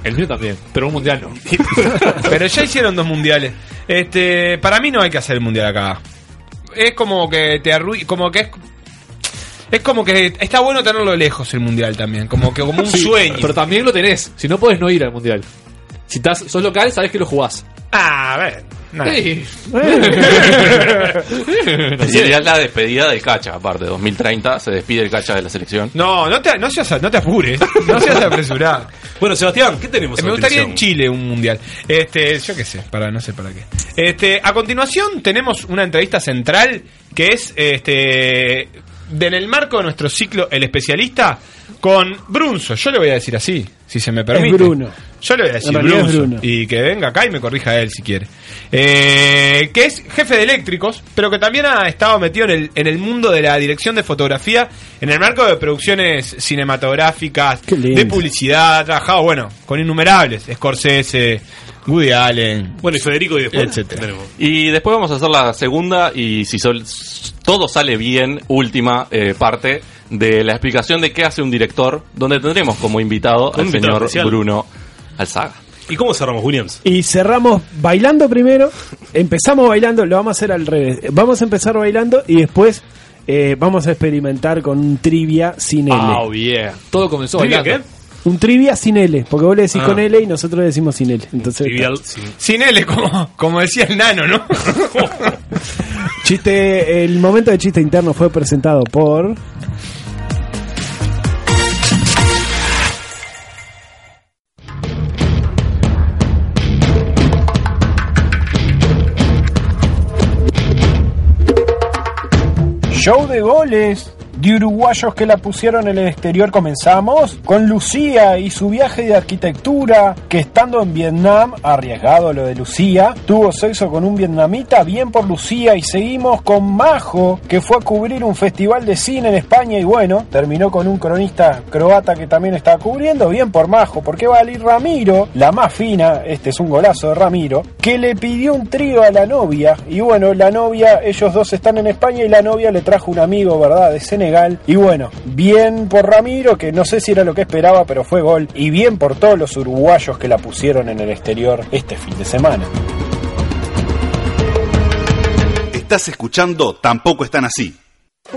[SPEAKER 11] El mío también, pero un mundial no.
[SPEAKER 4] Pero ya hicieron dos mundiales. Este, para mí no hay que hacer el mundial acá. Es como que te arruin, como que es es como que está bueno tenerlo lejos el mundial también, como que como un
[SPEAKER 11] Sí,
[SPEAKER 4] sueño.
[SPEAKER 11] Pero también lo tenés. Si no podés no ir al mundial. Si estás, sos local, sabés que lo jugás.
[SPEAKER 4] Ah, a ver. nada.
[SPEAKER 11] Sí.
[SPEAKER 10] Sería la despedida del Cacha, aparte. 2030 se despide el Cacha de la selección.
[SPEAKER 4] No, no te, no seas, no te apures, no seas apresurado. Eh,
[SPEAKER 12] Bueno, Sebastián, ¿qué tenemos? en
[SPEAKER 4] Me gustaría
[SPEAKER 12] televisión?
[SPEAKER 4] en Chile un mundial. Este, yo qué sé, para no sé para qué. Este, a continuación tenemos una entrevista central que es este de- en el marco de nuestro ciclo El especialista con Brunzo. Yo le voy a decir así, si se me permite.
[SPEAKER 13] Bruno.
[SPEAKER 4] Yo le voy a decir
[SPEAKER 13] En realidad es
[SPEAKER 4] Brunzo,
[SPEAKER 13] Bruno.
[SPEAKER 4] y que venga acá y me corrija él si quiere. Eh, que es jefe de eléctricos, pero que también ha estado metido en el, en el mundo de la dirección de fotografía en el marco de producciones cinematográficas,
[SPEAKER 13] lindo.
[SPEAKER 4] de publicidad, ha trabajado, bueno, con innumerables, Scorsese, Woody Allen.
[SPEAKER 12] Bueno, y Federico y después.
[SPEAKER 4] Etcétera.
[SPEAKER 12] tenemos.
[SPEAKER 10] Y después vamos a hacer la segunda y si sol- todo sale bien, última eh, parte de la explicación de qué hace un director, donde tendremos como invitado
[SPEAKER 12] Un
[SPEAKER 10] al
[SPEAKER 12] invitado
[SPEAKER 10] señor
[SPEAKER 12] especial.
[SPEAKER 10] Bruno Alzaga.
[SPEAKER 12] ¿Y cómo cerramos, Williams?
[SPEAKER 13] y cerramos bailando primero, empezamos bailando, lo vamos a hacer al revés, vamos a empezar bailando y después eh, vamos a experimentar con un trivia sin L,
[SPEAKER 11] Oh, yeah. Todo comenzó
[SPEAKER 4] ¿Trivia
[SPEAKER 11] bailando.
[SPEAKER 13] un trivia sin L, porque vos le decís
[SPEAKER 4] Ah.
[SPEAKER 13] con L y nosotros le decimos sin L, entonces
[SPEAKER 4] Sin L, como, como decía el nano, ¿no?
[SPEAKER 13] chiste, el momento de chiste interno fue presentado por Show de goles de uruguayos que la pusieron en el exterior comenzamos con Lucía y su viaje de arquitectura que estando en Vietnam, arriesgado lo de Lucía, tuvo sexo con un vietnamita, bien por Lucía y seguimos con Majo que fue a cubrir un festival de cine en España y bueno, terminó con un cronista croata que también estaba cubriendo, bien por Majo, porque va a ir Ramiro, la más fina, este es un golazo de Ramiro, que le pidió un trío a la novia y bueno, la novia, ellos dos están en España y la novia le trajo un amigo, ¿verdad? De Senegal. Y bueno, bien por Ramiro, que no sé si era lo que esperaba, pero fue gol. Y bien por todos los uruguayos que la pusieron en el exterior este fin de semana.
[SPEAKER 5] Estás escuchando Tampoco están así.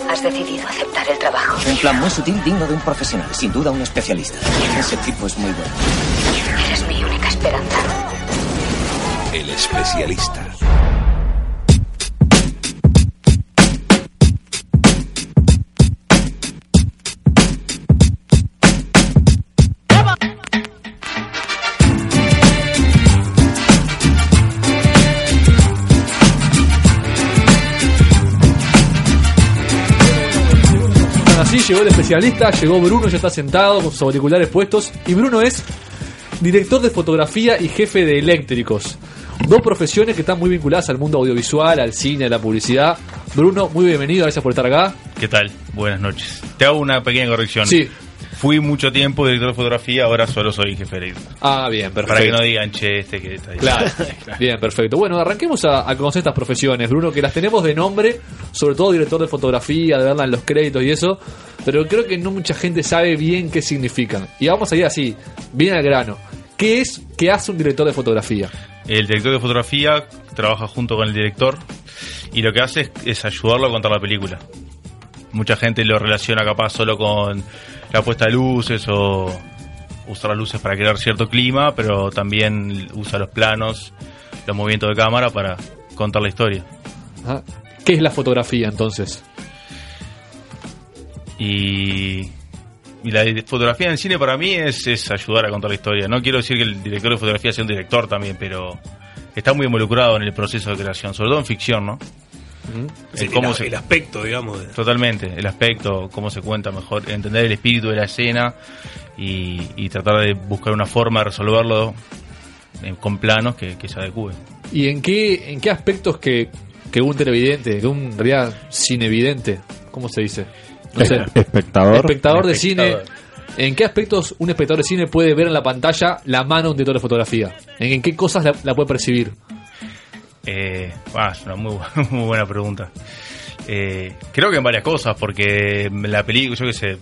[SPEAKER 18] Has decidido aceptar el trabajo.
[SPEAKER 17] Un plan muy sutil, digno de un profesional, sin duda un especialista. Ese tipo es muy bueno.
[SPEAKER 18] Eres mi única esperanza.
[SPEAKER 20] El especialista.
[SPEAKER 11] llegó el especialista, llegó Bruno, ya está sentado con sus auriculares puestos. Y Bruno es director de fotografía y jefe de eléctricos. Dos profesiones que están muy vinculadas al mundo audiovisual, al cine, a la publicidad. Bruno, muy bienvenido, gracias por estar acá.
[SPEAKER 19] ¿Qué tal? Buenas noches. Te hago una pequeña corrección.
[SPEAKER 11] Sí.
[SPEAKER 19] Fui mucho tiempo director de fotografía, ahora solo soy jefe de editor.
[SPEAKER 11] Ah, bien, perfecto.
[SPEAKER 19] Para que no digan, che, este que está ahí.
[SPEAKER 11] Claro, bien, perfecto. Bueno, arranquemos a, a conocer estas profesiones, Bruno, que las tenemos de nombre, sobre todo director de fotografía, de verla en los créditos y eso, pero creo que no mucha gente sabe bien qué significan. Y vamos a ir así, bien al grano. ¿Qué es que hace un director de fotografía?
[SPEAKER 19] El director de fotografía trabaja junto con el director y lo que hace es, es ayudarlo a contar la película. Mucha gente lo relaciona capaz solo con la puesta de luces o usar las luces para crear cierto clima, pero también usa los planos, los movimientos de cámara para contar la historia.
[SPEAKER 11] Ajá. ¿Qué es la fotografía entonces?
[SPEAKER 19] Y, y la di- fotografía en el cine para mí es, es ayudar a contar la historia. No quiero decir que el director de fotografía sea un director también, pero está muy involucrado en el proceso de creación, sobre todo en ficción, ¿no?
[SPEAKER 12] Sí,
[SPEAKER 19] El cómo
[SPEAKER 12] el,
[SPEAKER 19] se-
[SPEAKER 12] el aspecto, digamos. de-
[SPEAKER 19] Totalmente, el aspecto, cómo se cuenta mejor, entender el espíritu de la escena y, y tratar de buscar una forma de resolverlo eh, con planos que, que se adecue.
[SPEAKER 11] ¿Y en qué, en qué aspectos que, que un televidente, que un en realidad cinevidente, ¿cómo se dice? No sé.
[SPEAKER 3] Espectador.
[SPEAKER 11] Espectador de cine. ¿En qué aspectos un espectador de cine puede ver en la pantalla la mano de un director de fotografía? ¿En, en qué cosas la, la puede percibir?
[SPEAKER 19] Eh, ah, es una muy, bu- muy buena pregunta. Eh, creo que en varias cosas, porque la película, yo qué sé,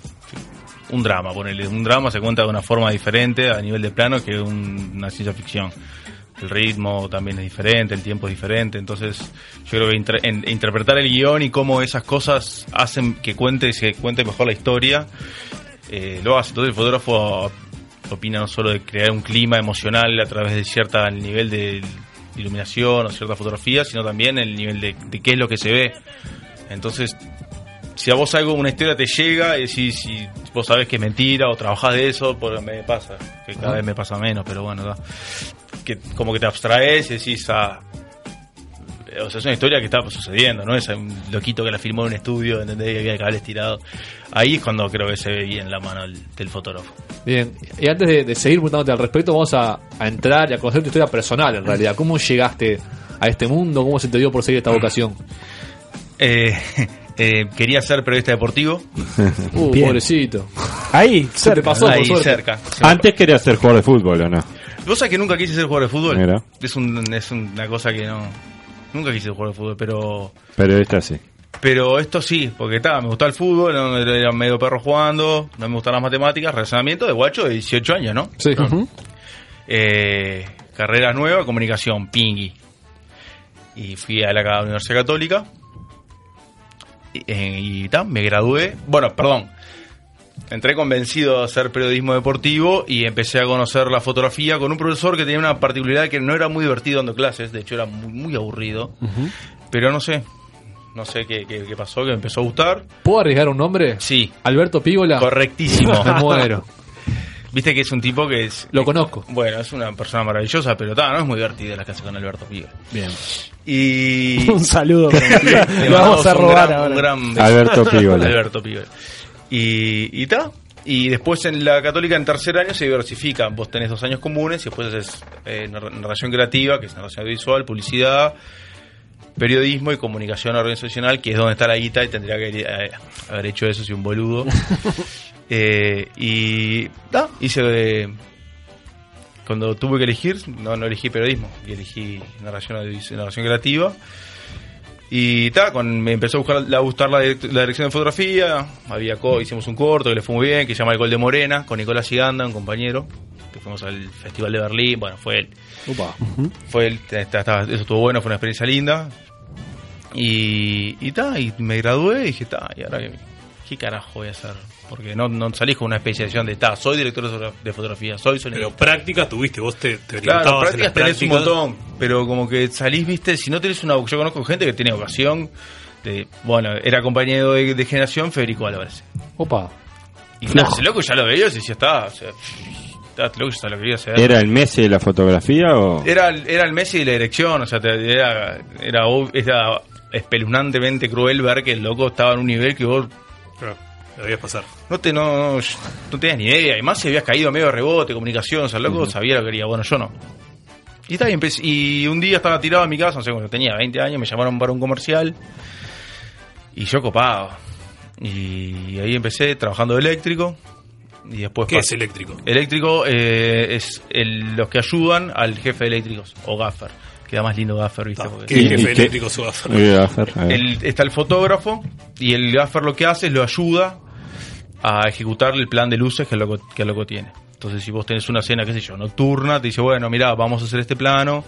[SPEAKER 19] un drama, ponele, un drama se cuenta de una forma diferente a nivel de plano que un- una ciencia ficción. El ritmo también es diferente, el tiempo es diferente, entonces yo creo que inter- en- interpretar el guión y cómo esas cosas hacen que cuente, se cuente mejor la historia, eh, lo hace. Entonces el fotógrafo opina no solo de crear un clima emocional a través de cierto nivel de iluminación o cierta fotografía, sino también el nivel de, de qué es lo que se ve. Entonces, si a vos algo, una historia te llega y si, si vos sabés que es mentira o trabajás de eso, por, me pasa, que cada
[SPEAKER 11] Ajá.
[SPEAKER 19] vez me pasa menos, pero bueno, da. que como que te abstraes y decís, ah, eh, o sea, es una historia que está sucediendo, ¿no? Es un loquito que la filmó en un estudio, ¿entendés? Que había cables tirados. Ahí es cuando creo que se ve bien la mano del, del fotógrafo.
[SPEAKER 11] Bien, y antes de, de seguir preguntándote al respecto, vamos a, a entrar y a conocer tu historia personal en realidad. ¿Cómo llegaste a este mundo? ¿Cómo se te dio por seguir esta vocación?
[SPEAKER 19] Eh, eh, quería ser periodista deportivo.
[SPEAKER 11] Uh,
[SPEAKER 19] Bien.
[SPEAKER 11] pobrecito.
[SPEAKER 3] Ahí,
[SPEAKER 11] Se te pasó, por
[SPEAKER 19] Ahí,
[SPEAKER 11] suerte.
[SPEAKER 19] cerca.
[SPEAKER 13] Ah,
[SPEAKER 3] Antes quería ser jugador de fútbol, ¿o no?
[SPEAKER 19] Vos sabés que nunca quise ser jugador de fútbol.
[SPEAKER 3] Mira.
[SPEAKER 19] Es, un- es una cosa que no... Nunca quise ser jugador de fútbol, pero...
[SPEAKER 3] Pero esta sí.
[SPEAKER 19] Pero esto sí, porque está, me gustaba el fútbol, no- era medio perro jugando, no me gustaban las matemáticas, razonamiento de guacho de 18 años, ¿no?
[SPEAKER 11] Sí.
[SPEAKER 19] Eh, carrera nueva, comunicación, pingui. Y fui a la Ca- Universidad Católica. Y, eh, y ta, me gradué. Bueno, perdón. Entré convencido a hacer periodismo deportivo y empecé a conocer la fotografía con un profesor que tenía una particularidad que no era muy divertido dando clases, de hecho era muy, muy aburrido. Pero no sé, no sé qué, qué- qué pasó, que me empezó a gustar.
[SPEAKER 11] ¿Puedo arriesgar un nombre?
[SPEAKER 19] Sí.
[SPEAKER 11] Alberto Pígola.
[SPEAKER 19] Correctísimo.
[SPEAKER 11] Me muero.
[SPEAKER 19] Viste que es un tipo que es...
[SPEAKER 11] Lo conozco.
[SPEAKER 19] Bueno, es una persona maravillosa, pero ta, no es muy divertida la clase con Alberto Pigo.
[SPEAKER 11] Bien.
[SPEAKER 19] Y...
[SPEAKER 13] Un saludo.
[SPEAKER 19] Le
[SPEAKER 13] Lo
[SPEAKER 19] mandamos
[SPEAKER 13] vamos a
[SPEAKER 19] un
[SPEAKER 13] robar
[SPEAKER 19] gran- un
[SPEAKER 13] ahora.
[SPEAKER 19] gran-
[SPEAKER 3] Alberto Pígola.
[SPEAKER 19] Alberto Pígola. Y, y ta. Y después en la Católica, en tercer año, se diversifica. Vos tenés dos años comunes y después haces eh, narra- narración creativa, que es narración audiovisual, publicidad, periodismo y comunicación organizacional, que es donde está la guita y tendría que eh, haber hecho eso si un boludo. Eh, y ta, hice de- cuando tuve que elegir, no, no elegí periodismo, y elegí narración, audiovisual- narración creativa. Y ta, con, me empezó a buscar la- a gustar la, direct- la dirección de fotografía. Había co- hicimos un corto que le fue muy bien, que se llama El Gol de Morena, con Nicolás Giganda, un compañero. Que fuimos al Festival de Berlín. Bueno, fue él. Fue él, ta- ta- ta- eso estuvo bueno, fue una experiencia linda. Y, y ta, y me gradué y dije, ta, ¿y ahora qué, qué carajo voy a hacer? Porque no, no salís con una especialización de, ta, soy director de fotogra- de fotografía, soy sonidista.
[SPEAKER 12] Pero prácticas tuviste, vos te, te
[SPEAKER 19] Claro,
[SPEAKER 12] orientabas en las
[SPEAKER 21] prácticas
[SPEAKER 19] prácticas tenés un
[SPEAKER 12] prácticas.
[SPEAKER 19] montón, pero como que salís, viste, si no tenés una... Yo conozco gente que tiene vocación, de, bueno, era compañero de, de generación Federico Álvarez.
[SPEAKER 11] Opa.
[SPEAKER 19] Y nada, ese loco ya lo veía y decía, está, o sea, está, este loco ya lo quería hacer.
[SPEAKER 3] ¿Era el Messi de la fotografía o...?
[SPEAKER 19] Era, el- era el Messi de la dirección, o sea, te- era, era, ob- era espeluznantemente cruel ver que el loco estaba en un nivel que vos
[SPEAKER 12] Lo debías pasar.
[SPEAKER 19] No te no, no tenías ni idea. Además, si habías caído medio de rebote, comunicación, o sea, el loco sabía lo que quería. Bueno, yo no. Y está bien, pues, y un día estaba tirado en mi casa, no sé cuando tenía 20 años, me llamaron para un comercial. Y yo copado. Y ahí empecé trabajando de eléctrico. Y después
[SPEAKER 12] ¿Qué
[SPEAKER 19] pasé-
[SPEAKER 12] es eléctrico?
[SPEAKER 19] Eléctrico eh, es el- los que ayudan al jefe de eléctricos o gaffer. Queda más lindo gaffer, ¿viste? Porque-
[SPEAKER 12] Ah, ¿qué ¿Y- jefe y qué- eléctrico es gaffer? Eh, gaffer,
[SPEAKER 3] a ver.
[SPEAKER 19] El- está el fotógrafo y el gaffer lo que hace es lo ayuda a ejecutar el plan de luces que el loco, que el loco tiene. Entonces, si vos tenés una cena, qué sé yo, nocturna, te dice, bueno, mira, vamos a hacer este plano,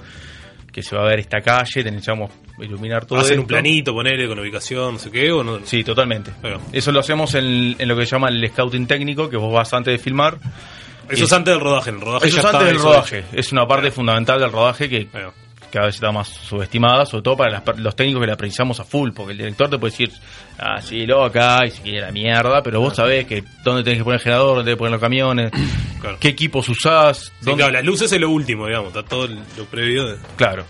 [SPEAKER 19] que se va a ver esta calle, te necesitamos iluminar todo
[SPEAKER 12] Hacen un
[SPEAKER 19] esto".
[SPEAKER 12] planito, ponerle con ubicación, no sé qué, o no.
[SPEAKER 19] Sí, totalmente. Eso lo hacemos en, en lo que se llama el scouting técnico, que vos vas antes de filmar.
[SPEAKER 12] Eso es antes del rodaje, el rodaje
[SPEAKER 19] Eso
[SPEAKER 12] ya
[SPEAKER 19] es
[SPEAKER 12] está
[SPEAKER 19] antes del
[SPEAKER 12] eso
[SPEAKER 19] rodaje. Es una parte fundamental del rodaje que cada vez está más subestimada, sobre todo para las per- los técnicos que la precisamos a full, porque el director te puede decir, ah, sí, lo acá, y si quiere la mierda, pero vos sabés que dónde tenés que poner el generador, dónde tenés que poner los camiones, qué equipos usás.
[SPEAKER 12] Sí, claro, las luces es lo último, digamos, está todo el- lo previo. de-
[SPEAKER 19] Claro.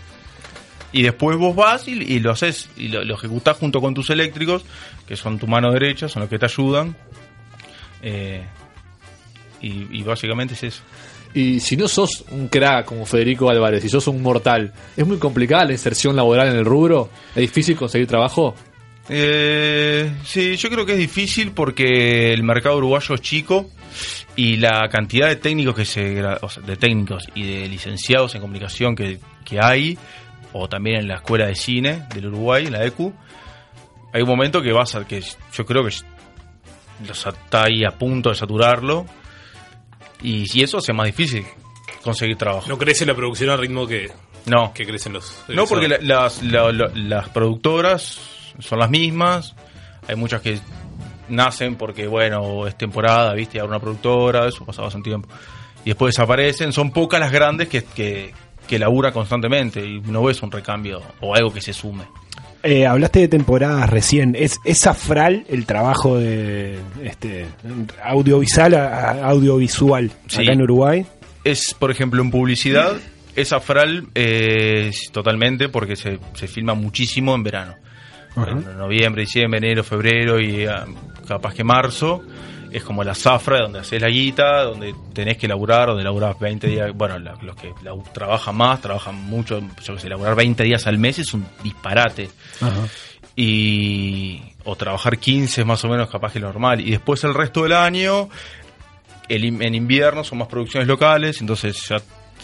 [SPEAKER 19] Y después vos vas y, y lo haces, y lo, lo ejecutás junto con tus eléctricos, que son tu mano derecha, son los que te ayudan. Eh, y, y básicamente es eso.
[SPEAKER 11] Y si no sos un crack como Federico Álvarez, si sos un mortal, ¿es muy complicada la inserción laboral en el rubro? ¿Es difícil conseguir trabajo?
[SPEAKER 19] Eh, sí, yo creo que es difícil porque el mercado uruguayo es chico y la cantidad de técnicos que se gra- o sea, de técnicos y de licenciados en comunicación que, que hay o también en la escuela de cine del Uruguay, en la ECU, hay un momento que vas a que yo creo que los está ahí a punto de saturarlo y, si eso hace más difícil conseguir trabajo.
[SPEAKER 12] No crece la producción al ritmo que,
[SPEAKER 19] No.
[SPEAKER 12] que crecen los.
[SPEAKER 19] No,
[SPEAKER 12] egresados.
[SPEAKER 19] porque la- las, la- la- las productoras son las mismas. Hay muchas que nacen porque, bueno, es temporada, viste, ahora una productora, eso pasaba hace un tiempo. Y después desaparecen. Son pocas las grandes que, que, que laburan constantemente y no ves un recambio o algo que se sume.
[SPEAKER 13] Eh, hablaste de temporadas recién. ¿Es, es afral el trabajo de este audiovisual a- a- audiovisual
[SPEAKER 19] Sí.
[SPEAKER 13] acá en Uruguay?
[SPEAKER 19] Es, por ejemplo, en publicidad, es afral eh, es totalmente porque se, se filma muchísimo en verano.
[SPEAKER 13] Ajá.
[SPEAKER 19] En noviembre, diciembre, enero, febrero y ah, capaz que marzo. Es como la zafra donde haces la guita, donde tenés que laburar, donde laburás 20 días. Bueno, la- los que lau- trabajan más, trabajan mucho. Yo que sé, laburar 20 días al mes es un disparate y o trabajar 15 es más o menos capaz que lo normal y después el resto del año el in- en invierno son más producciones locales entonces ya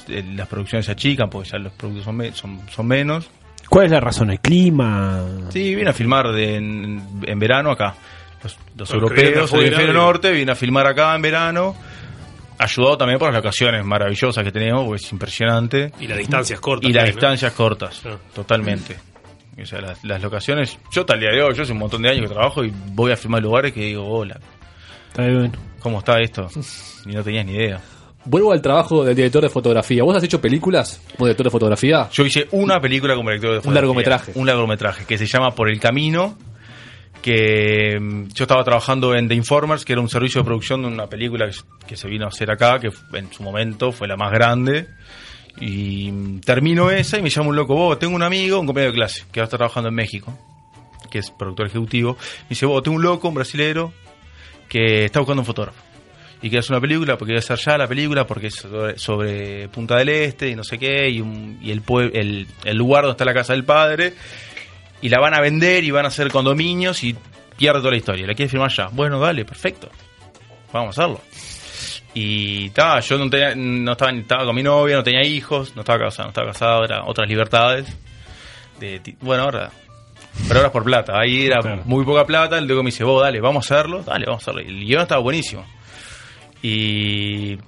[SPEAKER 19] eh, las producciones se achican porque ya los productos son, me- son, son menos
[SPEAKER 13] ¿Cuál es la razón? ¿El clima?
[SPEAKER 19] sí viene a filmar de- en, en verano acá los, los
[SPEAKER 13] Los que vienen de
[SPEAKER 19] europeos el
[SPEAKER 13] afuera,
[SPEAKER 19] hemisferio
[SPEAKER 13] digo.
[SPEAKER 19] norte viene a filmar acá en verano ayudado también por las vacaciones maravillosas que tenemos porque es impresionante
[SPEAKER 12] Y las distancias cortas
[SPEAKER 19] y las
[SPEAKER 12] también, ¿no? Ah.
[SPEAKER 19] distancias cortas totalmente o sea, las, las locaciones. Yo tal día de hoy, yo hace un montón de años que trabajo y voy a filmar lugares que digo, hola,
[SPEAKER 13] Está bien.
[SPEAKER 19] ¿cómo está esto? Y no tenías ni idea.
[SPEAKER 11] Vuelvo al trabajo del director de fotografía. ¿Vos has hecho películas como director de fotografía?
[SPEAKER 19] Yo hice una película como director de fotografía.
[SPEAKER 11] largometraje.
[SPEAKER 19] Un largometraje que se llama Por el Camino. Que mm, yo estaba trabajando en The Informers, que era un servicio de producción de una película que, s- que se vino a hacer acá, que f- en su momento fue la más grande. Y mm, termino esa y me llama un loco, vos, tengo un amigo, un compañero de clase, que ahora está trabajando en México, que es productor ejecutivo. Me dice, vos, tengo un loco, un brasilero, que está buscando un fotógrafo. Y que hace una película, porque iba a hacer ya la película, porque es sobre, sobre Punta del Este y no sé qué, y, un- y el, pue- el, el lugar donde está la casa del padre, y la van a vender y van a hacer condominios y pierde toda la historia. La quiere firmar ya. Bueno, dale, perfecto. Vamos a hacerlo. Y ta, yo no, tenía- no estaba, ni- estaba con mi novia, no tenía hijos, no estaba casado, no estaba casado, era otras libertades. De, ti- bueno, ahora pero ahora es por plata. Ahí era muy poca plata. Luego me dice, vos dale, vamos a hacerlo. Dale, vamos a hacerlo. Y El guión estaba buenísimo. Y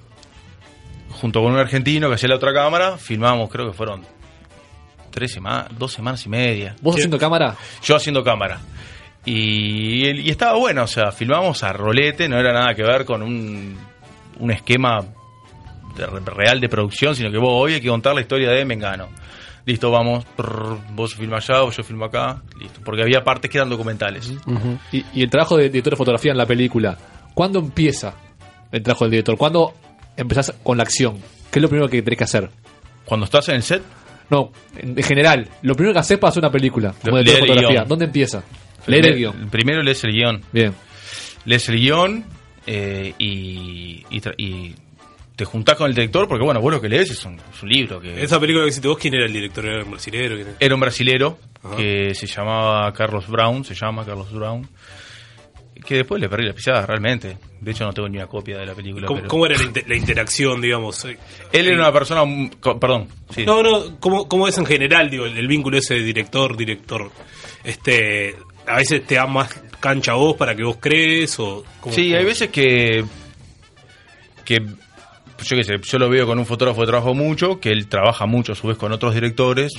[SPEAKER 19] junto con un argentino que hacía la otra cámara, filmamos, creo que fueron tres semanas, dos semanas y media.
[SPEAKER 11] ¿Vos haciendo cámara?
[SPEAKER 19] Yo haciendo cámara. Y, y estaba bueno, o sea, filmamos a rolete, no era nada que ver con un, un esquema de- real de producción, sino que vos hoy hay que contar la historia de Mengano. Listo, vamos, prr, vos filmas allá, vos yo filmo acá, listo. Porque había partes que eran documentales.
[SPEAKER 11] y, y el trabajo de director de fotografía en la película. ¿Cuándo empieza el trabajo del director? ¿Cuándo empezás con la acción? ¿Qué es lo primero que tenés que hacer?
[SPEAKER 19] ¿Cuando estás en el set?
[SPEAKER 11] No, en en general. Lo primero que haces para hacer una película como director
[SPEAKER 19] Leer
[SPEAKER 11] de
[SPEAKER 19] el
[SPEAKER 11] fotografía.
[SPEAKER 19] guión.
[SPEAKER 11] ¿Dónde empieza? Leer el guión.
[SPEAKER 19] Primero lees el guión.
[SPEAKER 11] Bien.
[SPEAKER 19] lees el guión eh, y, y tra- y te juntás con el director, porque bueno, vos lo que lees es un, es un libro que...
[SPEAKER 12] Esa película que hiciste vos, ¿quién era el director? ¿Era el brasilero? ¿Quién era?
[SPEAKER 19] Era un brasilero que se llamaba Carlos Brown, se llama Carlos Brown, que después le perdí la pisada, realmente. De hecho, no tengo ni una copia de la película.
[SPEAKER 12] ¿Cómo,
[SPEAKER 19] pero-
[SPEAKER 12] cómo era la, inter- la interacción, digamos? Él
[SPEAKER 19] Él era una persona... mm, co- Perdón. sí.
[SPEAKER 12] No, no, ¿cómo, cómo es en general, digo, el, el vínculo ese de director-director? Este, a veces te da más cancha a vos para que vos crees o... cómo-
[SPEAKER 19] Sí,
[SPEAKER 12] cómo-
[SPEAKER 19] hay veces que. que. pues, Yo qué sé, yo lo veo con un fotógrafo que trabajo mucho, que él trabaja mucho a su vez con otros directores.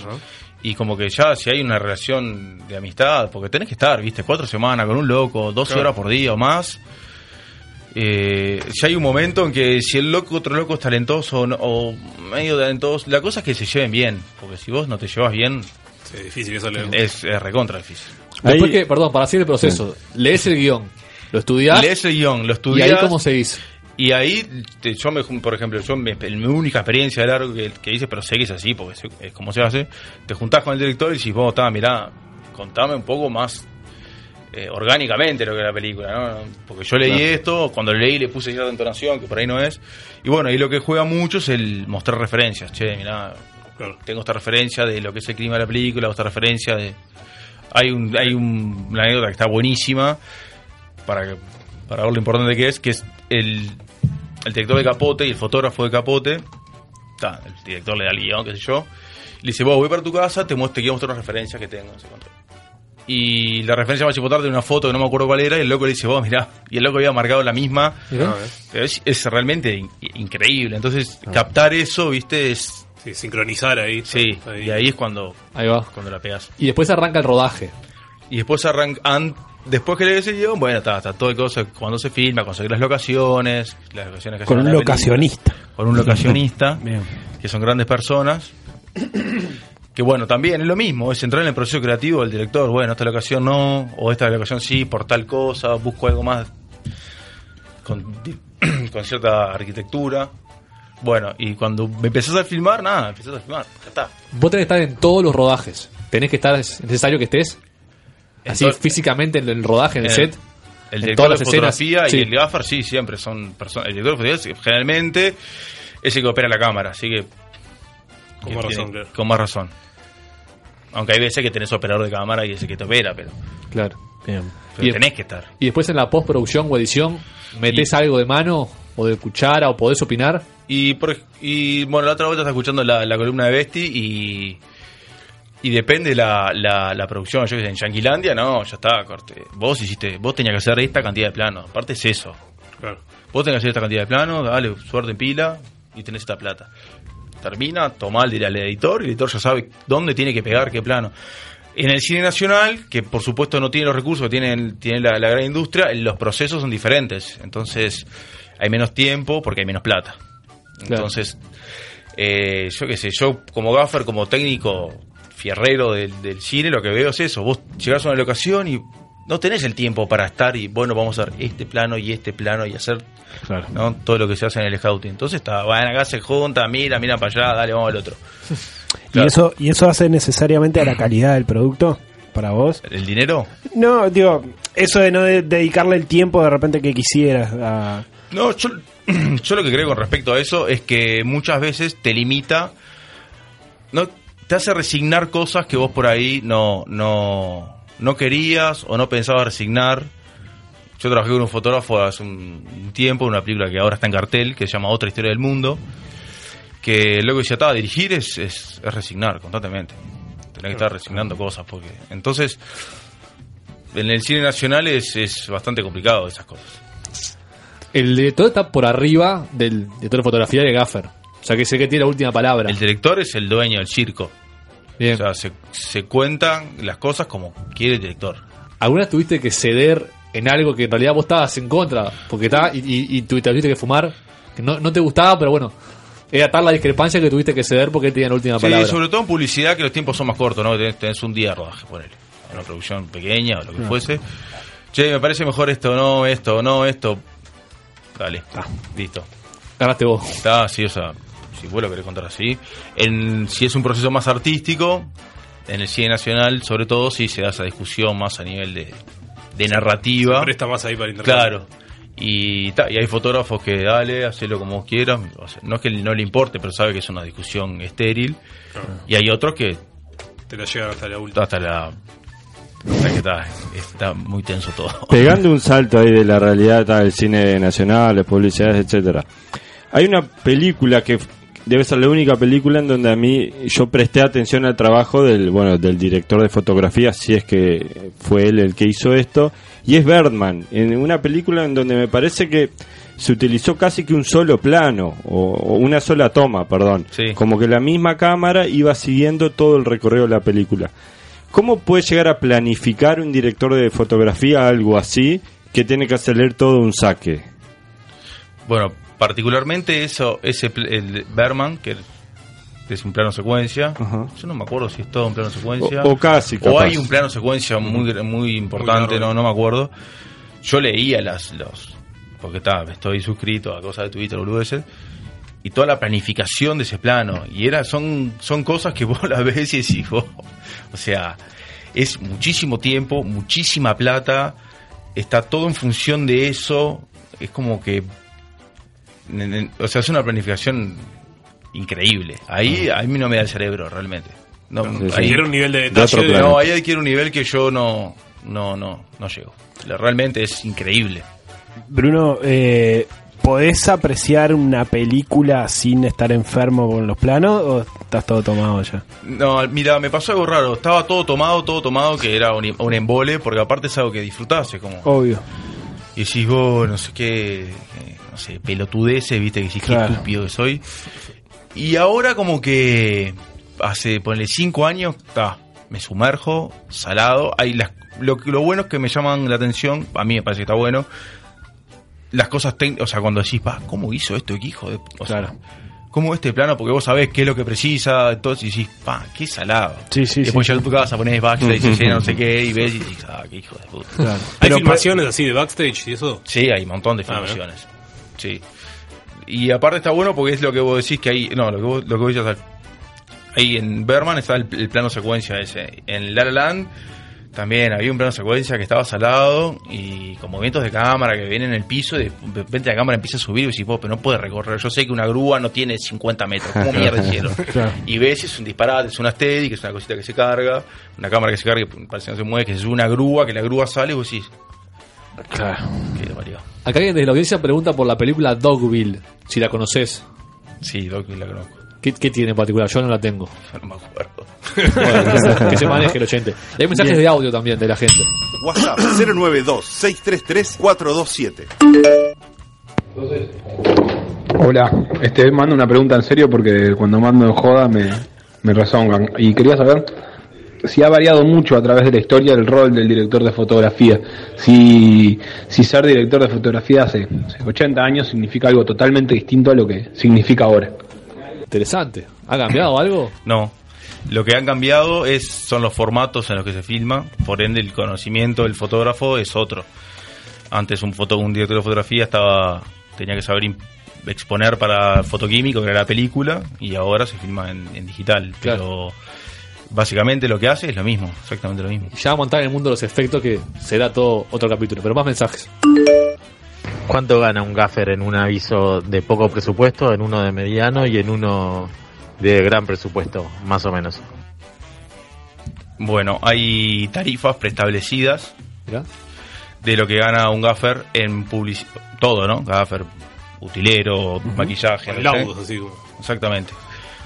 [SPEAKER 19] Y como que ya si hay una relación de amistad, porque tenés que estar, viste, cuatro semanas con un loco, 12 Claro. horas por día o más. Eh, ya hay un momento en que si el loco, otro loco es talentoso o no- o medio talentoso, la cosa es que se lleven bien, porque si vos no te llevas bien,
[SPEAKER 12] es difícil que
[SPEAKER 19] es, recontra difícil.
[SPEAKER 11] Después que, perdón, para seguir el proceso, lees el guión, lo estudiás.
[SPEAKER 19] Lees el guión, lo
[SPEAKER 11] ¿Y
[SPEAKER 19] estudias.
[SPEAKER 11] ahí cómo seguís?
[SPEAKER 19] Y ahí, te- yo me, jun- por ejemplo, yo me- mi única experiencia de largo que, que hice, pero sé que es así, porque sé- es como se hace, te juntás con el director y decís, vos, está, mirá, contame un poco más eh, orgánicamente lo que era la película, ¿no? Porque yo leí Claro. esto, cuando lo leí le puse cierta entonación, que por ahí no es. Y bueno, ahí lo que juega mucho es el mostrar referencias, che, mirá, tengo esta referencia de lo que es el clima de la película, o esta referencia de... Hay, un, hay un- una anécdota que está buenísima, para, que- para ver lo importante que es, que es el, el director de Capote y el fotógrafo de Capote, ta, el director le da el guión, qué sé yo, le dice, vos voy para tu casa, te, muestro, te quiero mostrar una referencia que tengo. no sé cuánto. Y la referencia más importante de una foto que no me acuerdo cuál era, y el loco le dice, vos mirá, y el loco había marcado la misma,
[SPEAKER 11] Mirá. Ah.
[SPEAKER 19] pero es, es realmente in- increíble, entonces captar eso, viste, es...
[SPEAKER 12] sincronizar ahí.
[SPEAKER 19] Sí, y ahí es cuando,
[SPEAKER 11] Ahí va.
[SPEAKER 19] cuando la pegas.
[SPEAKER 11] Y después arranca el rodaje.
[SPEAKER 19] Y después arranca. an- después que le ese guión, bueno, está, está todo el cosa. Cuando se filma, conseguir las locaciones. Las locaciones que
[SPEAKER 13] Con un
[SPEAKER 19] hacen en la película,
[SPEAKER 13] locacionista.
[SPEAKER 19] Con un locacionista.
[SPEAKER 13] Bien.
[SPEAKER 19] que son grandes personas. Que bueno, también es lo mismo, es entrar en el proceso creativo del director. Bueno, esta locación no, o esta locación sí, por tal cosa, busco algo más con, di- con cierta arquitectura. Bueno, y cuando me empezás a filmar, nada, empezás a filmar, ya está.
[SPEAKER 11] Vos tenés que estar en todos los rodajes. Tenés que estar, es necesario que estés. Así
[SPEAKER 19] Entonces-
[SPEAKER 11] físicamente en el rodaje, en el,
[SPEAKER 19] Eh,
[SPEAKER 11] set.
[SPEAKER 19] El
[SPEAKER 11] en
[SPEAKER 19] director
[SPEAKER 11] todas
[SPEAKER 19] de
[SPEAKER 11] las escenas.
[SPEAKER 19] fotografía y
[SPEAKER 11] Sí.
[SPEAKER 19] el gaffer, sí, siempre son personas. El director de fotografía es- generalmente es el que opera la cámara, así que.
[SPEAKER 12] Con
[SPEAKER 19] que
[SPEAKER 12] más razón,
[SPEAKER 19] tiene-
[SPEAKER 12] claro.
[SPEAKER 19] Con más razón. Aunque hay veces que tenés operador de cámara y ese que te opera, pero.
[SPEAKER 11] Claro.
[SPEAKER 19] Pero tenés que estar.
[SPEAKER 11] Y después en la postproducción o edición, metés algo de mano o de cuchara o podés opinar.
[SPEAKER 19] Y, por ej- y bueno, la otra vuelta está escuchando la, la columna de Besti y. Y depende la, la, la producción. Yo que sé, en Yanquilandia, no, ya está, corte. Vos hiciste, vos tenías que hacer esta cantidad de planos. Aparte es eso.
[SPEAKER 12] Claro.
[SPEAKER 19] Vos tenés que hacer esta cantidad de planos, dale, suerte en pila y tenés esta plata. Termina, tomá el al editor, y el editor ya sabe dónde tiene que pegar qué plano. En el cine nacional, que por supuesto no tiene los recursos que tiene, tiene la, la gran industria, los procesos son diferentes. Entonces, hay menos tiempo porque hay menos plata. Entonces, eh, yo qué sé, yo como gaffer, como técnico fierrero del, del cine, lo que veo es eso. Vos llegás a una locación y no tenés el tiempo para estar y, bueno, vamos a hacer este plano y este plano y hacer ¿no? todo lo que se hace en el scouting. Entonces, está, van acá, se junta, mira, mira para allá, dale, vamos al otro.
[SPEAKER 13] ¿Y, eso, ¿Y eso hace necesariamente a la calidad del producto para vos?
[SPEAKER 19] ¿El dinero?
[SPEAKER 13] No, digo, eso de no de- dedicarle el tiempo de repente que quisieras a...
[SPEAKER 19] No, yo, yo lo que creo con respecto a eso es que muchas veces te limita, no te hace resignar cosas que vos por ahí no, no, no querías o no pensabas resignar. Yo trabajé con un fotógrafo hace un, un tiempo en una película que ahora está en cartel, que se llama Otra Historia del Mundo, que luego decía, "Ta, dirigir es, es, es resignar constantemente. Tenés que estar resignando cosas, porque... Entonces, en el cine nacional es, es bastante complicado esas cosas.
[SPEAKER 11] El director está por arriba del director de fotografía de Gaffer. O sea que sé que tiene la última palabra.
[SPEAKER 19] El director es el dueño del circo. O sea, se, se cuentan las cosas como quiere el director.
[SPEAKER 11] ¿Alguna tuviste que ceder en algo que en realidad vos estabas en contra? Porque está y, y, y tu- te tuviste que fumar, que no, no te gustaba, pero bueno, era tal la discrepancia que tuviste que ceder porque él tenía la última
[SPEAKER 19] Sí,
[SPEAKER 11] palabra.
[SPEAKER 19] sobre todo en publicidad que los tiempos son más cortos, ¿no? Tenés, tenés un día de rodaje, ponele. Una producción pequeña o lo que
[SPEAKER 11] Claro.
[SPEAKER 19] fuese. Che, me parece mejor esto, no, esto, no, esto. Dale, listo.
[SPEAKER 11] Ah. Ganaste vos.
[SPEAKER 19] Está así, o sea, si vos lo querés contar así. En, si es un proceso más artístico, en el cine nacional, sobre todo, sí se da esa discusión más a nivel de, de narrativa.
[SPEAKER 12] Se presta más ahí para interpretar.
[SPEAKER 19] Claro. Y, ta, y hay fotógrafos que dale, hacelo como quieras. O sea, no es que no le importe, pero sabe que es una discusión estéril. Y hay otros que
[SPEAKER 12] Te la llegan hasta la última.
[SPEAKER 19] hasta la... hasta que está, está muy tenso todo.
[SPEAKER 3] Pegando un salto ahí de la realidad tal, del cine nacional, las publicidades, etcétera. Hay una película que f- debe ser la única película en donde a mí yo presté atención al trabajo del bueno del director de fotografía, si es que fue él el que hizo esto, y es Birdman, en una película en donde me parece que se utilizó casi que un solo plano o, o una sola toma, perdón, como que la misma cámara iba siguiendo todo el recorrido de la película. ¿Cómo puede llegar a planificar un director de fotografía algo así que tiene que hacer todo un saque?
[SPEAKER 19] Bueno, particularmente eso, ese pl- el Berman, que es un plano secuencia. Yo no me acuerdo si es todo un plano secuencia.
[SPEAKER 3] O- o casi,
[SPEAKER 19] O
[SPEAKER 3] capaz.
[SPEAKER 19] hay un plano secuencia muy, muy importante,
[SPEAKER 3] largo.
[SPEAKER 19] no, no me acuerdo. Yo leía las, los. Porque está, estoy suscrito a cosas de Twitter, boludeces. Y toda la planificación de ese plano. Y era, son, son cosas que vos las ves y decís, vos. O sea, es muchísimo tiempo, muchísima plata. Está todo en función de eso. Es como que en- en- O sea, es una planificación increíble. Ahí a mí no me da el cerebro, realmente. No,
[SPEAKER 12] Sí, sí. Adquiere un nivel de
[SPEAKER 19] De
[SPEAKER 12] detalle
[SPEAKER 19] otro
[SPEAKER 12] de-
[SPEAKER 19] No, ahí adquiere un nivel que yo no, no, no, no llego. La- Realmente es increíble.
[SPEAKER 13] Bruno, eh, ¿podés apreciar una película sin estar enfermo con los planos o estás todo tomado ya?
[SPEAKER 19] No, mira, me pasó algo raro. Estaba todo tomado, todo tomado, que era un, un embole, porque aparte es algo que disfrutás, es como...
[SPEAKER 13] Obvio.
[SPEAKER 19] Y decís vos, no sé qué, eh, no sé, pelotudeces, viste, que decís qué
[SPEAKER 13] Claro.
[SPEAKER 19] estúpido que soy. Y ahora como que hace, ponle cinco años, ta, me sumerjo, salado. Hay las, lo, lo bueno es que me llaman la atención, a mí me parece que está bueno. Las cosas técnicas, o sea, cuando decís, pa, ¿cómo hizo esto, qué hijo de...? O sea, ¿Cómo este plano? Porque vos sabés qué es lo que precisa, entonces decís, pa, qué salado.
[SPEAKER 13] sí,
[SPEAKER 19] Después
[SPEAKER 13] sí.
[SPEAKER 19] ya tú vas a poner backstage, escena, no sé qué, y ves y dices, ah, qué hijo de puta.
[SPEAKER 13] Claro.
[SPEAKER 12] ¿Hay filmaciones así de backstage y eso?
[SPEAKER 19] Sí, hay un montón de
[SPEAKER 12] Ah, bueno.
[SPEAKER 19] filmaciones. sí. Y aparte está bueno porque es lo que vos decís que hay. No, lo que vos, lo que vos decías al- Ahí en Berman está el, el plano secuencia ese. En La La Land también había un plano secuencia que estaba salado y con movimientos de cámara que vienen en el piso y de repente la cámara empieza a subir y decís, vos, pero no puede recorrer. Yo sé que una grúa no tiene 50 metros. ¿Cómo mierda hicieron?
[SPEAKER 13] Claro.
[SPEAKER 19] Y ves, es un disparate, es una steady, que es una cosita que se carga, una cámara que se carga, que parece que no se mueve, que se sube una grúa, que la grúa sale y vos decís.
[SPEAKER 11] Claro.
[SPEAKER 19] Qué parió.
[SPEAKER 11] Acá alguien desde la audiencia pregunta por la película Dogville, si la conoces.
[SPEAKER 19] Sí, Dogville la conozco.
[SPEAKER 11] ¿Qué, qué tiene en particular? Yo no la tengo.
[SPEAKER 19] No me acuerdo.
[SPEAKER 11] Bueno, entonces, que se maneje el oyente. Y hay mensajes
[SPEAKER 2] Bien.
[SPEAKER 11] de audio también de la gente.
[SPEAKER 2] WhatsApp 092-633-427.
[SPEAKER 22] Hola, este, mando una pregunta en serio porque cuando mando en joda me, me rezongan. Y quería saber si ha variado mucho a través de la historia el rol del director de fotografía. Si, si ser director de fotografía hace hace 80 años significa algo totalmente distinto a lo que significa ahora.
[SPEAKER 11] Interesante. ¿Ha cambiado algo?
[SPEAKER 19] No. Lo que han cambiado es son los formatos en los que se filma, por ende el conocimiento del fotógrafo es otro. Antes un foto, un director de fotografía estaba tenía que saber im- exponer para fotoquímico, que era la película, y ahora se filma en, en digital, pero básicamente lo que hace es lo mismo, exactamente lo mismo.
[SPEAKER 11] Ya vamos a entrar en el mundo de los efectos que será todo otro capítulo. Pero más mensajes.
[SPEAKER 23] ¿Cuánto gana un gaffer en un aviso de poco presupuesto, en uno de mediano y en uno de gran presupuesto, más o menos?
[SPEAKER 19] Bueno, hay tarifas preestablecidas de lo que gana un gaffer en publicidad. Todo, ¿no? Gaffer, utilero, maquillaje.
[SPEAKER 12] Con
[SPEAKER 19] no sé.
[SPEAKER 12] laudos, así como.
[SPEAKER 19] Exactamente.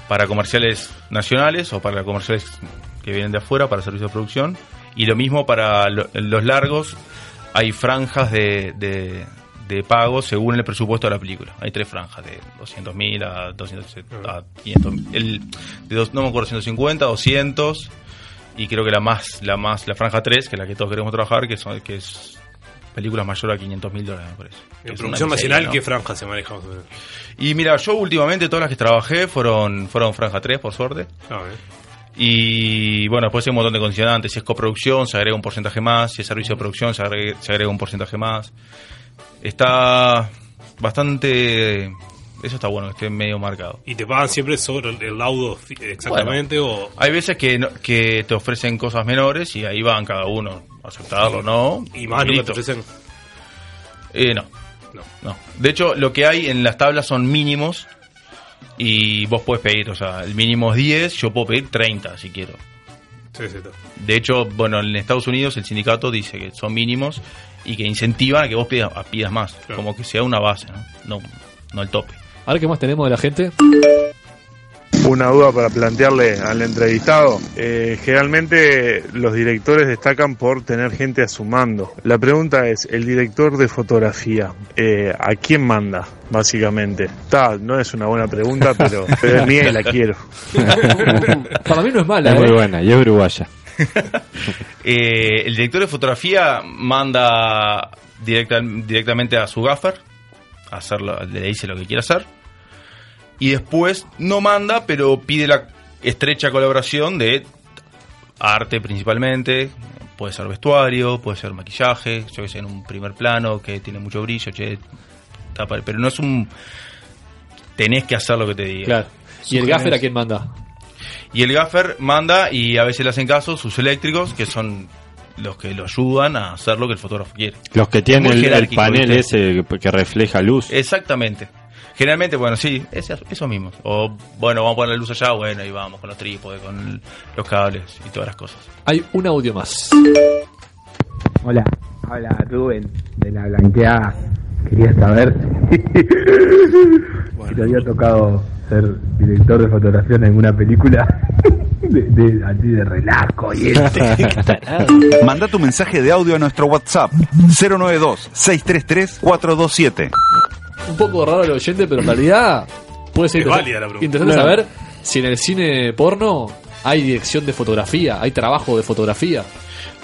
[SPEAKER 19] Para comerciales nacionales o para comerciales que vienen de afuera, para servicios de producción. Y lo mismo para lo- los largos. Hay franjas de, de, de pago según el presupuesto de la película. Hay tres franjas, de 200.000 a, 200, a 500. El, de dos, no me acuerdo, 150, 200. Y creo que la más, la más, la franja 3, que es la que todos queremos trabajar, que, son, que es películas mayores a 500.000 dólares, me parece. Que
[SPEAKER 12] En
[SPEAKER 19] es
[SPEAKER 12] producción
[SPEAKER 19] una miseria,
[SPEAKER 12] nacional,
[SPEAKER 19] ¿no?
[SPEAKER 12] ¿qué franja se maneja? más o menos?
[SPEAKER 19] Y mira, yo últimamente todas las que trabajé fueron, fueron Franja 3, por suerte.
[SPEAKER 12] ¿eh?
[SPEAKER 19] Y bueno, después hay un montón de condicionantes. Si es coproducción, se agrega un porcentaje más. Si es servicio de producción, se agrega, se agrega un porcentaje más. Está bastante Eso está bueno, que esté medio marcado.
[SPEAKER 12] ¿Y te pagan siempre sobre el, el laudo fi- exactamente?
[SPEAKER 19] Bueno, Hay veces que, no- que te ofrecen cosas menores y ahí van cada uno, aceptarlo o no.
[SPEAKER 12] Y más nunca te
[SPEAKER 19] listo.
[SPEAKER 12] ofrecen.
[SPEAKER 19] Eh, no. No. De hecho, lo que hay en las tablas son mínimos y vos podés pedir, o sea, el mínimo es 10, yo puedo pedir 30 si quiero.
[SPEAKER 12] Sí, sí, está.
[SPEAKER 19] De hecho, bueno, en Estados Unidos el sindicato dice que son mínimos y que incentivan a que vos pidas, a- pidas más, como que sea una base, ¿no? No, no el tope.
[SPEAKER 11] A ver qué más tenemos de la gente.
[SPEAKER 2] Una duda para plantearle al entrevistado. Eh, generalmente los directores destacan por tener gente a su mando. La pregunta es, el director de fotografía, eh, ¿a quién manda, básicamente? Ta, no es una buena pregunta, pero, pero es mía y la quiero.
[SPEAKER 11] Para mí no es mala.
[SPEAKER 3] Es
[SPEAKER 19] ¿eh?
[SPEAKER 3] muy buena, y es uruguaya.
[SPEAKER 19] Eh, el director de fotografía manda directa- directamente a su gaffer, a hacerlo, le dice lo que quiere hacer. Y después no manda, pero pide la estrecha colaboración de arte principalmente. Puede ser vestuario, puede ser maquillaje, yo que sé, en un primer plano que tiene mucho brillo, che, tapa, pero no es un... Tenés que hacer lo que te diga.
[SPEAKER 11] Claro. ¿Y el
[SPEAKER 19] Sugerencia.
[SPEAKER 11] gaffer a quién manda?
[SPEAKER 19] Y el gaffer manda y a veces le hacen caso sus eléctricos, que son los que lo ayudan a hacer lo que el fotógrafo quiere.
[SPEAKER 3] Los que tienen
[SPEAKER 19] Muy
[SPEAKER 3] el, el
[SPEAKER 19] jerárquico,
[SPEAKER 3] panel
[SPEAKER 19] ¿viste?
[SPEAKER 3] ese que- que refleja luz.
[SPEAKER 19] Exactamente. Generalmente, bueno, sí, es eso mismo. O, bueno, vamos a poner la luz allá, bueno, y vamos con los trípodes, con los cables y todas las cosas.
[SPEAKER 11] Hay un audio más.
[SPEAKER 24] Hola, hola Rubén de la Blanqueada. Quería saber si, si te había tocado ser director de fotografía en alguna película de, de, así de relajo y
[SPEAKER 5] Manda tu mensaje de audio a nuestro WhatsApp 092 633 427.
[SPEAKER 11] Un poco raro el oyente, pero en realidad puede ser
[SPEAKER 12] Es
[SPEAKER 11] interesa-
[SPEAKER 12] válida la pregunta.
[SPEAKER 11] interesante
[SPEAKER 12] Claro.
[SPEAKER 11] saber si en el cine porno hay dirección de fotografía, hay trabajo de fotografía.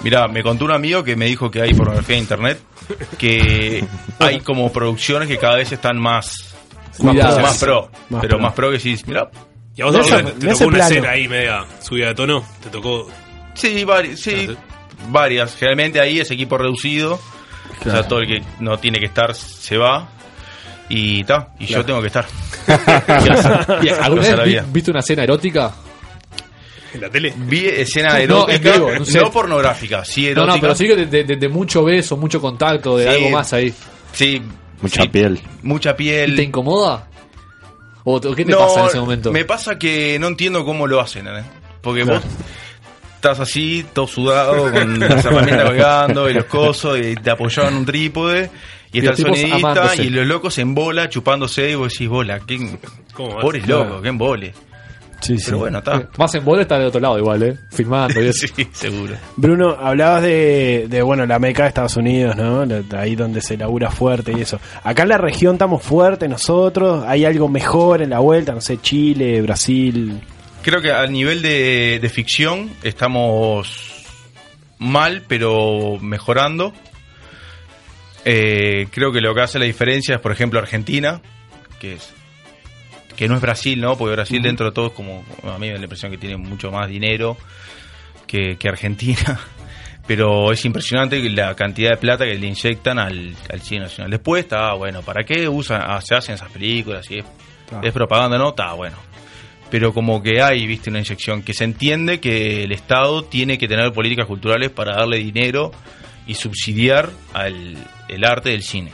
[SPEAKER 19] Mirá, me contó un amigo que me dijo que hay pornografía en internet, que hay como producciones que cada vez están más
[SPEAKER 12] Cuidadas.
[SPEAKER 19] más pro,
[SPEAKER 12] Más
[SPEAKER 19] pero
[SPEAKER 12] pro.
[SPEAKER 19] más pro que sí, mirá.
[SPEAKER 12] Y a vos te, te tocó una escena ahí media subida de tono. Te tocó. Ah,
[SPEAKER 19] Sí, vari- sí, varias. Generalmente ahí es equipo reducido. O sea, todo el que no tiene que estar se va. Y ta, y yo tengo que estar. ¿Qué hacer?
[SPEAKER 11] Bien, ¿Alguna
[SPEAKER 19] Cosa de la
[SPEAKER 11] vez vi-
[SPEAKER 19] vida.
[SPEAKER 11] viste una escena erótica?
[SPEAKER 12] ¿En la tele?
[SPEAKER 19] Vi escena
[SPEAKER 11] No, en
[SPEAKER 19] erótica,
[SPEAKER 11] vivo, en
[SPEAKER 19] no,
[SPEAKER 11] un set.
[SPEAKER 19] pornográfica, sí
[SPEAKER 11] No,
[SPEAKER 19] erótica.
[SPEAKER 11] no, pero sí que de, de- de mucho beso, mucho contacto, de
[SPEAKER 19] Sí.
[SPEAKER 11] algo más ahí.
[SPEAKER 19] Sí,
[SPEAKER 3] Mucha piel.
[SPEAKER 19] mucha piel.
[SPEAKER 11] ¿Y ¿Te incomoda? ¿O te- o qué te
[SPEAKER 19] No,
[SPEAKER 11] pasa en ese momento?
[SPEAKER 19] Me pasa que no entiendo cómo lo hacen, ¿eh? Porque
[SPEAKER 11] Claro.
[SPEAKER 19] vos estás así, todo sudado, con las herramientas colgando y los cosos, y te apoyaban un trípode, y,
[SPEAKER 11] Y
[SPEAKER 19] está el
[SPEAKER 11] los tipos
[SPEAKER 19] sonidista,
[SPEAKER 11] amándose.
[SPEAKER 19] y los locos en bola, chupándose, y vos decís, bola, ¿qué,
[SPEAKER 12] ¿Cómo
[SPEAKER 19] pobres
[SPEAKER 11] Claro.
[SPEAKER 19] locos, qué embole.
[SPEAKER 11] sí.
[SPEAKER 19] Pero bueno, está.
[SPEAKER 11] Más en bola está del otro lado igual, ¿eh? Filmando y eso.
[SPEAKER 19] sí, seguro.
[SPEAKER 13] Bruno, hablabas de, de, bueno, la meca de Estados Unidos, ¿no? La- Ahí donde se labura fuerte y eso. Acá en la región estamos fuertes nosotros, hay algo mejor en la vuelta, no sé, Chile, Brasil.
[SPEAKER 19] Creo que al nivel de, de ficción estamos mal, pero mejorando. Eh, creo que lo que hace la diferencia es, por ejemplo, Argentina, que es que no es Brasil, ¿no? Porque Brasil
[SPEAKER 25] Ujú.
[SPEAKER 19] dentro de todo es como, a mí me da la impresión que tiene mucho más dinero que, que Argentina. Pero es impresionante la cantidad de plata que le inyectan al, al cine nacional. Después está, ah, bueno, ¿para qué usan, ah, se hacen esas películas? Y es,
[SPEAKER 25] Claro.
[SPEAKER 19] es propaganda, ¿no? Está bueno. Pero como que hay, viste, una inyección que se entiende que el Estado tiene que tener políticas culturales para darle dinero y subsidiar al el arte del cine.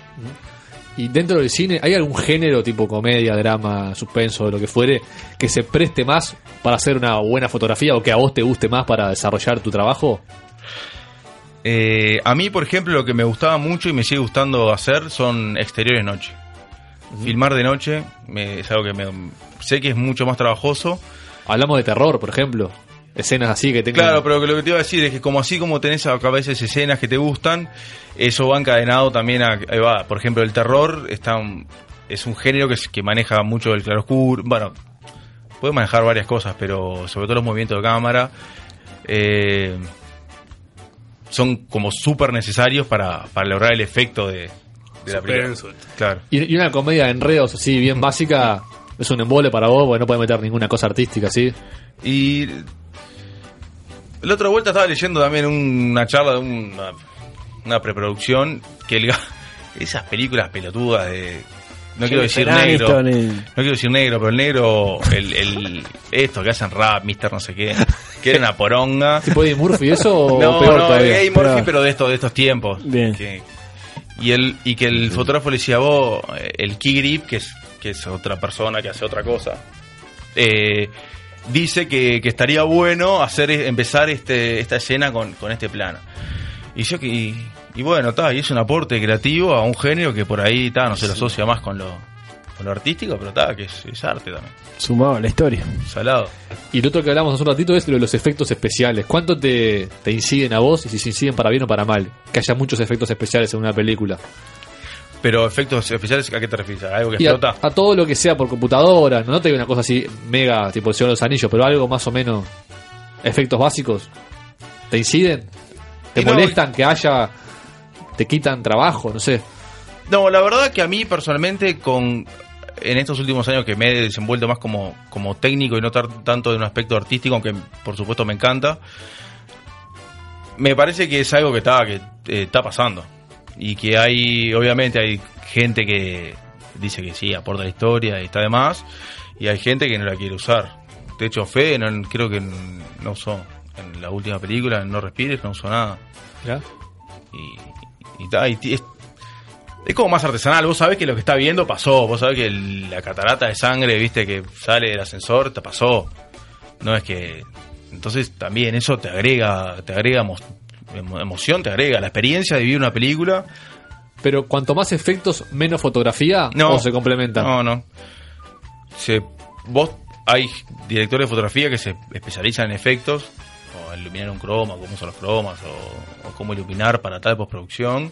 [SPEAKER 11] Y dentro del cine, ¿hay algún género tipo comedia, drama, suspenso, lo que fuere, que se preste más para hacer una buena fotografía o que a vos te guste más para desarrollar tu trabajo?
[SPEAKER 19] Eh, a mí, por ejemplo, lo que me gustaba mucho y me sigue gustando hacer son exteriores noche. Filmar de noche me- es algo que me, sé que es mucho más trabajoso.
[SPEAKER 11] Hablamos de terror, por ejemplo. Escenas así que tengan...
[SPEAKER 19] Claro, pero que lo que te iba a decir es que como así como tenés a a veces escenas que te gustan, eso va encadenado también a... ahí va, por ejemplo, el terror está un- es un género que, es- que maneja mucho el claroscuro. Bueno, puede manejar varias cosas, pero sobre todo los movimientos de cámara. eh, son como súper necesarios para, para lograr el efecto de, de la película.
[SPEAKER 12] Suspenso.
[SPEAKER 19] Claro.
[SPEAKER 11] Y, y una comedia de enredos así, bien básica, es un embole para vos, porque no puedes meter ninguna cosa artística así.
[SPEAKER 19] Y La otra vuelta estaba leyendo también un- una charla de un- una, una preproducción que el ga- esas películas pelotudas de no quiero decir
[SPEAKER 13] Jennifer
[SPEAKER 19] negro.
[SPEAKER 13] Aniston y-
[SPEAKER 19] No quiero decir negro, pero el negro, el, el- esto que hacen rap, Mister no sé qué, que era una poronga.
[SPEAKER 11] ¿Tipo Eddie Murphy eso o
[SPEAKER 19] no,
[SPEAKER 11] peor
[SPEAKER 19] no,
[SPEAKER 11] todavía?
[SPEAKER 19] Eddie Murphy,
[SPEAKER 11] Peor.
[SPEAKER 19] pero de estos, de estos tiempos.
[SPEAKER 11] Bien.
[SPEAKER 19] Que- y el, y que el fotógrafo le decía vos, eh, el key grip, que es, que es otra persona que hace otra cosa. eh, dice que, que estaría bueno hacer empezar este, esta escena con, con este plano. Y yo que. Y, y bueno, está, y es un aporte creativo a un género que por ahí está, no se lo asocia más con lo, con lo artístico, pero está, que es, es arte también.
[SPEAKER 13] Sumado a la historia.
[SPEAKER 19] Salado.
[SPEAKER 11] Y lo otro que hablamos hace un ratito es lo de los efectos especiales. ¿Cuánto te, te inciden a vos y si se inciden para bien o para mal? Que haya muchos efectos especiales en una película.
[SPEAKER 19] Pero efectos especiales, ¿a qué te refieres? ¿A algo que
[SPEAKER 11] Y a,
[SPEAKER 19] explota?
[SPEAKER 11] a todo lo que sea por computadora, no te digo una cosa así mega, tipo el Señor de los Anillos, pero algo más o menos. Efectos básicos. ¿Te inciden? ¿Te
[SPEAKER 19] Y no,
[SPEAKER 11] molestan que haya.? ¿Te quitan trabajo? No sé.
[SPEAKER 19] No, la verdad que a mí personalmente con en estos últimos años que me he desenvuelto más como, como técnico y no tar- tanto de un aspecto artístico, aunque por supuesto me encanta, me parece que es algo que está, que eh, está pasando. Y que hay, obviamente hay gente que dice que sí, aporta la historia y está de más, y hay gente que no la quiere usar. De hecho, Fe no, creo que no usó en la última película, en No Respires, no usó nada. Y, y ta, y ti- es, es como más artesanal. Vos sabés que lo que está viendo pasó. Vos sabés que el- la catarata de sangre, viste, que sale del ascensor, te pasó. No es que. Entonces también eso te agrega, te agrega emo- emo- emoción, te agrega la experiencia de vivir una película.
[SPEAKER 11] Pero cuanto más efectos, menos fotografía o se complementa.
[SPEAKER 19] No, no. Se, vos hay directores de fotografía que se especializan en efectos, o en iluminar un croma, cómo son los cromas, o, o cómo iluminar para tal postproducción,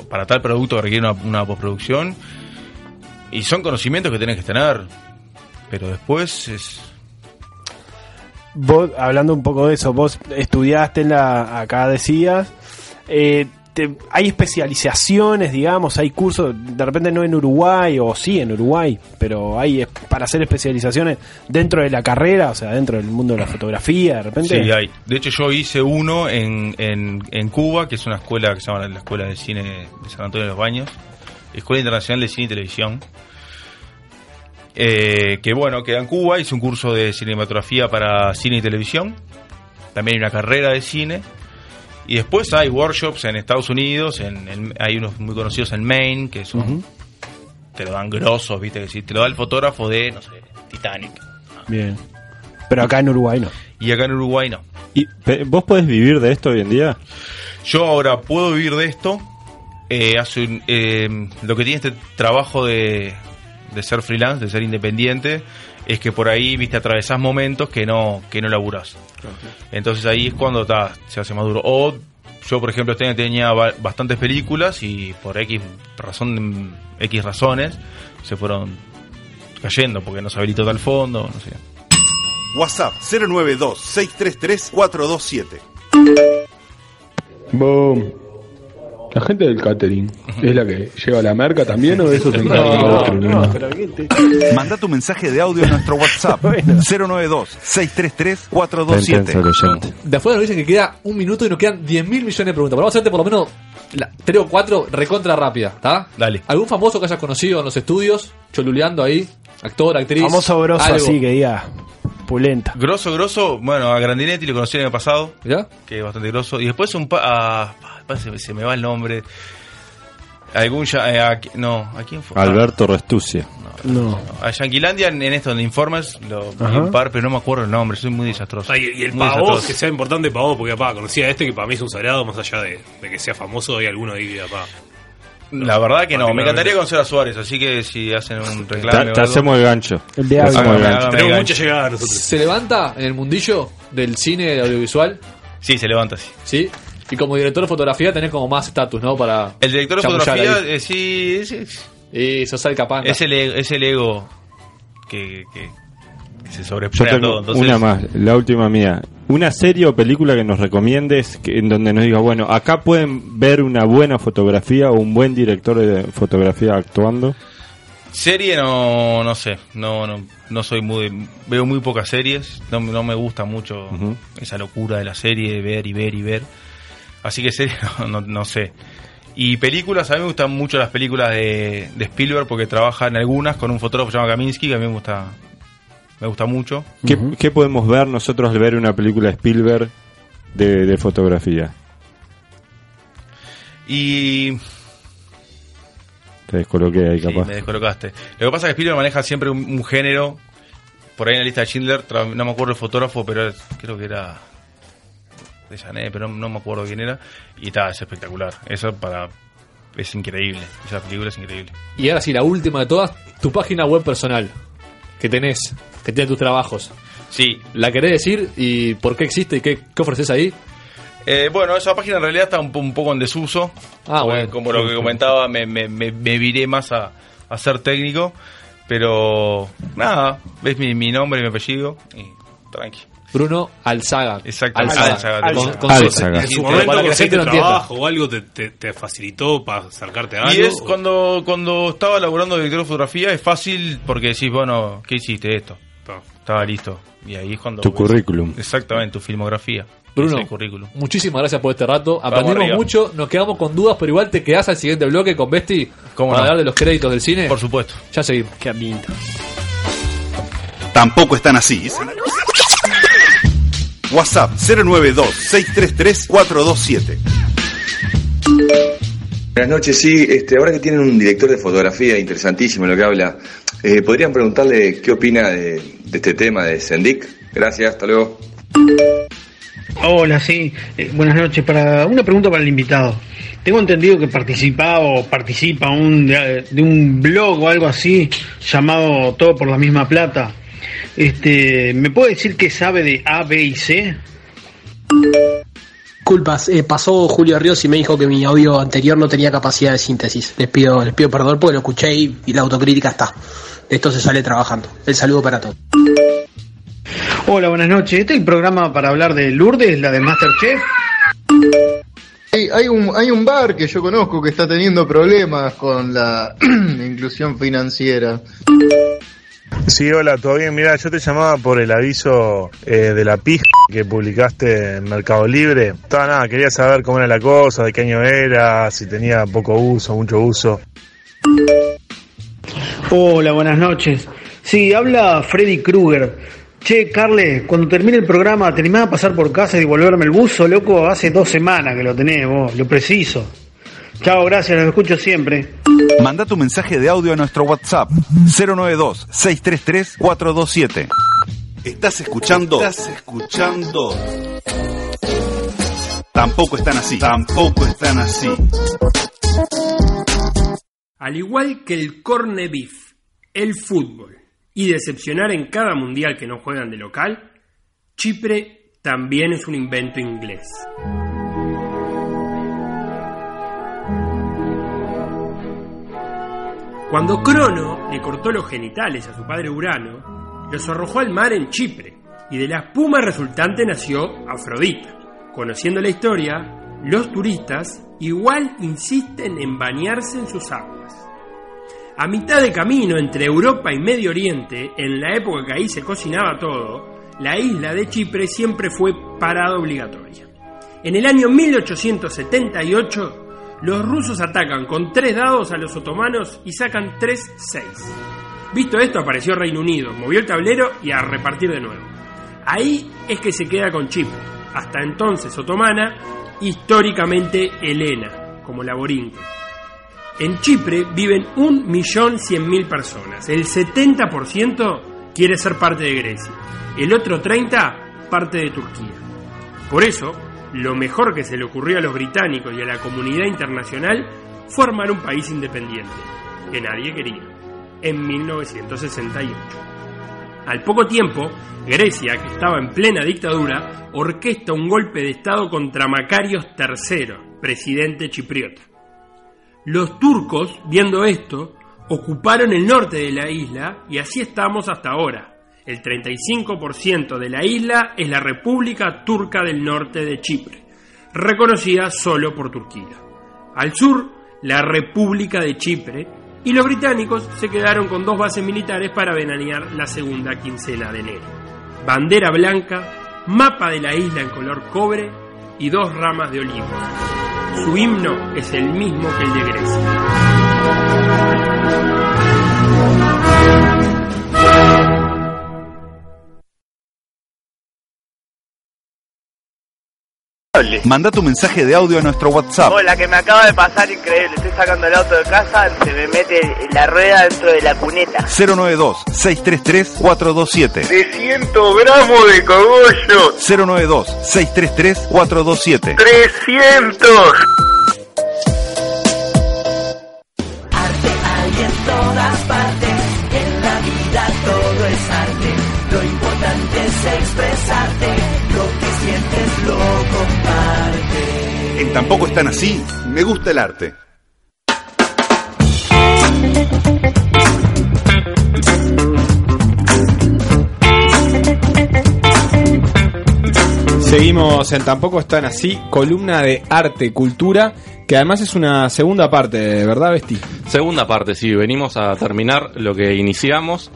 [SPEAKER 19] o para tal producto que requiere una, una postproducción. Y son conocimientos que tenés que tener. Pero después es.
[SPEAKER 13] Vos, hablando un poco de eso, vos estudiaste en la, acá decías, eh, te- hay especializaciones, digamos, hay cursos, de repente no en Uruguay, o sí en Uruguay, pero hay es- para hacer especializaciones dentro de la carrera, o sea, dentro del mundo de la fotografía, de repente.
[SPEAKER 19] Sí, hay. De hecho, yo hice uno en, en, en Cuba, que es una escuela que se llama la Escuela de Cine de San Antonio de los Baños, Escuela Internacional de Cine y Televisión. Eh, que bueno, queda en Cuba, hice un curso de cinematografía para cine y televisión. También hay una carrera de cine. Y después hay workshops en Estados Unidos, en, en- hay unos muy conocidos en Maine, que son. Te lo dan grosos, viste, que si te lo da el fotógrafo de, no sé, Titanic.
[SPEAKER 13] Bien. Pero acá en Uruguay no.
[SPEAKER 19] Y acá en Uruguay no.
[SPEAKER 3] ¿Y pe- vos podés vivir de esto hoy en día?
[SPEAKER 19] Yo ahora puedo vivir de esto. Eh, hace un- eh, lo que tiene este trabajo de, de ser freelance, de ser independiente, es que por ahí, viste, atravesás momentos que no, que no laburás. Entonces ahí es cuando ta, se hace más duro. O yo, por ejemplo, este año tenía ba- bastantes películas y por X razón, X razones, se fueron cayendo porque no se habilitó tal fondo, no sé.
[SPEAKER 5] WhatsApp 092-633-427.
[SPEAKER 22] Boom. La gente del catering es la que lleva la merca también o de eso se encarga otro, no?
[SPEAKER 5] Manda tu mensaje de audio a nuestro WhatsApp 092-633-427.
[SPEAKER 11] De afuera nos dicen que queda un minuto y nos quedan 10 mil millones de preguntas. Pero vamos a hacerte por lo menos la- tres o cuatro recontra rápida, ¿está?
[SPEAKER 19] Dale.
[SPEAKER 11] ¿Algún famoso que hayas conocido en los estudios, choluleando ahí? Actor, actriz.
[SPEAKER 13] Famoso grosso
[SPEAKER 11] algo?
[SPEAKER 13] así que diga, pulenta.
[SPEAKER 19] Grosso, grosso, bueno, a Grandinetti lo conocí el año pasado. Que es bastante grosso. Y después un pa... ah, pa- se, se me va el nombre. Algún ya... eh, a qui- no, ¿a quién fue?
[SPEAKER 3] Alberto Restucia.
[SPEAKER 13] No.
[SPEAKER 19] A Yanquilandia en, en esto, en Informes, lo vi
[SPEAKER 3] Ajá.
[SPEAKER 19] un par, pero no me acuerdo el nombre, soy muy desastroso.
[SPEAKER 12] Ay, y el
[SPEAKER 19] Muy
[SPEAKER 12] pavo,
[SPEAKER 19] desastroso.
[SPEAKER 12] que sea importante pavo, porque papá, conocía a este que para mí es un sagrado, más allá de, de que sea famoso, hay alguno ahí que papá.
[SPEAKER 19] La verdad que no, me
[SPEAKER 12] Particularmente.
[SPEAKER 19] encantaría conocer a Suárez, así que si hacen un reclamo...
[SPEAKER 3] Te, te hacemos el gancho.
[SPEAKER 19] El
[SPEAKER 3] Te
[SPEAKER 19] diablo.
[SPEAKER 3] hacemos el
[SPEAKER 19] Hágame,
[SPEAKER 3] gancho.
[SPEAKER 19] hágame. Tenemos mucha llegada
[SPEAKER 11] nosotros. ¿Se levanta en el mundillo del cine audiovisual?
[SPEAKER 19] Sí, se levanta, sí.
[SPEAKER 11] ¿Sí? Y como director de fotografía tenés como más estatus, ¿no? Para
[SPEAKER 19] El director de
[SPEAKER 11] chamullar
[SPEAKER 19] fotografía,
[SPEAKER 11] ahí.
[SPEAKER 19] eh, sí, es, es-
[SPEAKER 11] Y sos alcapán.
[SPEAKER 19] es el, e- es el ego que, que- que se
[SPEAKER 3] Yo
[SPEAKER 19] sobrepone a
[SPEAKER 3] tengo
[SPEAKER 19] todo. Entonces,
[SPEAKER 3] una más, la última mía. Una serie o película que nos recomiendes que- en donde nos digas, bueno, acá pueden ver una buena fotografía o un buen director de fotografía actuando.
[SPEAKER 19] Serie no, no sé, no, no, no soy muy, veo muy pocas series, no, no me gusta mucho
[SPEAKER 3] Ujú.
[SPEAKER 19] esa locura de la serie, de ver y ver y ver, así que serie no, no, no sé. Y películas, a mí me gustan mucho las películas de, de Spielberg porque trabaja en algunas con un fotógrafo llamado Kaminsky que a mí me gusta, me gusta mucho.
[SPEAKER 3] ¿Qué, qué podemos ver nosotros al ver una película Spielberg de, de fotografía?
[SPEAKER 19] Y
[SPEAKER 3] Te descoloqué ahí,
[SPEAKER 19] Sí,
[SPEAKER 3] capaz.
[SPEAKER 19] me descolocaste. Lo que pasa es que Spielberg maneja siempre un, un género. Por ahí en la lista de Schindler, tra- no me acuerdo el fotógrafo, pero es- creo que era de Janet, pero no, no me acuerdo quién era. Y está, es espectacular. Eso para. Es increíble. Esa película es increíble.
[SPEAKER 11] Y ahora sí, la última de todas, tu página web personal que tenés, que tiene tus trabajos.
[SPEAKER 19] Sí.
[SPEAKER 11] ¿La querés decir y por qué existe y qué, qué ofreces ahí?
[SPEAKER 19] Eh, bueno, esa página en realidad está un, po- un poco en desuso.
[SPEAKER 11] Ah,
[SPEAKER 19] Porque
[SPEAKER 11] bueno.
[SPEAKER 19] Como lo que comentaba, me, me, me- me viré más a, a ser técnico. Pero nada, ves mi, mi nombre y mi apellido. Y tranqui.
[SPEAKER 11] Bruno Alzaga.
[SPEAKER 19] Exacto.
[SPEAKER 11] Alzaga. Con- con
[SPEAKER 12] En su momento
[SPEAKER 11] Para que la gente
[SPEAKER 12] conseguiste
[SPEAKER 11] lo entienda.
[SPEAKER 12] trabajo o algo te, te- te facilitó para acercarte a
[SPEAKER 19] Y
[SPEAKER 12] algo.
[SPEAKER 19] es cuando, cuando estaba laburando de director de fotografía, es fácil porque decís, bueno, ¿qué hiciste esto? Estaba listo. Y ahí es cuando.
[SPEAKER 3] Tu currículum.
[SPEAKER 19] Exactamente, tu filmografía.
[SPEAKER 11] Bruno,
[SPEAKER 19] Es el currículum.
[SPEAKER 11] muchísimas gracias por este rato.
[SPEAKER 19] arriba.
[SPEAKER 11] Aprendimos mucho, nos quedamos con dudas, pero igual te quedás al siguiente bloque con Besti para
[SPEAKER 19] no.
[SPEAKER 11] hablar de los créditos del cine. Por
[SPEAKER 19] supuesto.
[SPEAKER 11] Ya seguimos.
[SPEAKER 13] Qué lindo.
[SPEAKER 5] Tampoco están así. WhatsApp 092-633-427.
[SPEAKER 26] Buenas noches, sí. Este, ahora que tienen un director de fotografía interesantísimo lo que habla, eh, ¿podrían preguntarle qué opina de, de este tema de Sendik? Gracias, hasta luego.
[SPEAKER 14] Hola, sí. Eh, buenas noches. Para una pregunta para el invitado. Tengo entendido que participaba o participa un, de, de un blog o algo así llamado Todo por la misma plata. Este, ¿me puede decir qué sabe de A, B y C?
[SPEAKER 18] Disculpas, eh, pasó Julio Ríos y me dijo que mi audio anterior no tenía capacidad de síntesis. Les pido, les pido perdón porque lo escuché y, y la autocrítica está. De esto se sale trabajando. El saludo para todos.
[SPEAKER 14] Hola, buenas noches. Este es el programa para hablar de Lourdes, la de Masterchef.
[SPEAKER 21] Hay, hay un, hay un bar que yo conozco que está teniendo problemas con la inclusión financiera.
[SPEAKER 2] Sí, hola, ¿todo bien? Mira, yo te llamaba por el aviso eh, de la pizca que publicaste en Mercado Libre. Estaba nada, quería saber cómo era la cosa, de qué año era, si tenía poco uso, mucho uso.
[SPEAKER 14] Hola, buenas noches. Sí, habla Freddy Krueger. Che, Carle, cuando termine el programa, ¿te animás a pasar por casa y devolverme el buzo, loco? Hace dos semanas que lo tenés vos, lo preciso. Chao, gracias, los escucho siempre.
[SPEAKER 5] Manda tu mensaje de audio a nuestro WhatsApp 092-633-427. Estás escuchando. Estás escuchando. Tampoco están así. Tampoco están así.
[SPEAKER 16] Al igual que el corne beef, el fútbol y decepcionar en cada mundial que no juegan de local, Chipre también es un invento inglés. Cuando Crono le cortó los genitales a su padre Urano, los arrojó al mar en Chipre y de la espuma resultante nació Afrodita. Conociendo la historia, los turistas igual insisten en bañarse en sus aguas. A mitad de camino entre Europa y Medio Oriente, en la época que ahí se cocinaba todo, la isla de Chipre siempre fue parada obligatoria. En el año 1878, los rusos atacan con tres dados a los otomanos y sacan 3-6. Visto esto, apareció Reino Unido, movió el tablero y a repartir de nuevo. Ahí es que se queda con Chipre, hasta entonces otomana, históricamente helena, como la borinque. En Chipre viven 1.100.000 personas. El 70% quiere ser parte de Grecia. El otro 30% parte de Turquía. Por eso, lo mejor que se le ocurrió a los británicos y a la comunidad internacional fue armar un país independiente, que nadie quería, en 1968. Al poco tiempo, Grecia, que estaba en plena dictadura, orquesta un golpe de Estado contra Macarios III, presidente chipriota. Los turcos, viendo esto, ocuparon el norte de la isla y así estamos hasta ahora. El 35% de la isla es la República Turca del Norte de Chipre, reconocida solo por Turquía. Al sur, la República de Chipre y los británicos se quedaron con dos bases militares para venanear la segunda quincena de enero. Bandera blanca, mapa de la isla en color cobre y dos ramas de olivo. Su himno es el mismo que el de Grecia.
[SPEAKER 5] Manda tu mensaje de audio a nuestro WhatsApp.
[SPEAKER 14] Hola, que me acaba de pasar increíble. Estoy sacando el auto de casa, se me mete la rueda dentro de la cuneta.
[SPEAKER 5] 092-633-427.
[SPEAKER 14] De 100 gramos de cogollo.
[SPEAKER 5] 092-633-427.
[SPEAKER 14] 300.
[SPEAKER 27] Hay en todas partes, en la vida todo es arte. Lo importante es expresarte, lo que sientes lo compartes.
[SPEAKER 28] En Tampoco están así, me gusta el arte.
[SPEAKER 4] Seguimos en Tampoco están así, columna de arte, cultura, que además es una segunda parte, ¿verdad, Besti?
[SPEAKER 10] Segunda parte, sí, venimos a terminar lo que iniciamos.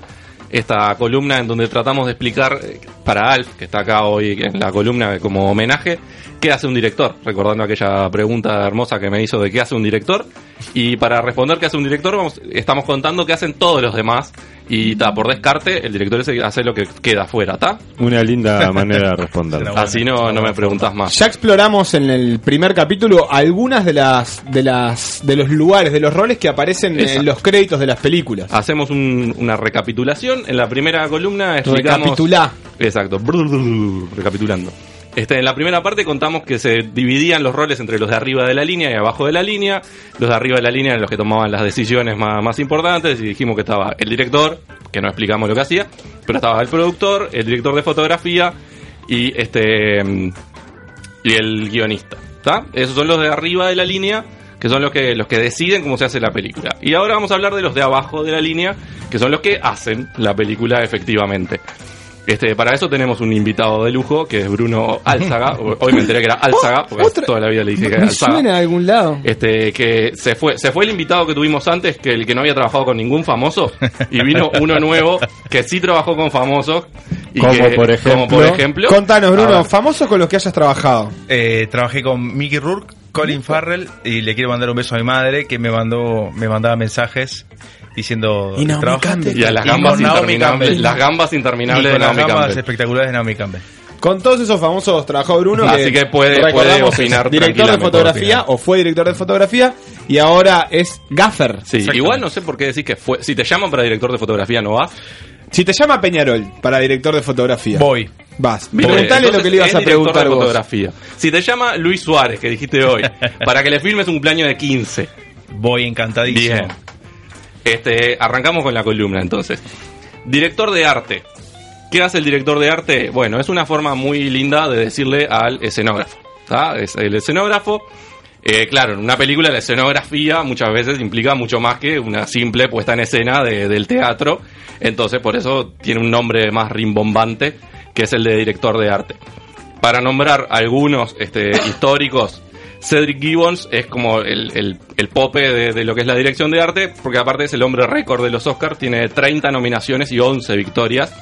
[SPEAKER 10] Esta columna en donde tratamos de explicar eh, para Alf, que está acá hoy en la columna como homenaje, qué hace un director, recordando aquella pregunta hermosa que me hizo de qué hace un director. Y para responder qué hace un director, vamos- estamos contando qué hacen todos los demás. Y ta, por descarte, el director ese hace lo que queda afuera, ¿está?
[SPEAKER 3] Una linda manera de responder.
[SPEAKER 10] Así no, no me preguntas más.
[SPEAKER 4] Ya exploramos en el primer capítulo algunas de las de las de los lugares, de los roles que aparecen
[SPEAKER 10] Exacto.
[SPEAKER 4] en eh, los créditos de las películas.
[SPEAKER 10] Hacemos un- una recapitulación. En la primera columna explicamos...
[SPEAKER 4] Recapitulá.
[SPEAKER 10] Exacto. Brr, brr, brr, Recapitulando. Este, en la primera parte contamos que se dividían los roles entre los de arriba de la línea y abajo de la línea. Los de arriba de la línea eran los que tomaban las decisiones más, más importantes y dijimos que estaba el director, que no explicamos lo que hacía, pero estaba el productor, el director de fotografía y este mm, y el guionista. ¿tá? Esos son los de arriba de la línea, que son los que, los que deciden cómo se hace la película. Y ahora vamos a hablar de los de abajo de la línea, que son los que hacen la película efectivamente. Este, para eso tenemos un invitado de lujo, que es Bruno Álzaga. Hoy me enteré que era Álzaga, porque toda la vida le dije que era
[SPEAKER 4] Oh, Me
[SPEAKER 10] Álzaga.
[SPEAKER 4] suena de algún lado.
[SPEAKER 10] Este, que se fue, se fue el invitado que tuvimos antes, que el que no había trabajado con ningún famoso, y vino uno nuevo que sí trabajó con famosos. y
[SPEAKER 4] Como,
[SPEAKER 10] que-
[SPEAKER 4] por ejemplo,
[SPEAKER 10] como por ejemplo-
[SPEAKER 4] Contanos,
[SPEAKER 10] A
[SPEAKER 4] Bruno,
[SPEAKER 10] ver.
[SPEAKER 4] famosos con los que hayas trabajado.
[SPEAKER 19] Eh, trabajé con Mickey Rourke, Colin Farrell y le quiero mandar un beso a mi madre que me mandó me mandaba mensajes diciendo
[SPEAKER 10] Y Naomi
[SPEAKER 19] "Trabajaste".
[SPEAKER 10] Campbell. Y a las gambas
[SPEAKER 19] con Naomi
[SPEAKER 10] interminables-
[SPEAKER 19] Campbell.
[SPEAKER 10] las gambas interminables
[SPEAKER 19] Y con
[SPEAKER 10] de
[SPEAKER 19] las
[SPEAKER 10] Naomi
[SPEAKER 19] gambas
[SPEAKER 10] Campbell.
[SPEAKER 19] espectaculares de Naomi Campbell.
[SPEAKER 4] Con todos esos famosos trabajó Bruno.
[SPEAKER 10] Así que puede- puede
[SPEAKER 4] recordamos,
[SPEAKER 10] opinar
[SPEAKER 4] es Director de
[SPEAKER 10] tranquilamente,
[SPEAKER 4] fotografía o fue director de fotografía y ahora es gaffer.
[SPEAKER 10] Sí, igual no sé por qué decís que fue. Si te llaman para director de fotografía, no vas.
[SPEAKER 4] Si te llama Peñarol para director de fotografía.
[SPEAKER 10] Voy.
[SPEAKER 4] Vas.
[SPEAKER 10] Bien,
[SPEAKER 4] Preguntale
[SPEAKER 10] entonces
[SPEAKER 4] lo que le ibas
[SPEAKER 10] es
[SPEAKER 4] a
[SPEAKER 10] director
[SPEAKER 4] preguntar
[SPEAKER 10] de
[SPEAKER 4] vos.
[SPEAKER 10] fotografía. Si te llama Luis Suárez, que dijiste hoy, para que le filmes un cumpleaños de 15.
[SPEAKER 19] Voy encantadísimo.
[SPEAKER 10] Bien. Este, arrancamos con la columna entonces. Director de arte. ¿Qué hace el director de arte? Bueno, es una forma muy linda de decirle al escenógrafo. ¿tá? Es el escenógrafo. eh, claro, en una película la escenografía muchas veces implica mucho más que una simple puesta en escena de- del teatro. Entonces, por eso tiene un nombre más rimbombante, que es el de director de arte. Para nombrar algunos este, históricos, Cedric Gibbons es como el, el- el pope de, de lo que es la dirección de arte, porque aparte es el hombre récord de los Oscars, tiene 30 nominaciones y 11 victorias.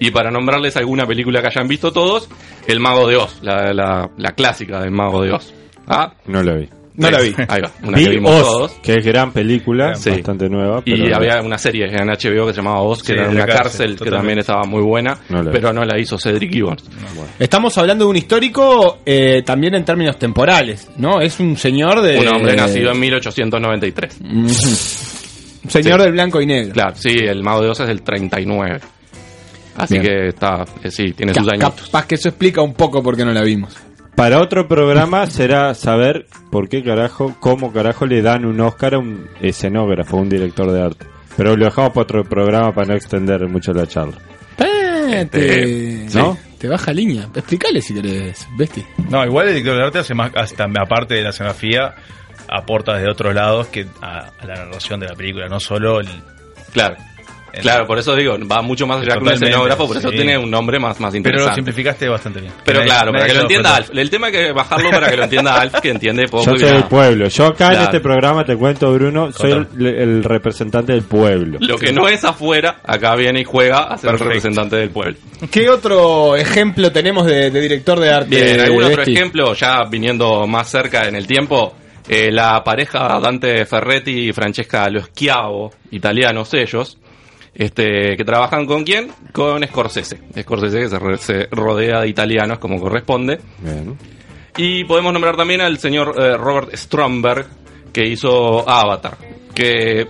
[SPEAKER 10] Y para nombrarles alguna película que hayan visto todos, El Mago de Oz, la, la- la clásica del Mago de Oz. ¿Ah?
[SPEAKER 3] No la vi.
[SPEAKER 10] No la vi. Ahí va, una
[SPEAKER 3] Vi
[SPEAKER 10] que vimos
[SPEAKER 3] Oz,
[SPEAKER 10] todos.
[SPEAKER 3] que es gran película,
[SPEAKER 10] Sí.
[SPEAKER 3] bastante nueva.
[SPEAKER 10] Y
[SPEAKER 3] pero-
[SPEAKER 10] había una serie en HBO que se llamaba Oz,
[SPEAKER 3] Sí,
[SPEAKER 10] que era
[SPEAKER 3] de
[SPEAKER 10] una
[SPEAKER 3] cárcel,
[SPEAKER 10] cárcel, que
[SPEAKER 3] totalmente.
[SPEAKER 10] también estaba muy buena,
[SPEAKER 3] No la vi.
[SPEAKER 10] pero no la hizo Cedric Gibbons.
[SPEAKER 4] Estamos hablando de un histórico eh, también en términos temporales, ¿no? Es un señor de...
[SPEAKER 3] Eh,
[SPEAKER 10] Un hombre nacido en 1893.
[SPEAKER 4] Mm, un señor del blanco y negro.
[SPEAKER 10] Claro, sí, el Mago de Oz es el 39. Así
[SPEAKER 4] Bien.
[SPEAKER 10] que está, eh, sí, tiene sus
[SPEAKER 4] Ca-
[SPEAKER 10] años.
[SPEAKER 4] Capaz que eso explica un poco por qué no la vimos.
[SPEAKER 3] Para otro programa será saber por qué carajo, cómo carajo le dan un Oscar a un escenógrafo, a un director de arte. Pero lo dejamos para otro programa para no extender mucho la charla.
[SPEAKER 10] Este,
[SPEAKER 29] te,
[SPEAKER 10] ¿no?
[SPEAKER 29] te baja línea. Explicale si querés, Besti.
[SPEAKER 19] No, igual el director de arte hace más, hasta aparte de la escenografía, aporta desde otros lados que a, a la narración de la película, no solo el.
[SPEAKER 10] Claro. Claro, por eso digo, va mucho más allá que un
[SPEAKER 19] Totalmente,
[SPEAKER 10] escenógrafo, por eso
[SPEAKER 19] sí.
[SPEAKER 10] tiene un nombre más, más
[SPEAKER 19] Pero lo
[SPEAKER 10] interesante.
[SPEAKER 19] simplificaste bastante bien.
[SPEAKER 10] Pero
[SPEAKER 19] Nadie-
[SPEAKER 10] claro, para
[SPEAKER 19] nadie
[SPEAKER 10] que lo
[SPEAKER 19] se
[SPEAKER 10] entienda
[SPEAKER 19] fue.
[SPEAKER 10] Alf. El tema hay que bajarlo para que lo entienda Alf, que entiende poco.
[SPEAKER 3] Yo
[SPEAKER 10] y
[SPEAKER 3] soy del
[SPEAKER 10] nada.
[SPEAKER 3] pueblo. Yo acá en
[SPEAKER 10] Oh, Claro.
[SPEAKER 3] este programa, te cuento, Bruno, soy el, el representante del pueblo.
[SPEAKER 10] Lo que no es afuera, acá viene y juega a ser el representante del pueblo.
[SPEAKER 4] ¿Qué otro ejemplo tenemos de, de director de arte?
[SPEAKER 10] Bien, algún otro
[SPEAKER 4] Besti?
[SPEAKER 10] ejemplo, ya viniendo más cerca en el tiempo, eh, la pareja Dante Ferretti y Francesca Lo Schiavo, italianos ellos, este, que trabajan con quién? Con Scorsese. Scorsese que se, re- se rodea de italianos como corresponde. Y podemos nombrar también al señor eh, Robert Stromberg, que hizo Avatar, que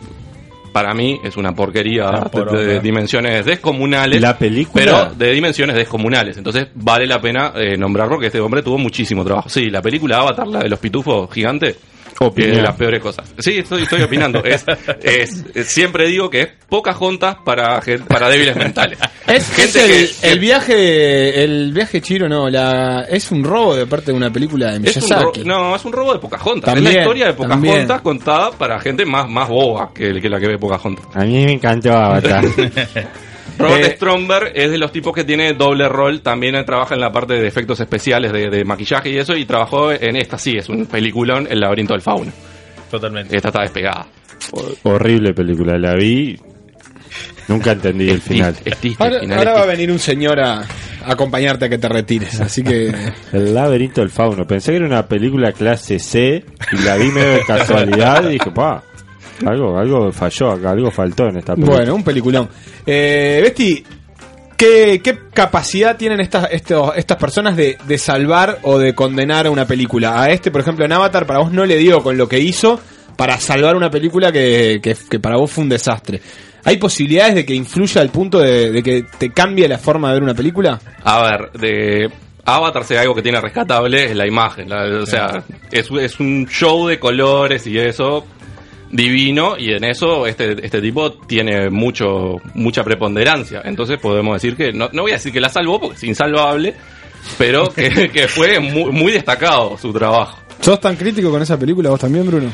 [SPEAKER 10] para mí es una porquería de-
[SPEAKER 3] poronga.
[SPEAKER 10] de, dimensiones descomunales.
[SPEAKER 3] La película.
[SPEAKER 10] Pero de dimensiones descomunales. Entonces vale la pena eh, nombrarlo, que este hombre tuvo muchísimo trabajo. Sí, la película Avatar, la de los pitufos gigantes.
[SPEAKER 4] Oh,
[SPEAKER 3] Opinión.
[SPEAKER 10] es de las peores cosas. Sí, estoy, estoy opinando. Es, es- es- siempre digo que es pocas juntas para, gen- para débiles mentales.
[SPEAKER 4] Es,
[SPEAKER 10] Gente
[SPEAKER 4] es
[SPEAKER 10] que-
[SPEAKER 4] el, el viaje de- el viaje chiro, no, la, es un robo de parte de una película de
[SPEAKER 10] Es un ro-
[SPEAKER 4] Miyazaki.
[SPEAKER 10] no, es un robo de Pocahontas. es
[SPEAKER 4] También,
[SPEAKER 10] la historia de Pocahontas
[SPEAKER 4] también.
[SPEAKER 10] contada para gente más, más boba que, que la que ve Pocahontas.
[SPEAKER 3] A mí me encantó Avatar.
[SPEAKER 10] Robert Stromberg es de los tipos que tiene doble rol. También eh, trabaja en la parte de efectos especiales, de, de maquillaje y eso. Y trabajó en esta, sí, es un peliculón, El laberinto del fauno.
[SPEAKER 19] Totalmente.
[SPEAKER 10] Esta está despegada.
[SPEAKER 3] Horrible película, la vi. Nunca entendí el final.
[SPEAKER 4] Ahora, ahora va a venir un señor a, a acompañarte a que te retires, así que
[SPEAKER 3] El laberinto del fauno. Pensé que era una película clase C y la vi medio de casualidad y dije, pa, algo, algo falló acá, algo faltó en esta película.
[SPEAKER 4] bueno, un peliculón. Eh, Besti, ¿qué, qué capacidad tienen estas estos, estas personas de, de salvar o de condenar a una película? A este, por ejemplo, en Avatar, para vos no le dio con lo que hizo para salvar una película que, que- que para vos fue un desastre. ¿Hay posibilidades de que influya al punto de, de que te cambie la forma de ver una película?
[SPEAKER 10] A ver, de Avatar, si hay algo que tiene rescatable es la imagen. la- o sea, es, es un show de colores y eso divino y en eso este, este tipo tiene mucho mucha preponderancia entonces podemos decir que no, no voy a decir que la salvó porque es insalvable pero que, que fue muy, muy destacado su trabajo
[SPEAKER 4] ¿Sos tan crítico con esa película vos también, Bruno?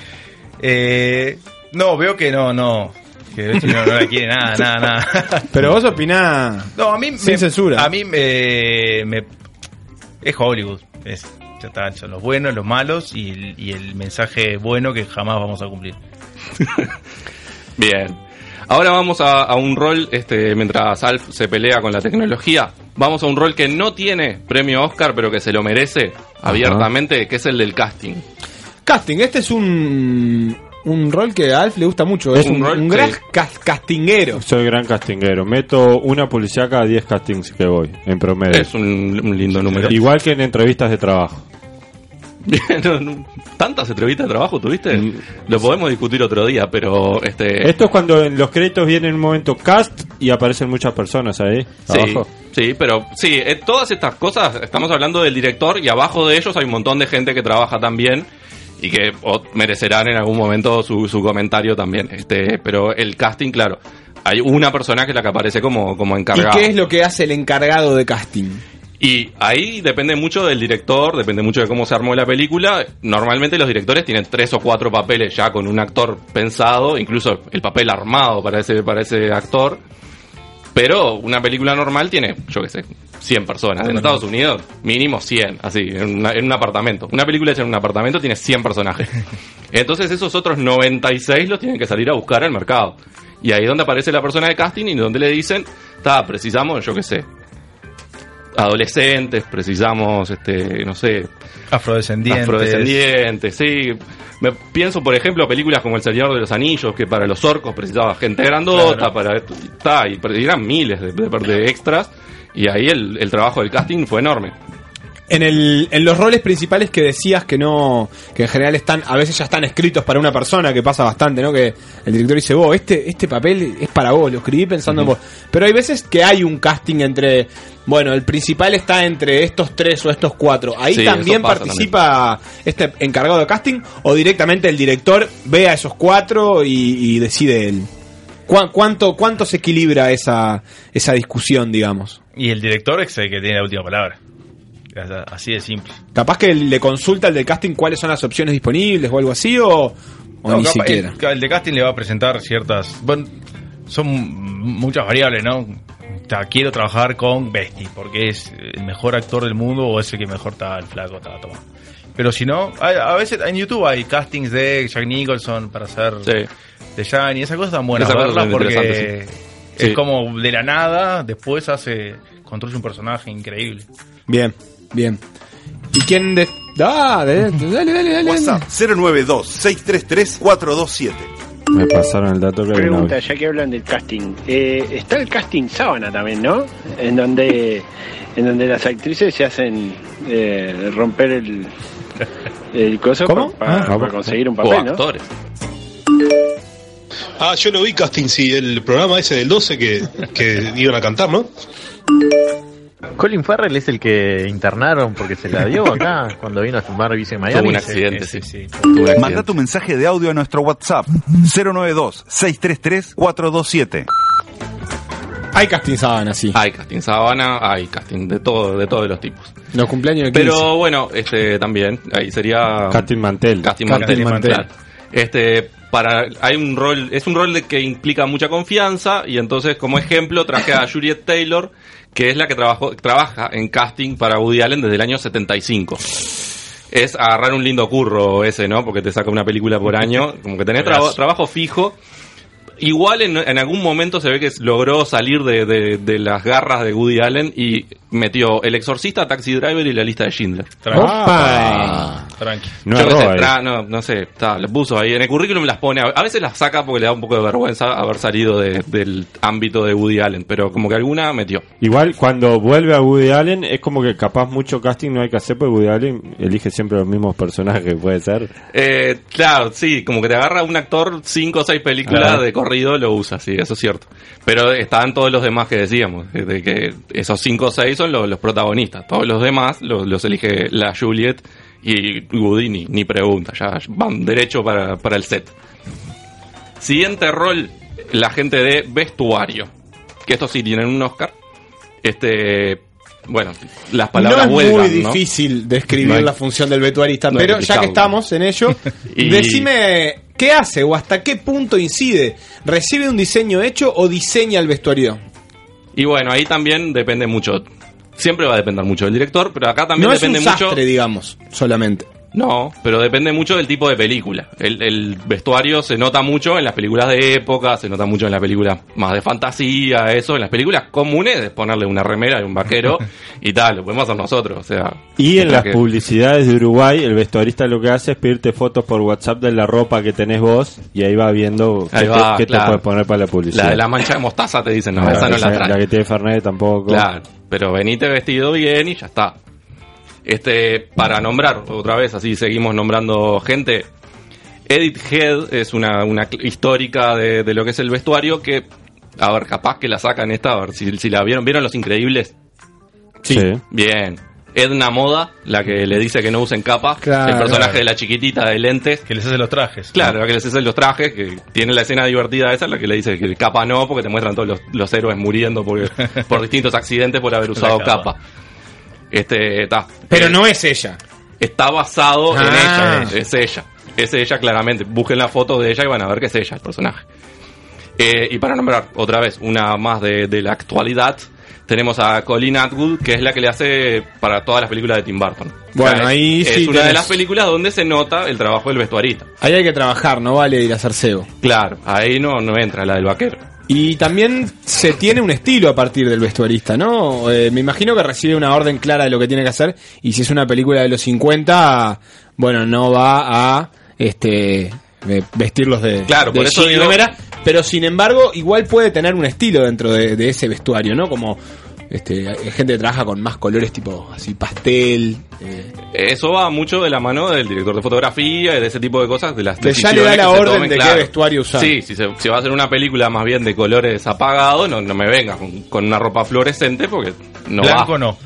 [SPEAKER 19] Eh, no, veo que no, no. Que de hecho no, no la quiere nada, nada, nada.
[SPEAKER 4] Pero vos opinás
[SPEAKER 19] No, a mí
[SPEAKER 4] sin
[SPEAKER 19] me-
[SPEAKER 4] censura.
[SPEAKER 19] A mí me, me- es Hollywood. Es, ya está, son los buenos, los malos y, el- y el mensaje bueno que jamás vamos a cumplir.
[SPEAKER 10] Bien. Ahora vamos a, a un rol, este, mientras Alf se pelea con la tecnología, vamos a un rol que no tiene premio Oscar, pero que se lo merece abiertamente, que es el del casting.
[SPEAKER 4] Casting, este es un, un rol que a Alf le gusta mucho. Es,
[SPEAKER 3] Es un
[SPEAKER 4] un,
[SPEAKER 3] rol
[SPEAKER 4] un
[SPEAKER 3] que-
[SPEAKER 4] gran cas- castinguero.
[SPEAKER 3] Soy gran castinguero. Meto una policía cada 10 castings que voy, en promedio.
[SPEAKER 10] Es un, un lindo número.
[SPEAKER 3] Igual que en entrevistas de trabajo.
[SPEAKER 10] No, no, Tantas entrevistas de trabajo tuviste, lo podemos discutir otro día, pero este...
[SPEAKER 3] Esto es cuando en los créditos viene en un momento cast y aparecen muchas personas ahí.
[SPEAKER 10] Sí,
[SPEAKER 3] Abajo.
[SPEAKER 10] sí, pero sí, eh, todas estas cosas, estamos hablando del director y abajo de ellos hay un montón de gente que trabaja también y que o, merecerán en algún momento su, su comentario también. Este, pero el casting, claro, hay una persona que es la que aparece como, como
[SPEAKER 4] ¿Y
[SPEAKER 10] encargada.
[SPEAKER 4] qué es lo que hace el encargado de casting?
[SPEAKER 10] Y ahí depende mucho del director, depende mucho de cómo se armó la película. Normalmente los directores tienen tres o cuatro papeles ya con un actor pensado, incluso el papel armado para ese, para ese actor. Pero una película normal tiene, yo qué sé, 100 personas. En Estados Unidos, mínimo 100, así, en, una- en un apartamento. Una película hecha en un apartamento tiene 100 personajes. Entonces esos otros 96 los tienen que salir a buscar al mercado. Y ahí es donde aparece la persona de casting y donde le dicen, está, precisamos, yo qué sé, adolescentes, precisamos, este, no sé,
[SPEAKER 19] Afrodescendientes.
[SPEAKER 10] afrodescendientes, sí. Me pienso, por ejemplo, películas como El Señor de los Anillos, que para los orcos precisaba gente grandota,
[SPEAKER 19] Claro.
[SPEAKER 10] para esto, y ta, y per- y eran miles de, de- de extras, y ahí el, el trabajo del casting fue enorme.
[SPEAKER 4] En, el, en los roles principales que decías que no, que en general están, a veces ya están escritos para una persona, que pasa bastante, ¿no? Que el director dice, vos, este, este papel es para vos, lo escribí pensando en vos. Pero hay veces que hay un casting entre, bueno, el principal está entre estos tres o estos cuatro. Ahí
[SPEAKER 10] Sí,
[SPEAKER 4] también
[SPEAKER 10] eso pasa
[SPEAKER 4] participa este encargado de casting o directamente el director ve a esos cuatro y, y decide él. ¿Cuá- ¿Cuánto, cuánto se equilibra esa, esa discusión, digamos?
[SPEAKER 19] Y el director es el que tiene la última palabra. Así de simple.
[SPEAKER 4] Capaz que le consulta al del casting cuáles son las opciones disponibles o algo así, o, o
[SPEAKER 19] No,
[SPEAKER 4] ni
[SPEAKER 19] capaz-
[SPEAKER 4] siquiera.
[SPEAKER 19] El, el de casting le va a presentar ciertas. Bueno, son muchas variables, ¿no? Ta, quiero trabajar con Besti, porque es el mejor actor del mundo o es el que mejor está el flaco, está toma. Pero si no, hay- a veces en YouTube hay castings de Jack Nicholson para hacer de Jan y esas cosas tan buenas.
[SPEAKER 10] Esas cosas
[SPEAKER 19] verlas
[SPEAKER 10] son
[SPEAKER 19] porque
[SPEAKER 10] interesantes, sí.
[SPEAKER 19] es
[SPEAKER 10] Sí.
[SPEAKER 19] como de la nada, después hace construye un personaje increíble.
[SPEAKER 4] Bien, bien. ¿Y quién de.? Ah, de- de- dale, dale, dale.
[SPEAKER 5] WhatsApp 092-633-427.
[SPEAKER 3] Me pasaron el dato que había una
[SPEAKER 13] Pregunta, ya que hablan del casting. Eh, está el casting sábana también, ¿no? En donde, en donde las actrices se hacen eh, romper el, el coso
[SPEAKER 3] ¿Cómo?
[SPEAKER 13] para,
[SPEAKER 3] Ah.
[SPEAKER 13] conseguir un papel, ¿no?
[SPEAKER 12] Ah, yo lo vi casting, sí, el programa ese del 12 que, que iban a cantar, ¿no?
[SPEAKER 7] Colin Farrell es el que internaron porque se la dio acá cuando vino a filmar Vice Miami.
[SPEAKER 5] Manda tu mensaje de audio a nuestro WhatsApp 092-633-427.
[SPEAKER 4] Hay casting sábana, sí.
[SPEAKER 10] Hay casting sábana, hay casting de todo, de todos los tipos.
[SPEAKER 4] Los cumpleaños de 15.
[SPEAKER 10] Pero bueno, este también, ahí sería
[SPEAKER 3] Casting Mantel.
[SPEAKER 10] Casting
[SPEAKER 3] Casting
[SPEAKER 10] Mantel,
[SPEAKER 3] Mantel.
[SPEAKER 10] claro. Este para hay un rol, es un rol de que implica mucha confianza y entonces como ejemplo traje a Juliet Taylor, que es la que trabajó, trabaja en casting para Woody Allen desde el año 75. Es agarrar un lindo curro ese, ¿no? Porque te saca una película por año, como que tenés traba- trabajo fijo. Igual en, en algún momento se ve que s- logró salir de, de- de las garras de Woody Allen y metió El Exorcista, Taxi Driver y la lista de Schindler.
[SPEAKER 19] Tranqui.
[SPEAKER 10] Ah.
[SPEAKER 19] Tranqui.
[SPEAKER 10] No,
[SPEAKER 19] Yo qué sé,
[SPEAKER 10] sé,
[SPEAKER 19] tra-
[SPEAKER 10] tra- no, no sé, está, le puso ahí. En el currículum las pone, a a veces las saca porque le da un poco de vergüenza haber salido de- del ámbito de Woody Allen, pero como que alguna metió.
[SPEAKER 3] Igual cuando vuelve a Woody Allen es como que capaz mucho casting no hay que hacer porque Woody Allen elige siempre los mismos personajes, puede ser.
[SPEAKER 10] Eh, claro, sí, como que te agarra un actor cinco o seis películas
[SPEAKER 3] Ah.
[SPEAKER 10] de corrido, lo usa, sí, eso es cierto. Pero estaban todos los demás que decíamos, eh, de que esos cinco o seis son los, los protagonistas. Todos los demás los, los elige la Juliet y Woody ni, ni pregunta, ya van derecho para, para el set. Siguiente rol, la gente de vestuario. Que estos sí tienen un Oscar. Este, bueno, las palabras
[SPEAKER 4] no es
[SPEAKER 10] vuelvan,
[SPEAKER 4] muy
[SPEAKER 10] ¿no?
[SPEAKER 4] difícil describir
[SPEAKER 10] No hay-
[SPEAKER 4] la función del vetuarista,
[SPEAKER 10] no hay
[SPEAKER 4] pero
[SPEAKER 10] que
[SPEAKER 4] ya que
[SPEAKER 10] explicarlo.
[SPEAKER 4] estamos en ello,
[SPEAKER 10] Y-
[SPEAKER 4] decime qué hace o hasta qué punto incide. ¿Recibe un diseño hecho o diseña el vestuario?
[SPEAKER 10] Y bueno, ahí también depende mucho. Siempre va a depender mucho del director, pero acá también
[SPEAKER 4] no es
[SPEAKER 10] depende
[SPEAKER 4] un
[SPEAKER 10] mucho.
[SPEAKER 4] sastre, digamos, solamente.
[SPEAKER 10] No, pero depende mucho del tipo de película. El, el vestuario se nota mucho en las películas de época, se nota mucho en las películas más de fantasía, eso. En las películas comunes es ponerle una remera y un vaquero y tal, lo podemos hacer nosotros. O sea,
[SPEAKER 3] Y en
[SPEAKER 10] es
[SPEAKER 3] las
[SPEAKER 10] que-
[SPEAKER 3] publicidades de Uruguay, el vestuarista lo que hace es pedirte fotos por WhatsApp de la ropa que tenés vos y ahí va viendo
[SPEAKER 10] Ahí
[SPEAKER 3] qué,
[SPEAKER 10] va,
[SPEAKER 3] te, qué te
[SPEAKER 10] claro.
[SPEAKER 3] puedes poner para la publicidad.
[SPEAKER 10] La de la mancha de mostaza te dicen, no,
[SPEAKER 3] Claro,
[SPEAKER 10] esa no la
[SPEAKER 3] esa-
[SPEAKER 10] traes.
[SPEAKER 3] que tiene Fernet tampoco.
[SPEAKER 10] Claro, pero venite vestido bien y ya está. Este, para nombrar, otra vez, así seguimos nombrando gente. Edith Head es una, una cl- histórica de, de lo que es el vestuario que, a ver, capaz que la sacan esta, a ver si, si la vieron. ¿Vieron Los Increíbles?
[SPEAKER 3] Sí.
[SPEAKER 10] Bien. Edna Moda, la que le dice que no usen capa.
[SPEAKER 3] Claro.
[SPEAKER 10] el personaje
[SPEAKER 3] Claro.
[SPEAKER 10] de la chiquitita de lentes.
[SPEAKER 19] Que les hace los trajes.
[SPEAKER 10] Claro, la que les hace los trajes, que tiene la escena divertida esa, la que le dice que capa no, porque te muestran todos los, los héroes muriendo por, por distintos accidentes por haber usado
[SPEAKER 4] capa.
[SPEAKER 10] capa. Este, ta.
[SPEAKER 4] Pero no es ella.
[SPEAKER 10] Está basado
[SPEAKER 4] Ah.
[SPEAKER 10] en ella, es ella. Es ella claramente. Busquen la foto de ella y van a ver que es ella el personaje. Eh, y para nombrar otra vez una más de, de la actualidad, tenemos a Colleen Atwood, que es la que le hace para todas las películas de Tim Burton.
[SPEAKER 4] Bueno,
[SPEAKER 10] O sea, es-
[SPEAKER 4] ahí
[SPEAKER 10] es,
[SPEAKER 4] sí
[SPEAKER 10] una de
[SPEAKER 4] tenés-
[SPEAKER 10] las películas donde se nota el trabajo del vestuarista.
[SPEAKER 4] Ahí hay que trabajar, no vale ir a hacer cebo.
[SPEAKER 10] Claro, ahí no, no entra la del vaquero.
[SPEAKER 4] Y también se tiene un estilo a partir del vestuarista, ¿no? Eh, me imagino que recibe una orden clara de lo que tiene que hacer. Y si es una película de los 50, bueno, no va a este eh, vestirlos de,
[SPEAKER 10] Claro,
[SPEAKER 4] de
[SPEAKER 10] por eso
[SPEAKER 4] jean y
[SPEAKER 10] digo-
[SPEAKER 4] remera. Pero sin embargo, igual puede tener un estilo dentro de, de ese vestuario, ¿no? Como este, hay gente que trabaja con más colores tipo así pastel. eh,
[SPEAKER 10] Eso va mucho de la mano del director de fotografía y de ese tipo de cosas, de las
[SPEAKER 4] Que ya le
[SPEAKER 10] decisiones
[SPEAKER 4] da la
[SPEAKER 10] que se
[SPEAKER 4] orden
[SPEAKER 10] tomen,
[SPEAKER 4] de qué
[SPEAKER 10] claro.
[SPEAKER 4] vestuario usar.
[SPEAKER 10] Sí, si, se, si va a hacer una película más bien de colores apagados, no, no me vengas con, con una ropa fluorescente porque no
[SPEAKER 4] Blanco
[SPEAKER 10] va.
[SPEAKER 19] no.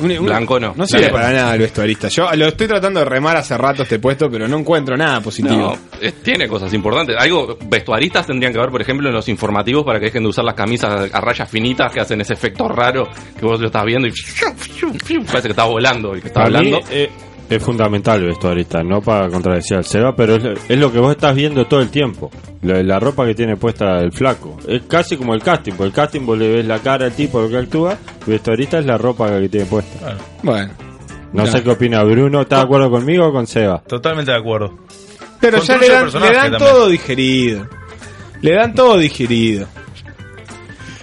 [SPEAKER 4] un- un-
[SPEAKER 10] Blanco no.
[SPEAKER 4] No sirve
[SPEAKER 10] Blanco
[SPEAKER 4] para
[SPEAKER 10] no.
[SPEAKER 4] nada el vestuarista. Yo lo estoy tratando de remar hace rato este puesto, pero no encuentro nada positivo.
[SPEAKER 10] No, eh, tiene cosas importantes. Algo, vestuaristas tendrían que ver, por ejemplo, en los informativos para que dejen de usar las camisas a rayas finitas que hacen ese efecto raro que vos lo estás viendo y parece que está volando el que está
[SPEAKER 3] Para mí,
[SPEAKER 10] hablando.
[SPEAKER 3] eh, es fundamental esto ahorita, no para contradecir al Seba, pero es, es lo que vos estás viendo todo el tiempo. Lo de la ropa que tiene puesta el flaco. Es casi como el casting, porque el casting vos le ves la cara al tipo lo que actúa, y esto ahorita es la ropa que tiene puesta.
[SPEAKER 15] Bueno.
[SPEAKER 3] No
[SPEAKER 15] Ya.
[SPEAKER 3] sé qué opina Bruno, ¿estás de acuerdo conmigo o con Seba?
[SPEAKER 19] Totalmente de acuerdo.
[SPEAKER 15] Pero ya le
[SPEAKER 19] Construye el
[SPEAKER 15] dan,
[SPEAKER 19] personaje
[SPEAKER 15] le dan
[SPEAKER 19] también.
[SPEAKER 15] todo digerido. Le dan todo digerido.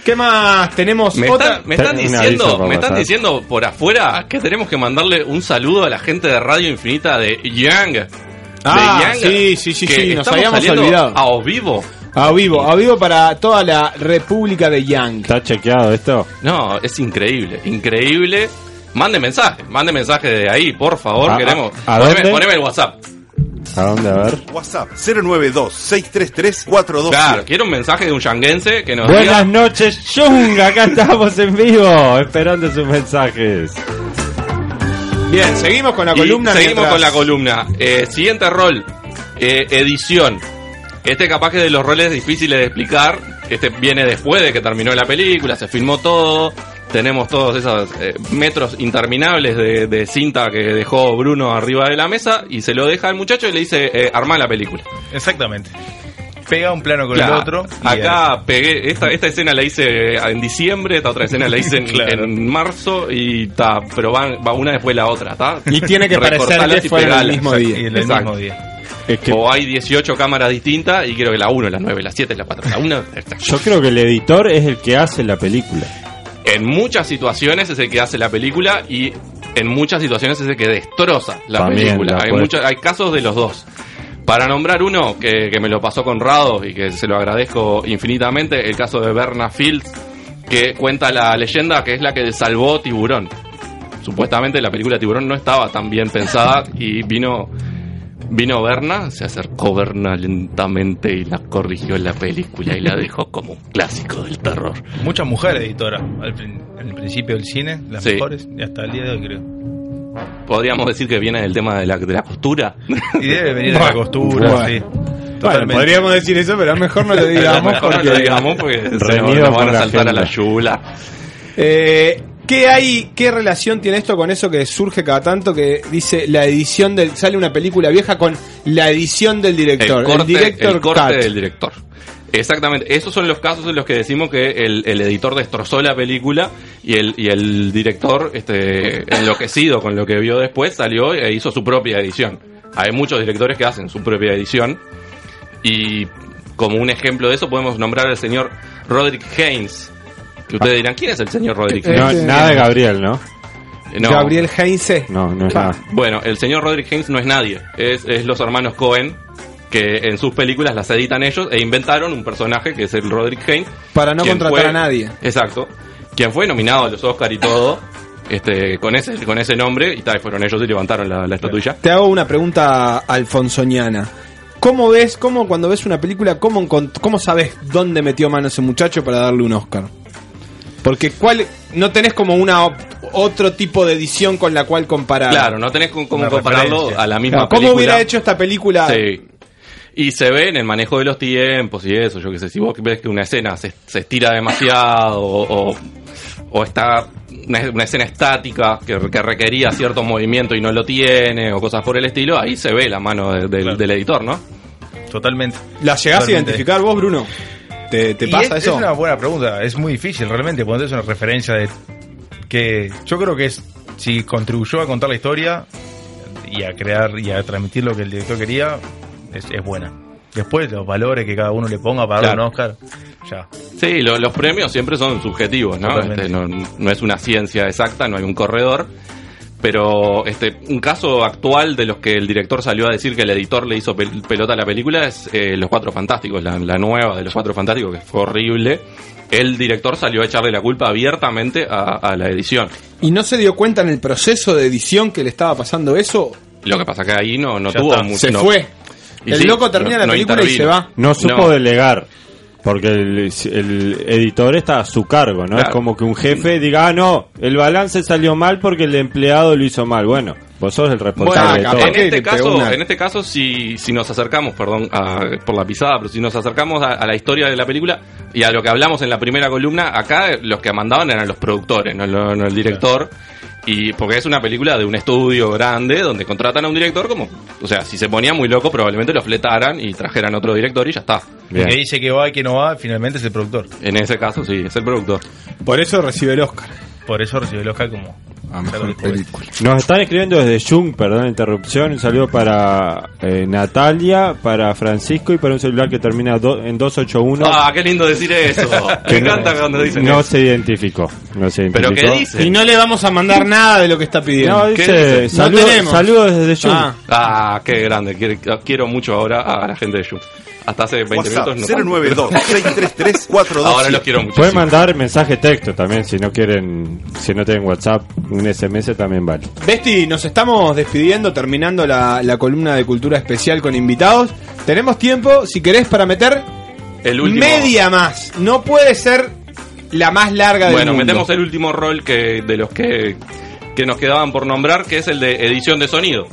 [SPEAKER 15] ¿Qué más? Tenemos
[SPEAKER 10] Me
[SPEAKER 15] otra.
[SPEAKER 10] están, me están diciendo, me están diciendo por afuera que tenemos que mandarle un saludo a la gente de Radio Infinita de Yang.
[SPEAKER 15] Ah,
[SPEAKER 10] de Yang,
[SPEAKER 15] sí, sí, sí,
[SPEAKER 10] que
[SPEAKER 15] sí, nos
[SPEAKER 10] estamos
[SPEAKER 15] habíamos
[SPEAKER 10] saliendo
[SPEAKER 15] olvidado.
[SPEAKER 10] A o vivo.
[SPEAKER 15] A vivo, a vivo para toda la República de Yang.
[SPEAKER 3] ¿Está chequeado esto?
[SPEAKER 10] No, es increíble, increíble. Mande mensaje, mande mensaje de ahí, por favor,
[SPEAKER 3] Ah,
[SPEAKER 10] queremos.
[SPEAKER 3] ¿a
[SPEAKER 10] poneme,
[SPEAKER 3] dónde?
[SPEAKER 10] poneme el WhatsApp.
[SPEAKER 3] ¿A dónde? A ver.
[SPEAKER 5] WhatsApp 092-633-427.
[SPEAKER 10] Claro, quiero un mensaje de un yanguense que nos diga.
[SPEAKER 3] Buenas noches, Jung, acá estamos en vivo, esperando sus mensajes.
[SPEAKER 15] Bien, seguimos con la
[SPEAKER 10] Y
[SPEAKER 15] columna.
[SPEAKER 10] Seguimos
[SPEAKER 15] mientras-
[SPEAKER 10] con la columna. Eh, siguiente rol, eh, edición. Este capaz que de los roles difíciles de explicar, este viene después de que terminó la película, se filmó todo, tenemos todos esos eh, metros interminables de, de cinta que dejó Bruno arriba de la mesa y se lo deja al muchacho y le dice, eh, armá la película.
[SPEAKER 19] Exactamente. Pega un plano con
[SPEAKER 10] Claro.
[SPEAKER 19] el otro. y
[SPEAKER 10] Acá pegué, esta, esta escena la hice en diciembre, esta otra escena la hice en,
[SPEAKER 19] Claro.
[SPEAKER 10] en marzo y ta, pero van, va una después la otra, ¿ta?
[SPEAKER 19] Y tiene que parecer
[SPEAKER 10] Recortalas
[SPEAKER 19] que
[SPEAKER 10] y
[SPEAKER 19] fueron el
[SPEAKER 10] pegalas.
[SPEAKER 19] mismo día. Y el
[SPEAKER 10] Exacto.
[SPEAKER 19] mismo día.
[SPEAKER 10] O hay 18 cámaras distintas y creo que la 1, la 9, la 7, la 4, la 1.
[SPEAKER 3] Yo creo que el editor es el que hace la película.
[SPEAKER 10] En muchas situaciones es el que hace la película y en muchas situaciones es el que destroza la
[SPEAKER 3] También,
[SPEAKER 10] película.
[SPEAKER 3] la
[SPEAKER 10] Hay,
[SPEAKER 3] puede-
[SPEAKER 10] muchos- hay casos de los dos. Para nombrar uno que, que me lo pasó Conrado y que se lo agradezco infinitamente, el caso de Berna Fields, que cuenta la leyenda que es la que salvó Tiburón. Supuestamente la película Tiburón no estaba tan bien pensada y vino Vino Berna, se acercó Berna lentamente y la corrigió la película y la dejó como un clásico del terror.
[SPEAKER 19] Muchas mujeres editoras al prin- en el principio del cine, las
[SPEAKER 10] Sí.
[SPEAKER 19] mejores, y hasta el día de hoy creo.
[SPEAKER 10] Podríamos decir que viene del tema de la, de la costura.
[SPEAKER 19] Y debe venir de la
[SPEAKER 10] Bueno,
[SPEAKER 19] costura,
[SPEAKER 10] bueno.
[SPEAKER 19] sí.
[SPEAKER 15] Bueno,
[SPEAKER 10] Totalmente.
[SPEAKER 15] podríamos decir eso, pero mejor no lo digamos.
[SPEAKER 10] Mejor no lo
[SPEAKER 15] porque-
[SPEAKER 10] digamos porque se nos-
[SPEAKER 3] Reñido
[SPEAKER 10] nos van
[SPEAKER 3] con
[SPEAKER 10] a
[SPEAKER 3] la
[SPEAKER 10] saltar a la
[SPEAKER 3] agenda.
[SPEAKER 10] yula.
[SPEAKER 15] Eh, ¿Qué hay, qué relación tiene esto con eso que surge cada tanto que dice la edición del sale una película vieja con la edición del
[SPEAKER 10] El
[SPEAKER 15] director, el,
[SPEAKER 10] corte,
[SPEAKER 15] director
[SPEAKER 10] el corte
[SPEAKER 15] cut.
[SPEAKER 10] del director. Exactamente, esos son los casos en los que decimos que el, el editor destrozó la película y el, y el director, este, enloquecido con lo que vio después, salió e hizo su propia edición. Hay muchos directores que hacen su propia edición y como un ejemplo de eso podemos nombrar al señor Roderick Haynes. Que ustedes dirán, ¿quién es el señor Roderick
[SPEAKER 3] No,
[SPEAKER 10] Haynes?
[SPEAKER 3] nada de Gabriel, ¿no?
[SPEAKER 10] Eh, no.
[SPEAKER 15] Gabriel Heinze.
[SPEAKER 3] No, no es nada.
[SPEAKER 10] Bueno, el señor Roderick Haynes no es nadie, es, es los hermanos Cohen que en sus películas las editan ellos e inventaron un personaje que es el Roderick Haynes.
[SPEAKER 15] Para no
[SPEAKER 10] quien
[SPEAKER 15] contratar
[SPEAKER 10] fue-
[SPEAKER 15] a nadie.
[SPEAKER 10] Exacto. Quien fue nominado a los Oscar y todo, este, con ese, con ese nombre, y tal, fueron ellos y levantaron la, la estatuilla.
[SPEAKER 15] Te hago una pregunta alfonsoniana. ¿Cómo ves, cómo cuando ves una película, cómo, encont- cómo sabes dónde metió mano ese muchacho para darle un Oscar? Porque cuál no tenés como una op- otro tipo de edición con la cual comparar.
[SPEAKER 10] Claro, no tenés con- cómo
[SPEAKER 15] Una
[SPEAKER 10] compararlo
[SPEAKER 15] referencia.
[SPEAKER 10] a la misma
[SPEAKER 15] Claro, ¿Cómo
[SPEAKER 10] película.
[SPEAKER 15] hubiera hecho esta película?
[SPEAKER 10] Sí. Y se ve en el manejo de los tiempos y eso. Yo que sé, si vos ves que una escena se, se estira demasiado o, o- o está una, una escena estática que, que requería cierto movimiento y no lo tiene o cosas por el estilo, ahí se ve la mano de- del- del editor, ¿no?
[SPEAKER 19] Totalmente.
[SPEAKER 15] ¿La llegás a
[SPEAKER 19] Totalmente.
[SPEAKER 15] identificar vos, Bruno? ¿Te, te
[SPEAKER 19] Y
[SPEAKER 15] pasa
[SPEAKER 19] es,
[SPEAKER 15] eso?
[SPEAKER 19] Es una buena pregunta, es muy difícil realmente, porque es una referencia de que yo creo que es si contribuyó a contar la historia y a crear y a transmitir lo que el director quería, es, es buena. Después los valores que cada uno le ponga para dar
[SPEAKER 10] Claro.
[SPEAKER 19] un Oscar, ya.
[SPEAKER 10] Sí, lo- los premios siempre son subjetivos, ¿no?
[SPEAKER 19] Totalmente.
[SPEAKER 10] Este, no, no es una ciencia exacta, no hay un corredor. Pero este, un caso actual de los que el director salió a decir que el editor le hizo pel- pelota a la película es eh, Los Cuatro Fantásticos, la, la nueva de Los Cuatro Fantásticos, que fue horrible. El director salió a echarle la culpa abiertamente a, a la edición.
[SPEAKER 15] ¿Y no se dio cuenta en el proceso de edición que le estaba pasando eso?
[SPEAKER 10] Lo que pasa que ahí no, no
[SPEAKER 15] Ya
[SPEAKER 10] tuvo
[SPEAKER 15] está,
[SPEAKER 10] mucho.
[SPEAKER 15] se
[SPEAKER 10] no-
[SPEAKER 15] fue.
[SPEAKER 10] Y
[SPEAKER 15] El loco termina la película y se va.
[SPEAKER 3] No supo
[SPEAKER 10] No.
[SPEAKER 3] delegar, porque el, el editor está a su cargo, ¿no?
[SPEAKER 10] Claro.
[SPEAKER 3] Es como que un jefe diga, ah, no, el balance salió mal porque el empleado lo hizo mal. Bueno, vos sos el responsable
[SPEAKER 10] Bueno,
[SPEAKER 3] de todo.
[SPEAKER 10] en este caso, en este caso si, si nos acercamos, perdón, a- por la pisada, pero si nos acercamos a, a la historia de la película y a lo que hablamos en la primera columna, acá los que mandaban eran los productores, no, no- no el director. Y porque es una película de un estudio grande donde contratan a un director como... O sea, si se ponía muy loco probablemente lo fletaran y trajeran otro director y ya está.
[SPEAKER 19] El que dice que va y que no va, finalmente es el productor.
[SPEAKER 10] En ese caso sí, es el productor.
[SPEAKER 4] Por eso recibe el Oscar.
[SPEAKER 19] Por eso recibe el Oscar como... Claro, después.
[SPEAKER 3] Nos están escribiendo desde Jung, perdón la interrupción. Un saludo para eh, Natalia, para Francisco y para un celular que termina do- en 281.
[SPEAKER 10] Ah, qué lindo decir eso. Me
[SPEAKER 3] que no-
[SPEAKER 10] encanta cuando dicen
[SPEAKER 3] No
[SPEAKER 10] eso.
[SPEAKER 3] se identificó. No se
[SPEAKER 10] ¿Pero
[SPEAKER 3] identificó.
[SPEAKER 10] qué dice?
[SPEAKER 4] Y no le vamos a mandar nada de lo que está pidiendo.
[SPEAKER 3] No, dice, saludo- saludo desde Zoom.
[SPEAKER 10] Ah, Ah, qué grande. Quiero, quiero mucho ahora a la gente de Zoom. Hasta hace 20
[SPEAKER 5] WhatsApp,
[SPEAKER 10] minutos.
[SPEAKER 5] 092 633
[SPEAKER 10] Ahora los quiero mucho.
[SPEAKER 3] Pueden mandar mensaje texto también si no quieren, si no tienen WhatsApp, un SMS también vale.
[SPEAKER 4] Besti, nos estamos despidiendo, terminando la, la columna de cultura especial con invitados. Tenemos tiempo, si querés, para meter
[SPEAKER 10] El último.
[SPEAKER 4] media más. No puede ser la más larga del
[SPEAKER 10] Bueno,
[SPEAKER 4] mundo.
[SPEAKER 10] metemos el último rol que de los que, que nos quedaban por nombrar, que es el de edición de sonido.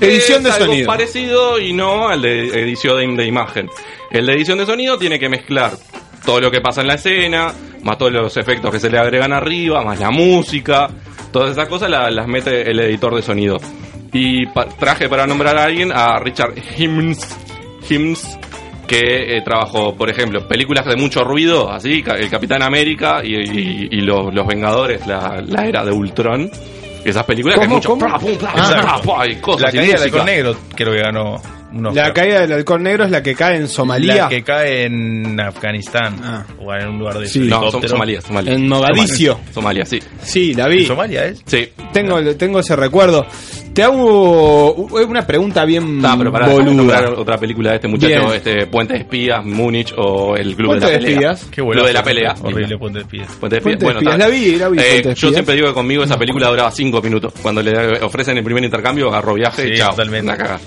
[SPEAKER 4] Edición
[SPEAKER 10] Es
[SPEAKER 4] de
[SPEAKER 10] algo
[SPEAKER 4] sonido.
[SPEAKER 10] parecido y no al de edición de, de imagen. El de edición de sonido tiene que mezclar todo lo que pasa en la escena, más todos los efectos que se le agregan arriba, más la música, todas esas cosas la- las mete el editor de sonido. Y pa- traje para nombrar a alguien a Richard Hims, Hims que eh, trabajó, por ejemplo, películas de mucho ruido, así, ca- el Capitán América y, y- y los, los Vengadores, la, la era de Ultron. Esas películas que
[SPEAKER 4] ¿Cómo,
[SPEAKER 10] mucho
[SPEAKER 4] cómo? Ah.
[SPEAKER 10] pra, pum, pra,
[SPEAKER 4] Exacto.
[SPEAKER 10] pra, pa, y cosas
[SPEAKER 19] La
[SPEAKER 10] y
[SPEAKER 19] caída del
[SPEAKER 10] música.
[SPEAKER 19] halcón negro creo que ganó unos.
[SPEAKER 4] La caída del halcón negro es la que cae en Somalia.
[SPEAKER 19] La que cae en Afganistán o en un lugar de
[SPEAKER 4] Ah. Sí.
[SPEAKER 19] esos
[SPEAKER 4] No,
[SPEAKER 19] helicópteros.
[SPEAKER 4] Somalia, Somalia. En Mogadiscio.
[SPEAKER 10] Somalia, Somalia, sí.
[SPEAKER 4] Sí, la vi.
[SPEAKER 19] ¿En Somalia es?
[SPEAKER 10] Sí.
[SPEAKER 4] Tengo, tengo ese recuerdo. Te hago u- una pregunta bien
[SPEAKER 10] Ah, pero para nombrar
[SPEAKER 4] boluda.
[SPEAKER 10] otra película de este muchacho,
[SPEAKER 4] Bien.
[SPEAKER 10] este Puente de Espías, Múnich o el Club
[SPEAKER 4] Puente
[SPEAKER 10] de la
[SPEAKER 4] de
[SPEAKER 10] Pelea.
[SPEAKER 4] Espías. Qué
[SPEAKER 10] Club de la
[SPEAKER 19] Horrible,
[SPEAKER 10] Pelea.
[SPEAKER 19] Horrible Puente de Espías.
[SPEAKER 10] Puente de
[SPEAKER 4] Puente
[SPEAKER 10] Espías.
[SPEAKER 4] de
[SPEAKER 10] Bueno,
[SPEAKER 4] Espías,
[SPEAKER 10] está.
[SPEAKER 4] la vi, la vi,
[SPEAKER 10] Eh,
[SPEAKER 4] Puente de
[SPEAKER 10] yo
[SPEAKER 4] Espías.
[SPEAKER 10] siempre digo que conmigo esa película duraba 5 minutos. Cuando le ofrecen el primer intercambio, agarro viaje y
[SPEAKER 19] Sí,
[SPEAKER 10] chao.
[SPEAKER 19] totalmente.
[SPEAKER 10] Una cagada.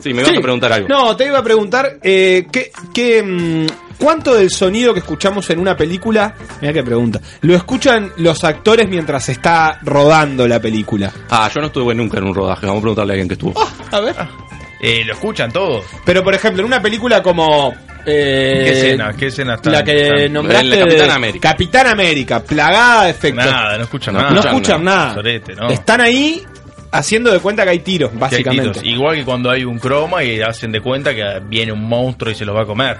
[SPEAKER 10] Sí, me ibas
[SPEAKER 4] Sí.
[SPEAKER 10] a preguntar algo.
[SPEAKER 4] No, te iba a preguntar eh, ¿qué, qué, mm, cuánto del sonido que escuchamos en una película, mira qué pregunta, lo escuchan los actores mientras se está rodando la película.
[SPEAKER 10] Ah, yo no estuve nunca en un rodaje. Vamos a preguntarle a alguien que estuvo.
[SPEAKER 4] Ah, A ver.
[SPEAKER 19] Ah. Eh, lo escuchan todos.
[SPEAKER 4] Pero por ejemplo, en una película como eh,
[SPEAKER 19] ¿Qué escena? ¿Qué escena están-
[SPEAKER 4] La que
[SPEAKER 19] están-
[SPEAKER 4] nombraste
[SPEAKER 19] En la Capitán
[SPEAKER 4] de-
[SPEAKER 19] América.
[SPEAKER 4] Capitán América, plagada de efectos.
[SPEAKER 19] Nada, no escuchan
[SPEAKER 4] No
[SPEAKER 19] nada.
[SPEAKER 4] escuchan nada.
[SPEAKER 19] Sorete, no.
[SPEAKER 4] Están ahí haciendo de cuenta que hay tiros,
[SPEAKER 19] Que hay
[SPEAKER 4] básicamente.
[SPEAKER 19] tiros. Igual que cuando hay un croma y hacen de cuenta que viene un monstruo y se los va a comer.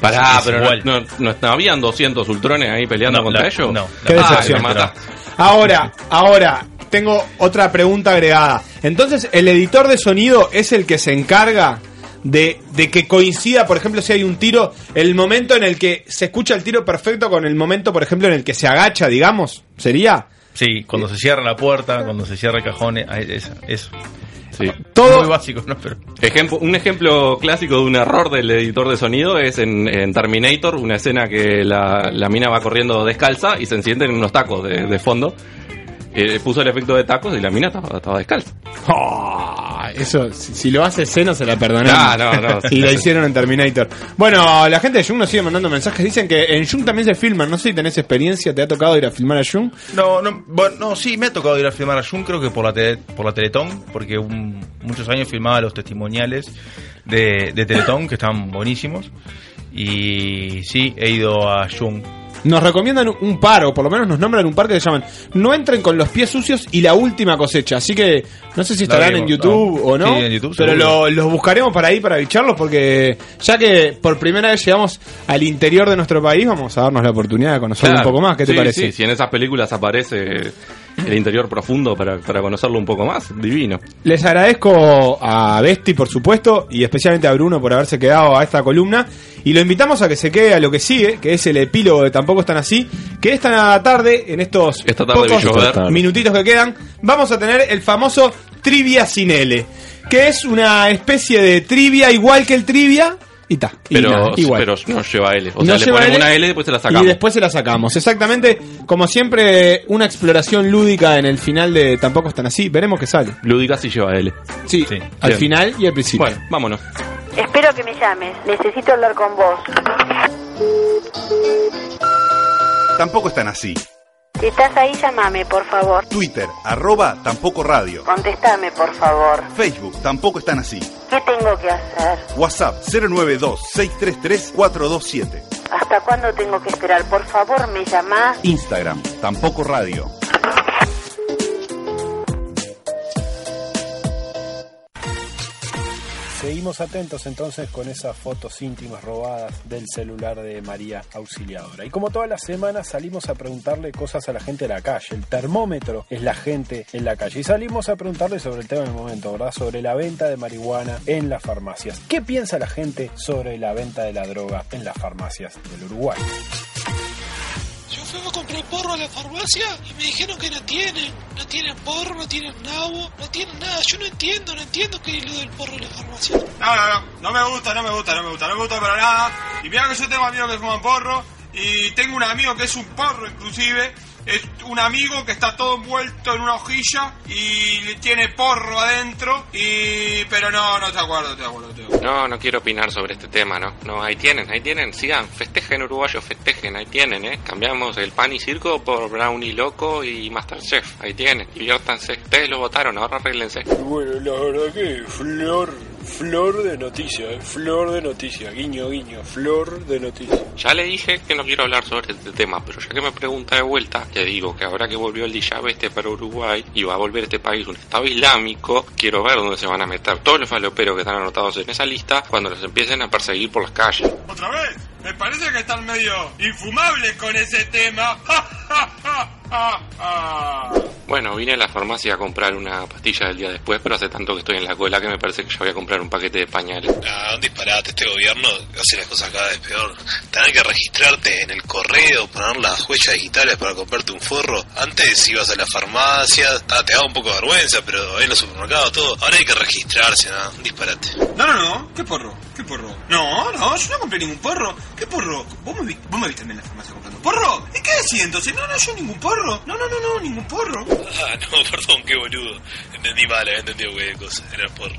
[SPEAKER 10] Pará,
[SPEAKER 19] Es
[SPEAKER 10] pero
[SPEAKER 19] igual.
[SPEAKER 10] no, no, no- habían 200 ultrones ahí peleando
[SPEAKER 19] No,
[SPEAKER 10] contra
[SPEAKER 19] la-
[SPEAKER 10] ellos.
[SPEAKER 19] no.
[SPEAKER 4] Qué
[SPEAKER 10] Ah,
[SPEAKER 4] decepción.
[SPEAKER 10] me mata.
[SPEAKER 4] Ahora, ahora, tengo otra pregunta agregada. Entonces, ¿el editor de sonido es el que se encarga de, de que coincida, por ejemplo, si hay un tiro, el momento en el que se escucha el tiro perfecto con el momento, por ejemplo, en el que se agacha, digamos? ¿Sería?
[SPEAKER 19] Sí, cuando se cierra la puerta, cuando se cierra el cajón, eh, esa- eso.
[SPEAKER 4] Todo
[SPEAKER 19] muy básico, ¿no? Pero
[SPEAKER 10] Ejemplo- un ejemplo clásico de un error del editor de sonido es en, en Terminator, una escena que la, la mina va corriendo descalza y se encienden unos tacos de, de fondo. Eh, puso el efecto de tacos y la mina estaba, estaba descalza.
[SPEAKER 4] Oh, Ah, Eso, si, si lo hace Seno se la
[SPEAKER 10] Ah,
[SPEAKER 4] perdonamos.
[SPEAKER 10] no, no.
[SPEAKER 4] y la hicieron en Terminator. Bueno, la gente de Jung nos sigue mandando mensajes. Dicen que en Jung también se filman. No sé si tenés experiencia, ¿te ha tocado ir a filmar a Jung?
[SPEAKER 19] No, no, bueno, no, sí, me ha tocado ir a filmar a Jun, creo que por la, tele- por la Teletón, porque un- muchos años filmaba los testimoniales de, de Teletón, que estaban buenísimos. Y sí, he ido a Jun.
[SPEAKER 4] Nos recomiendan un par, o por lo menos nos nombran un par que se llaman No entren con los pies sucios y la última cosecha. Así que no sé si
[SPEAKER 19] La
[SPEAKER 4] estarán en
[SPEAKER 19] vimos,
[SPEAKER 4] YouTube
[SPEAKER 19] no.
[SPEAKER 4] o no.
[SPEAKER 19] Sí, en YouTube,
[SPEAKER 4] pero
[SPEAKER 19] seguro.
[SPEAKER 4] lo- los buscaremos para ahí para bicharlos porque ya que por primera vez llegamos al interior de nuestro país, vamos a darnos la oportunidad de conocerlo
[SPEAKER 10] Claro.
[SPEAKER 4] un poco más. ¿Qué te
[SPEAKER 10] Sí,
[SPEAKER 4] parece?
[SPEAKER 10] sí, si en esas películas aparece el interior profundo para, para conocerlo un poco más, divino.
[SPEAKER 4] Les agradezco a Besti, por supuesto, y especialmente a Bruno por haberse quedado a esta columna. Y lo invitamos a que se quede a lo que sigue, que es el epílogo de Tampoco Están Así, que esta tarde, en estos
[SPEAKER 10] Esta tarde
[SPEAKER 4] pocos
[SPEAKER 10] de llover.
[SPEAKER 4] minutitos que quedan, vamos a tener el famoso Trivia sin L, que es una especie de trivia igual que el trivia, y ta, y
[SPEAKER 10] Pero,
[SPEAKER 4] nada, igual.
[SPEAKER 10] pero no lleva L. O
[SPEAKER 4] No
[SPEAKER 10] sea, le
[SPEAKER 4] lleva L,
[SPEAKER 10] ponemos una L y después se la sacamos.
[SPEAKER 4] Y después se la sacamos. Exactamente, como siempre, una exploración lúdica en el final de Tampoco Están Así. Veremos qué sale.
[SPEAKER 10] Lúdica sí lleva L.
[SPEAKER 4] Sí, al final y al principio.
[SPEAKER 10] Bueno, vámonos.
[SPEAKER 24] Espero que me llames. Necesito hablar con vos.
[SPEAKER 5] Tampoco están así.
[SPEAKER 24] Si estás ahí, llámame, por favor.
[SPEAKER 5] Twitter, arroba tampoco radio.
[SPEAKER 24] Contestame, por favor.
[SPEAKER 5] Facebook, tampoco están así.
[SPEAKER 24] ¿Qué tengo que hacer?
[SPEAKER 5] WhatsApp 092-633-427.
[SPEAKER 24] ¿Hasta cuándo tengo que esperar? Por favor, me llamás.
[SPEAKER 5] Instagram, tampoco radio.
[SPEAKER 13] Seguimos atentos entonces con esas fotos íntimas robadas del celular de María Auxiliadora. Y como todas las semanas salimos a preguntarle cosas a la gente de la calle. El termómetro es la gente en la calle. Y salimos a preguntarle sobre el tema del momento, ¿verdad? Sobre la venta de marihuana en las farmacias. ¿Qué piensa la gente sobre la venta de la droga en las farmacias del Uruguay?
[SPEAKER 12] Yo fui a comprar porro a la farmacia y me dijeron que no tienen. No tienen porro, no tienen nabo, no tienen nada. Yo no entiendo, no entiendo qué es lo del porro en la farmacia.
[SPEAKER 4] No, no, no, no me gusta, no me gusta, no me gusta, no me gusta para nada. Y mira que yo tengo amigos que fuman porro y tengo un amigo que es un porro inclusive. Es un amigo que está todo envuelto en una hojilla y le tiene porro adentro y... Pero no, no te acuerdo, te acuerdo, te acuerdo.
[SPEAKER 10] No, no quiero opinar sobre este tema, ¿no? No, ahí tienen, ahí tienen, sigan, festejen uruguayos, festejen, ahí tienen, ¿eh? Cambiamos el pan y circo por brownie loco y masterchef, ahí tienen, diviértanse. Ustedes lo votaron, ahora arreglense.
[SPEAKER 30] Bueno, la verdad que flor, flor de noticia, eh, flor de noticia, guiño, guiño, flor de noticia.
[SPEAKER 10] Ya le dije que no quiero hablar sobre este tema, pero ya que me pregunta de vuelta, te digo que ahora que volvió el Dijab este para Uruguay y va a volver este país un Estado Islámico, quiero ver dónde se van a meter todos los faloperos que están anotados en esa lista cuando los empiecen a perseguir por las calles.
[SPEAKER 4] ¿Otra vez? Me parece que están medio infumables con ese tema.
[SPEAKER 10] Bueno, vine a la farmacia a comprar una pastilla del día después, pero hace tanto que estoy en la cola que me parece que ya voy a comprar un paquete de pañales.
[SPEAKER 12] Ah, un disparate, este gobierno hace las cosas cada vez peor. Tenés que registrarte en el correo, poner las huellas digitales para comprarte un forro. Antes ibas a la farmacia, ah, te daba un poco de vergüenza, pero en los supermercados todo. Ahora hay que registrarse, nada, un disparate.
[SPEAKER 4] No, no, no, qué porro, qué porro. No, no, yo no compré ningún porro. ¿Qué porro? ¿Vos me, vi- vos me viste en la farmacia comprando porro? ¿Y qué decís entonces? No, no, yo ningún porro. No, no, no, no, ningún porro.
[SPEAKER 12] Ah, no, perdón, qué boludo. Entendí mal, había entendido qué cosa, era por...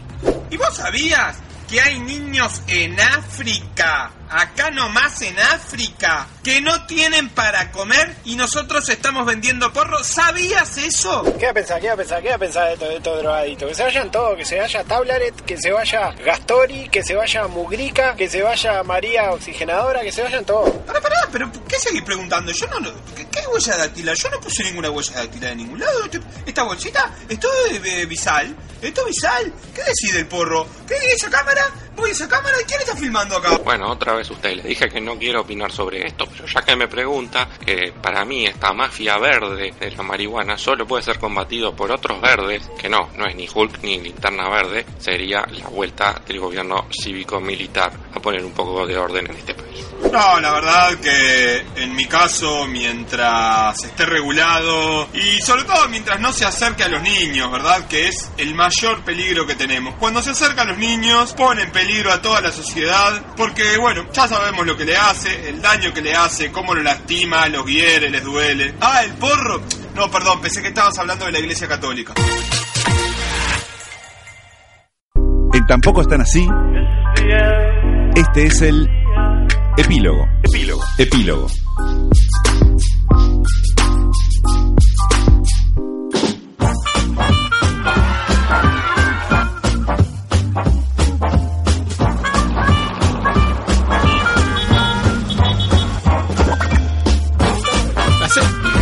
[SPEAKER 4] ¿Y vos sabías que hay niños en África, acá nomás en África, que no tienen para comer y nosotros estamos vendiendo porro? ¿Sabías eso?
[SPEAKER 13] ¿Qué va a pensar? ¿Qué va a pensar? ¿Qué va a pensar de todo esto drogadito? Que se vayan todos, que se vaya Tablaret, que se vaya Gastori, que se vaya Mugrica, que se vaya María Oxigenadora, que se vayan todos.
[SPEAKER 4] Pará, pará, pero ¿por ¿qué seguís preguntando? Yo no lo... ¿Qué, qué huella dactilar? Yo no puse ninguna huella dactilar de ningún lado. Este- esta bolsita, esto es eh, bisal. Esto es bisal. ¿Qué decide el porro? ¿Qué dice esa cámara? Voy a esa cámara y ¿quién está filmando acá?
[SPEAKER 10] Bueno, otra vez usted, le dije que no quiero opinar sobre esto, pero ya que me pregunta, eh, para mí esta mafia verde de la marihuana solo puede ser combatido por otros verdes, que no, no es ni Hulk ni Linterna Verde, sería la vuelta del gobierno cívico-militar a poner un poco de orden en este país.
[SPEAKER 4] No, la verdad que en mi caso, mientras esté regulado y sobre todo mientras no se acerque a los niños, ¿verdad? Que es el mayor peligro que tenemos. Cuando se acerca a los niños, pone en peligro a toda la sociedad, porque bueno, ya sabemos lo que le hace, el daño que le hace, cómo lo lastima, los hiere, les duele. Ah, el porro. No, perdón, pensé que estabas hablando de la Iglesia Católica.
[SPEAKER 5] En Tampoco están así. Este es el epílogo. Epílogo. Epílogo.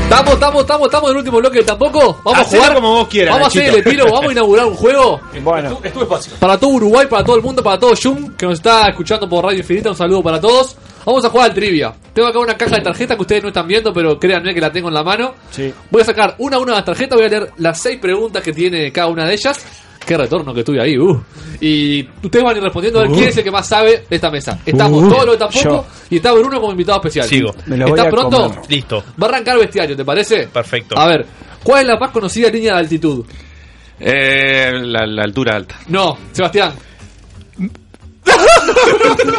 [SPEAKER 11] Estamos, estamos, estamos, estamos en el último bloque tampoco. Vamos
[SPEAKER 31] Hacelo
[SPEAKER 11] a jugar
[SPEAKER 31] como vos quieras,
[SPEAKER 11] Vamos a hacer el
[SPEAKER 31] Nachito.
[SPEAKER 11] estilo, vamos a inaugurar un juego.
[SPEAKER 31] Bueno.
[SPEAKER 11] Es tu espacio. Para todo Uruguay, para todo el mundo, para todo Zoom que nos está escuchando por Radio Infinita, un saludo para todos. Vamos a jugar al trivia. Tengo acá una caja de tarjetas que ustedes no están viendo, pero créanme que la tengo en la mano.
[SPEAKER 13] Sí.
[SPEAKER 11] Voy a sacar una a una las tarjetas, voy a leer las seis preguntas que tiene cada una de ellas. Qué retorno que tuve ahí, uh. Y ustedes van a ir respondiendo a ver
[SPEAKER 13] Uh.
[SPEAKER 11] quién es el que más sabe de esta mesa. Estamos
[SPEAKER 13] Uh.
[SPEAKER 11] todos los de tampoco
[SPEAKER 13] Yo.
[SPEAKER 11] y está Bruno como invitado especial.
[SPEAKER 19] Sigo.
[SPEAKER 11] Me lo voy ¿Está a pronto? comer.
[SPEAKER 19] Listo.
[SPEAKER 11] Va a arrancar bestiario, ¿te parece?
[SPEAKER 19] Perfecto.
[SPEAKER 11] A ver, ¿cuál es la más conocida línea de altitud?
[SPEAKER 10] Eh, la, la altura alta.
[SPEAKER 11] No, Sebastián.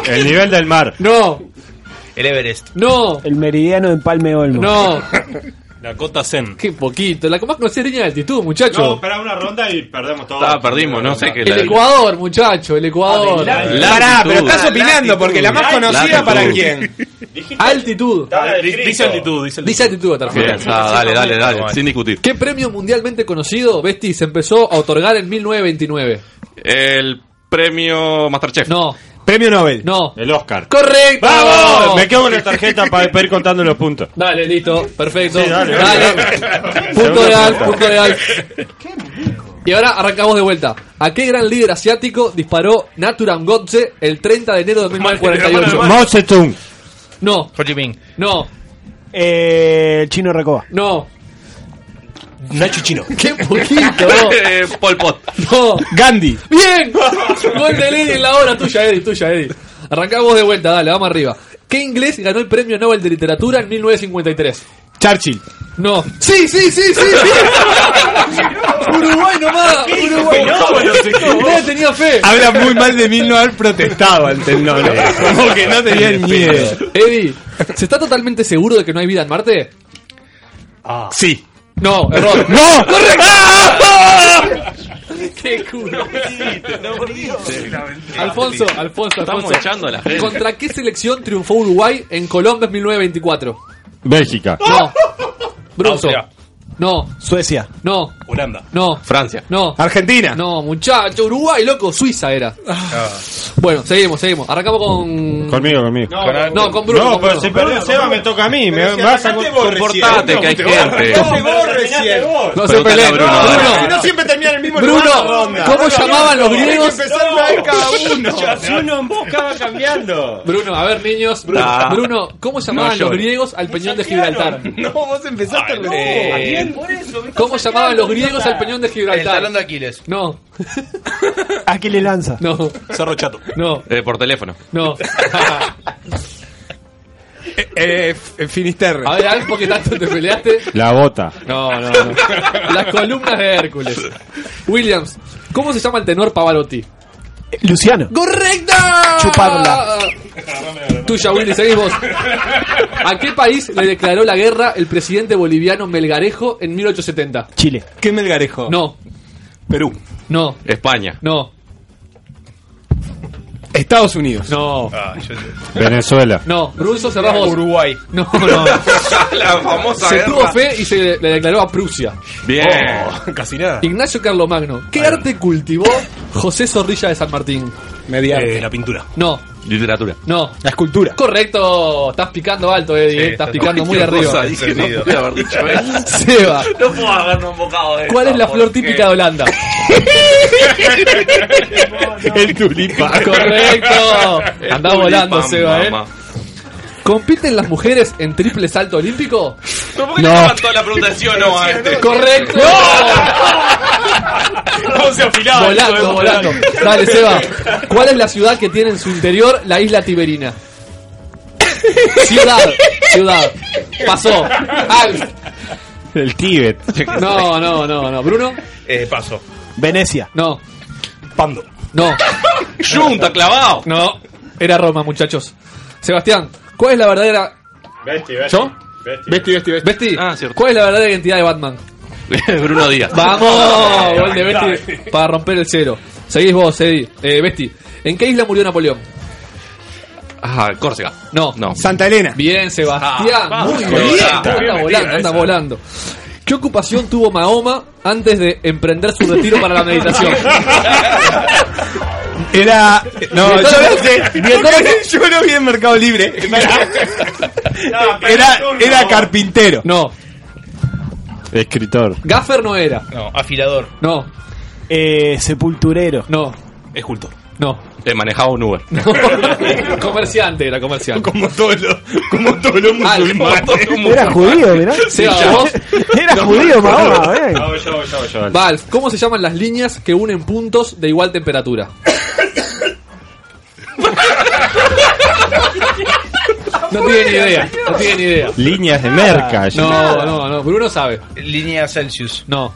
[SPEAKER 3] El nivel del mar.
[SPEAKER 11] No.
[SPEAKER 19] El Everest.
[SPEAKER 11] No.
[SPEAKER 13] El meridiano en Palme Olmo.
[SPEAKER 11] No.
[SPEAKER 10] La cota Zen.
[SPEAKER 11] Qué poquito. La que más conocida línea de altitud, muchacho.
[SPEAKER 32] No, esperá una ronda y perdemos todo.
[SPEAKER 10] Ah, perdimos, no sé qué.
[SPEAKER 11] el Ecuador, muchacho, el Ecuador.
[SPEAKER 32] Ah, de
[SPEAKER 31] la- Pará, pero estás
[SPEAKER 11] La-
[SPEAKER 31] opinando, porque la más conocida, ¿para quién?
[SPEAKER 11] Altitud.
[SPEAKER 32] Dice altitud, dice altitud.
[SPEAKER 11] Dice altitud, otra
[SPEAKER 10] Bien,
[SPEAKER 11] vez.
[SPEAKER 10] está, Ah, dale, dale, dale, sin discutir.
[SPEAKER 11] ¿Qué premio mundialmente conocido, Besti, se empezó a otorgar en 1929?
[SPEAKER 10] El premio Masterchef.
[SPEAKER 11] No.
[SPEAKER 3] Premio Nobel.
[SPEAKER 11] No.
[SPEAKER 3] El Oscar.
[SPEAKER 11] ¡Correcto!
[SPEAKER 3] ¡Vamos! Me quedo con la tarjeta para, para ir contando los puntos.
[SPEAKER 11] Dale, listo, perfecto.
[SPEAKER 3] Sí, dale,
[SPEAKER 11] Dale. Punto
[SPEAKER 3] Segunda
[SPEAKER 11] real,
[SPEAKER 3] pregunta.
[SPEAKER 11] punto real. Y ahora arrancamos de vuelta. ¿A qué gran líder asiático disparó Naturam Godse el 30 de enero de 1948?
[SPEAKER 3] Mao Zedong.
[SPEAKER 11] No. No.
[SPEAKER 13] Eh, el chino Recoba.
[SPEAKER 11] No.
[SPEAKER 13] Nacho Chino.
[SPEAKER 11] ¡Qué poquito!
[SPEAKER 10] Eh, Pol Pot.
[SPEAKER 11] No.
[SPEAKER 13] Gandhi.
[SPEAKER 11] ¡Bien! Gol de Lady en la hora. Tuya, Eddie. Tuya, Eddie. Arrancamos de vuelta. Dale, vamos arriba. ¿Qué inglés ganó el premio Nobel de Literatura en 1953?
[SPEAKER 15] Churchill.
[SPEAKER 11] No. Sí, sí, sí, sí. sí. Uruguay nomás. Uruguay. Ustedes tenían fe.
[SPEAKER 15] Habla muy mal de mí no haber protestado ante el Nobel. Como que no tenían miedo.
[SPEAKER 11] Eddie, ¿se está totalmente seguro de que no hay vida en Marte?
[SPEAKER 10] Ah.
[SPEAKER 15] Sí.
[SPEAKER 11] No, error.
[SPEAKER 15] ¡No! ¡Ah!
[SPEAKER 11] ¡Qué culo! Alfonso, Alfonso,
[SPEAKER 10] Estamos
[SPEAKER 11] Alfonso.
[SPEAKER 10] echando a la gente.
[SPEAKER 11] ¿Contra qué selección triunfó Uruguay en Colombia 1924?
[SPEAKER 3] Bélgica.
[SPEAKER 10] ¡Ah!
[SPEAKER 11] No. Bruso. No.
[SPEAKER 13] Suecia.
[SPEAKER 11] No.
[SPEAKER 10] Holanda.
[SPEAKER 11] No.
[SPEAKER 10] Francia.
[SPEAKER 11] No.
[SPEAKER 15] Argentina.
[SPEAKER 11] No, muchacho. Uruguay, loco. Suiza era.
[SPEAKER 10] Ah.
[SPEAKER 11] Bueno, seguimos, seguimos. Arrancamos con...
[SPEAKER 3] Conmigo, conmigo.
[SPEAKER 11] No, no, con Bruno.
[SPEAKER 15] No,
[SPEAKER 11] con
[SPEAKER 15] pero
[SPEAKER 11] Bruno.
[SPEAKER 15] si perdió Seba me toca a mí. Me vas a
[SPEAKER 10] Comportate, que hay gente.
[SPEAKER 11] No se
[SPEAKER 10] Preguntale
[SPEAKER 11] peleen.
[SPEAKER 10] a Bruno,
[SPEAKER 11] Bruno.
[SPEAKER 10] dale.
[SPEAKER 15] No siempre termina en el mismo
[SPEAKER 11] Bruno,
[SPEAKER 15] lugar. la ronda.
[SPEAKER 11] ¿cómo
[SPEAKER 15] Bruno,
[SPEAKER 11] llamaban los
[SPEAKER 15] tiene que
[SPEAKER 11] griegos?
[SPEAKER 15] empezar una vez cada uno.
[SPEAKER 25] Si uno en boca va cambiando.
[SPEAKER 11] Bruno, a ver, niños. Bruno,
[SPEAKER 10] Ah.
[SPEAKER 11] Bruno, ¿cómo llamaban los
[SPEAKER 10] llores.
[SPEAKER 11] griegos al peñón de Gibraltar?
[SPEAKER 15] No, vos empezaste
[SPEAKER 25] No,
[SPEAKER 10] Eh,
[SPEAKER 25] bien, por eso. me estás sacando,
[SPEAKER 11] ¿Cómo llamaban los
[SPEAKER 25] idiota.
[SPEAKER 11] griegos al peñón de
[SPEAKER 19] El talón
[SPEAKER 11] Gibraltar?
[SPEAKER 19] de Aquiles.
[SPEAKER 11] No,
[SPEAKER 13] ¿A qué le lanza?
[SPEAKER 11] no,
[SPEAKER 25] Cerro Chato.
[SPEAKER 11] no,
[SPEAKER 10] Eh, por teléfono.
[SPEAKER 11] no.
[SPEAKER 15] Eh, eh, F- Finisterre.
[SPEAKER 11] A ver, Alf, porque tanto te peleaste.
[SPEAKER 3] La bota.
[SPEAKER 11] No, no, no. Las columnas de Hércules. Williams, ¿cómo se llama el tenor Pavarotti?
[SPEAKER 13] Luciano.
[SPEAKER 11] ¡Correcta!
[SPEAKER 13] Chupadla.
[SPEAKER 11] Tuya, Willy, seguís vos. ¿A qué país le declaró la guerra el presidente boliviano Melgarejo en 1870?
[SPEAKER 13] Chile.
[SPEAKER 15] ¿Qué Melgarejo?
[SPEAKER 11] No,
[SPEAKER 25] Perú.
[SPEAKER 11] no,
[SPEAKER 10] España.
[SPEAKER 11] no,
[SPEAKER 15] Estados Unidos.
[SPEAKER 11] no,
[SPEAKER 19] Ah, yo sé.
[SPEAKER 3] Venezuela.
[SPEAKER 11] no. Russo, cerrás vos.
[SPEAKER 15] Uruguay.
[SPEAKER 11] No, no.
[SPEAKER 10] La famosa
[SPEAKER 11] Se tuvo
[SPEAKER 10] guerra.
[SPEAKER 11] fe y se le declaró a Prusia. Oh.
[SPEAKER 10] Bien.
[SPEAKER 25] Casi nada.
[SPEAKER 11] Ignacio Carlomagno, ¿qué arte cultivó José Zorrilla de San Martín?
[SPEAKER 15] Mediano.
[SPEAKER 25] Eh, la pintura.
[SPEAKER 11] No,
[SPEAKER 10] Literatura.
[SPEAKER 11] no.
[SPEAKER 15] La escultura.
[SPEAKER 11] Correcto, estás picando alto, Eddie. eh, estás picando muy arriba.
[SPEAKER 10] Dije, no pude haber dicho eso.
[SPEAKER 11] Seba,
[SPEAKER 25] No puedo haberme embocado de
[SPEAKER 11] ¿cuál es la flor típica de Holanda?
[SPEAKER 3] El tulipán.
[SPEAKER 11] Correcto,
[SPEAKER 10] El
[SPEAKER 11] andá
[SPEAKER 10] tulipán,
[SPEAKER 11] volando, Seba, eh.
[SPEAKER 10] mamá.
[SPEAKER 11] ¿Compiten las mujeres en triple salto olímpico?
[SPEAKER 10] ¿Pero por qué
[SPEAKER 3] No.
[SPEAKER 10] te levantó la pregunta de sí o no a este?
[SPEAKER 11] Correcto.
[SPEAKER 25] Once afilados.
[SPEAKER 11] Volando,
[SPEAKER 10] eh?
[SPEAKER 11] volando. Dale, Seba. ¿Cuál es la ciudad que tiene en su interior la isla Tiberina? Ciudad, ciudad. Pasó. Alf.
[SPEAKER 3] El Tíbet.
[SPEAKER 11] No, no, no, no. Bruno,
[SPEAKER 19] Eh, paso.
[SPEAKER 13] Venecia.
[SPEAKER 11] no,
[SPEAKER 25] Pando.
[SPEAKER 11] no,
[SPEAKER 10] Junta, clavado.
[SPEAKER 11] no. Era Roma, muchachos. Sebastián, ¿cuál es la verdadera.
[SPEAKER 25] Vesti, vesti.
[SPEAKER 11] ¿Yo?
[SPEAKER 15] Vesti, vesti, vesti.
[SPEAKER 11] Vesti,
[SPEAKER 10] Ah, cierto.
[SPEAKER 11] ¿cuál es la verdadera identidad de Batman?
[SPEAKER 10] Bruno Díaz.
[SPEAKER 11] ¡Vamos! Gol de Vesti para romper el cero. Seguís vos, Eddie. Eh, Vesti, ¿en qué isla murió Napoleón?
[SPEAKER 10] Ah, Córcega.
[SPEAKER 11] No.
[SPEAKER 10] No.
[SPEAKER 15] Santa Elena.
[SPEAKER 11] Bien, Sebastián.
[SPEAKER 10] Ah,
[SPEAKER 11] Muy
[SPEAKER 10] vamos,
[SPEAKER 11] bien.
[SPEAKER 10] Sebastián.
[SPEAKER 11] Anda
[SPEAKER 10] Bien
[SPEAKER 11] volando, anda volando. ¿Qué ocupación tuvo Mahoma antes de emprender su retiro para la meditación?
[SPEAKER 15] Era. No, yo
[SPEAKER 11] Entonces-
[SPEAKER 15] no sé.
[SPEAKER 11] y entonces-
[SPEAKER 15] Yo no vi en Mercado Libre. Era, era carpintero.
[SPEAKER 11] No,
[SPEAKER 3] Escritor.
[SPEAKER 11] Gaffer no era.
[SPEAKER 19] No, afilador.
[SPEAKER 11] No,
[SPEAKER 13] Eh, sepulturero.
[SPEAKER 11] no,
[SPEAKER 25] Escultor.
[SPEAKER 11] no.
[SPEAKER 10] Te manejaba un Uber.
[SPEAKER 11] comerciante era, comerciante.
[SPEAKER 19] Como todos los, como todos los
[SPEAKER 11] Al-
[SPEAKER 13] Era judío, ¿verdad?
[SPEAKER 11] Seba, vos.
[SPEAKER 13] Era judío, Mahoma, eh.
[SPEAKER 25] Ah, yo, yo, yo, yo.
[SPEAKER 11] Valf, ¿cómo se llaman las líneas que unen puntos de igual temperatura? No tiene ni idea, no tiene ni idea.
[SPEAKER 3] Líneas de merca.
[SPEAKER 11] No, no, no, Bruno sabe.
[SPEAKER 19] Línea Celsius.
[SPEAKER 11] No,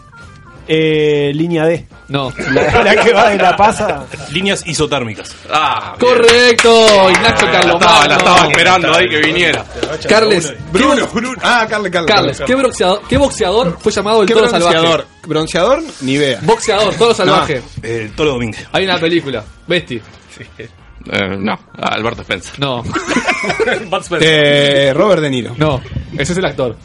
[SPEAKER 13] Eh, línea D.
[SPEAKER 11] no.
[SPEAKER 13] La, la que va de la pasa.
[SPEAKER 25] Líneas isotérmicas.
[SPEAKER 10] Ah, bien.
[SPEAKER 11] Correcto, Ignacio
[SPEAKER 10] La Ah, estaba, la estaba
[SPEAKER 11] Carlos.
[SPEAKER 10] esperando ahí que viniera.
[SPEAKER 11] Carles,
[SPEAKER 15] Bruno, Bruno. Ah, Carle, Carle.
[SPEAKER 11] Carles, ¿qué boxeador, ¿qué boxeador fue llamado el
[SPEAKER 15] ¿Qué
[SPEAKER 11] toro salvaje?
[SPEAKER 15] bronceador? ¿Bronceador? Ni vea.
[SPEAKER 11] Boxeador, toro salvaje.
[SPEAKER 25] Eh, Toro Domínguez.
[SPEAKER 11] Hay una película, Besti.
[SPEAKER 10] Eh, no, Ah, Alberto Spencer.
[SPEAKER 11] No,
[SPEAKER 15] Eh, Robert De Niro.
[SPEAKER 11] no, ese es el actor.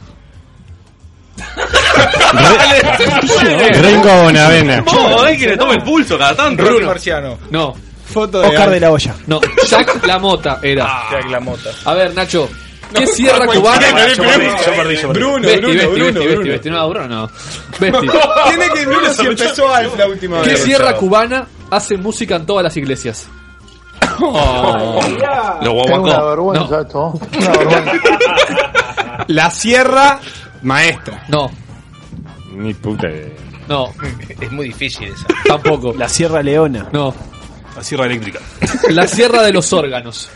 [SPEAKER 3] Rengo Bonavena.
[SPEAKER 10] Vos, hay eh, que le tome el pulso cada tanto.
[SPEAKER 19] Rocky Marciano.
[SPEAKER 11] No,
[SPEAKER 15] Foto de.
[SPEAKER 13] Oscar de la olla.
[SPEAKER 11] no, Ah. Jack Lamota era.
[SPEAKER 19] Jack Lamota.
[SPEAKER 11] A ver, Nacho, ¿Qué cierra cubana?
[SPEAKER 10] Yo perdí, yo perdí, yo perdí.
[SPEAKER 11] Bruno,
[SPEAKER 10] Vesti,
[SPEAKER 11] Bruno,
[SPEAKER 10] Vesti,
[SPEAKER 11] Bruno,
[SPEAKER 10] Vesti,
[SPEAKER 11] Bruno.
[SPEAKER 10] Vesti, Vesti.
[SPEAKER 11] No, Bruno no. Vesti.
[SPEAKER 4] Tiene que Bruno si empezó Alf la última
[SPEAKER 11] ¿Qué
[SPEAKER 4] vez.
[SPEAKER 11] sierra cubana hace música en todas las iglesias?
[SPEAKER 19] Oh.
[SPEAKER 10] Los
[SPEAKER 2] Una vergüenza esto. Una vergüenza.
[SPEAKER 4] La sierra maestra.
[SPEAKER 11] No.
[SPEAKER 3] Ni puta
[SPEAKER 11] No.
[SPEAKER 19] Es muy difícil esa.
[SPEAKER 11] Tampoco.
[SPEAKER 13] La Sierra Leona.
[SPEAKER 11] No.
[SPEAKER 19] La sierra eléctrica.
[SPEAKER 11] La sierra de los órganos.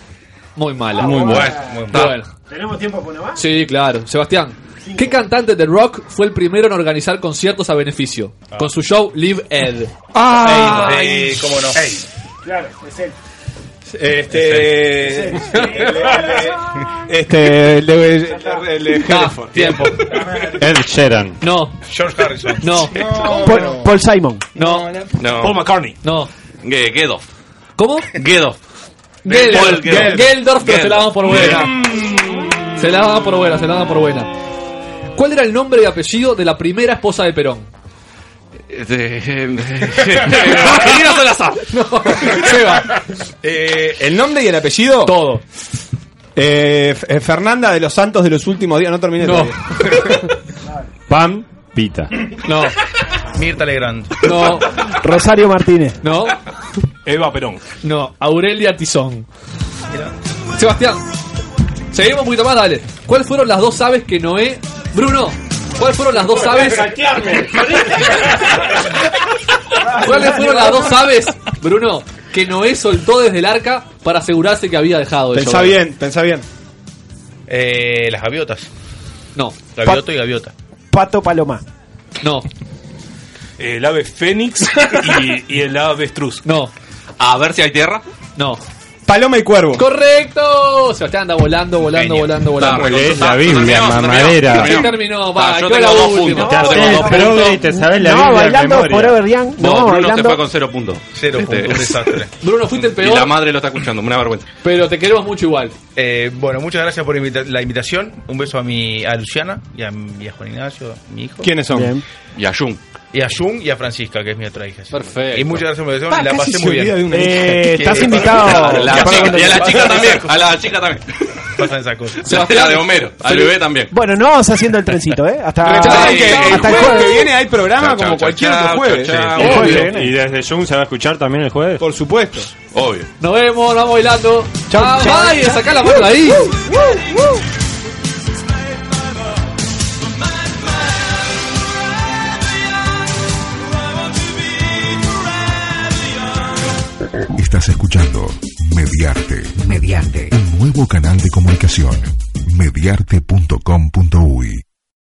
[SPEAKER 11] Muy mala.
[SPEAKER 19] Muy mala.
[SPEAKER 11] Muy
[SPEAKER 19] Bueno.
[SPEAKER 11] bueno.
[SPEAKER 33] ¿Tenemos tiempo para una más?
[SPEAKER 11] Sí, claro. Sebastián, ¿qué cantante de rock fue el primero en organizar conciertos a beneficio?
[SPEAKER 19] Ah.
[SPEAKER 11] Con su show Live Ed.
[SPEAKER 4] Ah,
[SPEAKER 19] Eh, ¿Cómo no?
[SPEAKER 33] Claro, es él.
[SPEAKER 4] Este. Este. El de. El de Hereford.
[SPEAKER 11] Ah, Tiempo.
[SPEAKER 3] Ed Sheeran.
[SPEAKER 11] No.
[SPEAKER 19] George Harrison.
[SPEAKER 11] No.
[SPEAKER 13] Paul, Paul Simon.
[SPEAKER 11] No.
[SPEAKER 10] No.
[SPEAKER 19] Paul
[SPEAKER 10] McCartney.
[SPEAKER 11] No.
[SPEAKER 10] Gedoff.
[SPEAKER 11] ¿Cómo?
[SPEAKER 10] Gedoff.
[SPEAKER 11] Geldorf,
[SPEAKER 10] Paul Geldorf.
[SPEAKER 11] Geldorf, pero se la damos por buena.
[SPEAKER 10] Mm.
[SPEAKER 11] Se la damos por buena, se la damos por buena. ¿Cuál era el nombre y apellido de la primera esposa de Perón?
[SPEAKER 10] Este, eh, Evangelina Salazar.
[SPEAKER 4] Seba. Eh, ¿El nombre y el apellido? Eh,
[SPEAKER 11] Todo.
[SPEAKER 4] Fernanda de los Santos de los últimos días. No terminé.
[SPEAKER 3] No.
[SPEAKER 4] todavía.
[SPEAKER 3] Pam, pita.
[SPEAKER 11] No.
[SPEAKER 19] Mirta Legrand.
[SPEAKER 11] No.
[SPEAKER 13] Rosario Martínez.
[SPEAKER 11] No.
[SPEAKER 10] Eva Perón.
[SPEAKER 11] No, Aurelia Tizón. Sebastián, seguimos un poquito más, dale. ¿Cuáles fueron las dos aves que Noé. Bruno, ¿cuáles fueron las dos aves? ¿Cuáles fueron las dos aves, Bruno, que Noé soltó desde el arca para asegurarse que había dejado el
[SPEAKER 4] Pensá
[SPEAKER 11] llover?
[SPEAKER 4] bien, pensá bien.
[SPEAKER 19] Eh, las gaviotas.
[SPEAKER 11] No.
[SPEAKER 19] Gavioto y gaviota.
[SPEAKER 13] Pato Paloma.
[SPEAKER 11] No.
[SPEAKER 10] El ave fénix y, y el avestruz.
[SPEAKER 11] No.
[SPEAKER 10] A ver si hay tierra.
[SPEAKER 11] No.
[SPEAKER 4] Paloma y cuervo.
[SPEAKER 11] ¡Correcto! Sebastián anda volando, volando, volando, volando.
[SPEAKER 3] Lees
[SPEAKER 4] eh.
[SPEAKER 3] la Biblia, mamadera.
[SPEAKER 11] Se terminó, va,
[SPEAKER 10] Ah, yo
[SPEAKER 11] quedó
[SPEAKER 10] tengo
[SPEAKER 11] la
[SPEAKER 10] dos
[SPEAKER 11] última.
[SPEAKER 10] puntos.
[SPEAKER 3] Estás
[SPEAKER 10] Yo tengo
[SPEAKER 3] en
[SPEAKER 10] dos
[SPEAKER 3] progre
[SPEAKER 10] puntos.
[SPEAKER 3] y te sabes la
[SPEAKER 10] No,
[SPEAKER 3] Biblia de
[SPEAKER 10] bailando
[SPEAKER 3] memoria.
[SPEAKER 13] Forever Young.
[SPEAKER 10] Vos,
[SPEAKER 13] No,
[SPEAKER 10] Bruno se
[SPEAKER 13] bailando.
[SPEAKER 10] fue con cero puntos. Este,
[SPEAKER 19] Cero puntos, un desastre.
[SPEAKER 11] Bruno, fuiste el
[SPEAKER 10] Y
[SPEAKER 11] peor.
[SPEAKER 10] la madre lo está escuchando, una vergüenza.
[SPEAKER 11] Pero te queremos mucho igual.
[SPEAKER 19] Eh, bueno, muchas gracias por invita- la invitación. Un beso a mi a Luciana y a, y a Juan Ignacio, mi hijo.
[SPEAKER 4] ¿Quiénes son? Bien.
[SPEAKER 10] Y a Jung.
[SPEAKER 19] Y a Jung y a Francisca, que es mi otra hija.
[SPEAKER 11] Perfecto.
[SPEAKER 19] Y muchas gracias por la
[SPEAKER 4] Pa,
[SPEAKER 19] invitación. la
[SPEAKER 4] casi
[SPEAKER 19] pasé
[SPEAKER 4] se
[SPEAKER 19] muy bien.
[SPEAKER 4] olvida de una hija.
[SPEAKER 13] Eh, estás
[SPEAKER 19] Que-
[SPEAKER 13] invitado.
[SPEAKER 10] La
[SPEAKER 19] Pasan
[SPEAKER 10] chica-
[SPEAKER 19] esas
[SPEAKER 10] y a la chica
[SPEAKER 19] cosas.
[SPEAKER 10] también. A la chica también.
[SPEAKER 19] Pasan esas cosas.
[SPEAKER 10] La de Homero. Al bebé también.
[SPEAKER 13] Bueno, no vamos haciendo el trencito, ¿eh? Hasta,
[SPEAKER 4] Rechazan que el
[SPEAKER 13] hasta el
[SPEAKER 4] jueves
[SPEAKER 13] jueves.
[SPEAKER 4] que viene hay programa
[SPEAKER 10] Chao, chao,
[SPEAKER 4] como
[SPEAKER 10] chao,
[SPEAKER 4] cualquier otro
[SPEAKER 10] chao,
[SPEAKER 4] jueves.
[SPEAKER 10] chao, chao.
[SPEAKER 4] El jueves que
[SPEAKER 3] Obvio.
[SPEAKER 4] viene.
[SPEAKER 3] ¿Y desde Zoom se va a escuchar también el jueves?
[SPEAKER 4] Por supuesto.
[SPEAKER 10] Obvio.
[SPEAKER 11] Nos vemos, vamos bailando. Chao,
[SPEAKER 17] chao,
[SPEAKER 11] bye,
[SPEAKER 17] chao.
[SPEAKER 11] sacá la mano de ahí.
[SPEAKER 5] Estás escuchando Mediarte. Mediarte. Un nuevo canal de comunicación. Mediarte.com.uy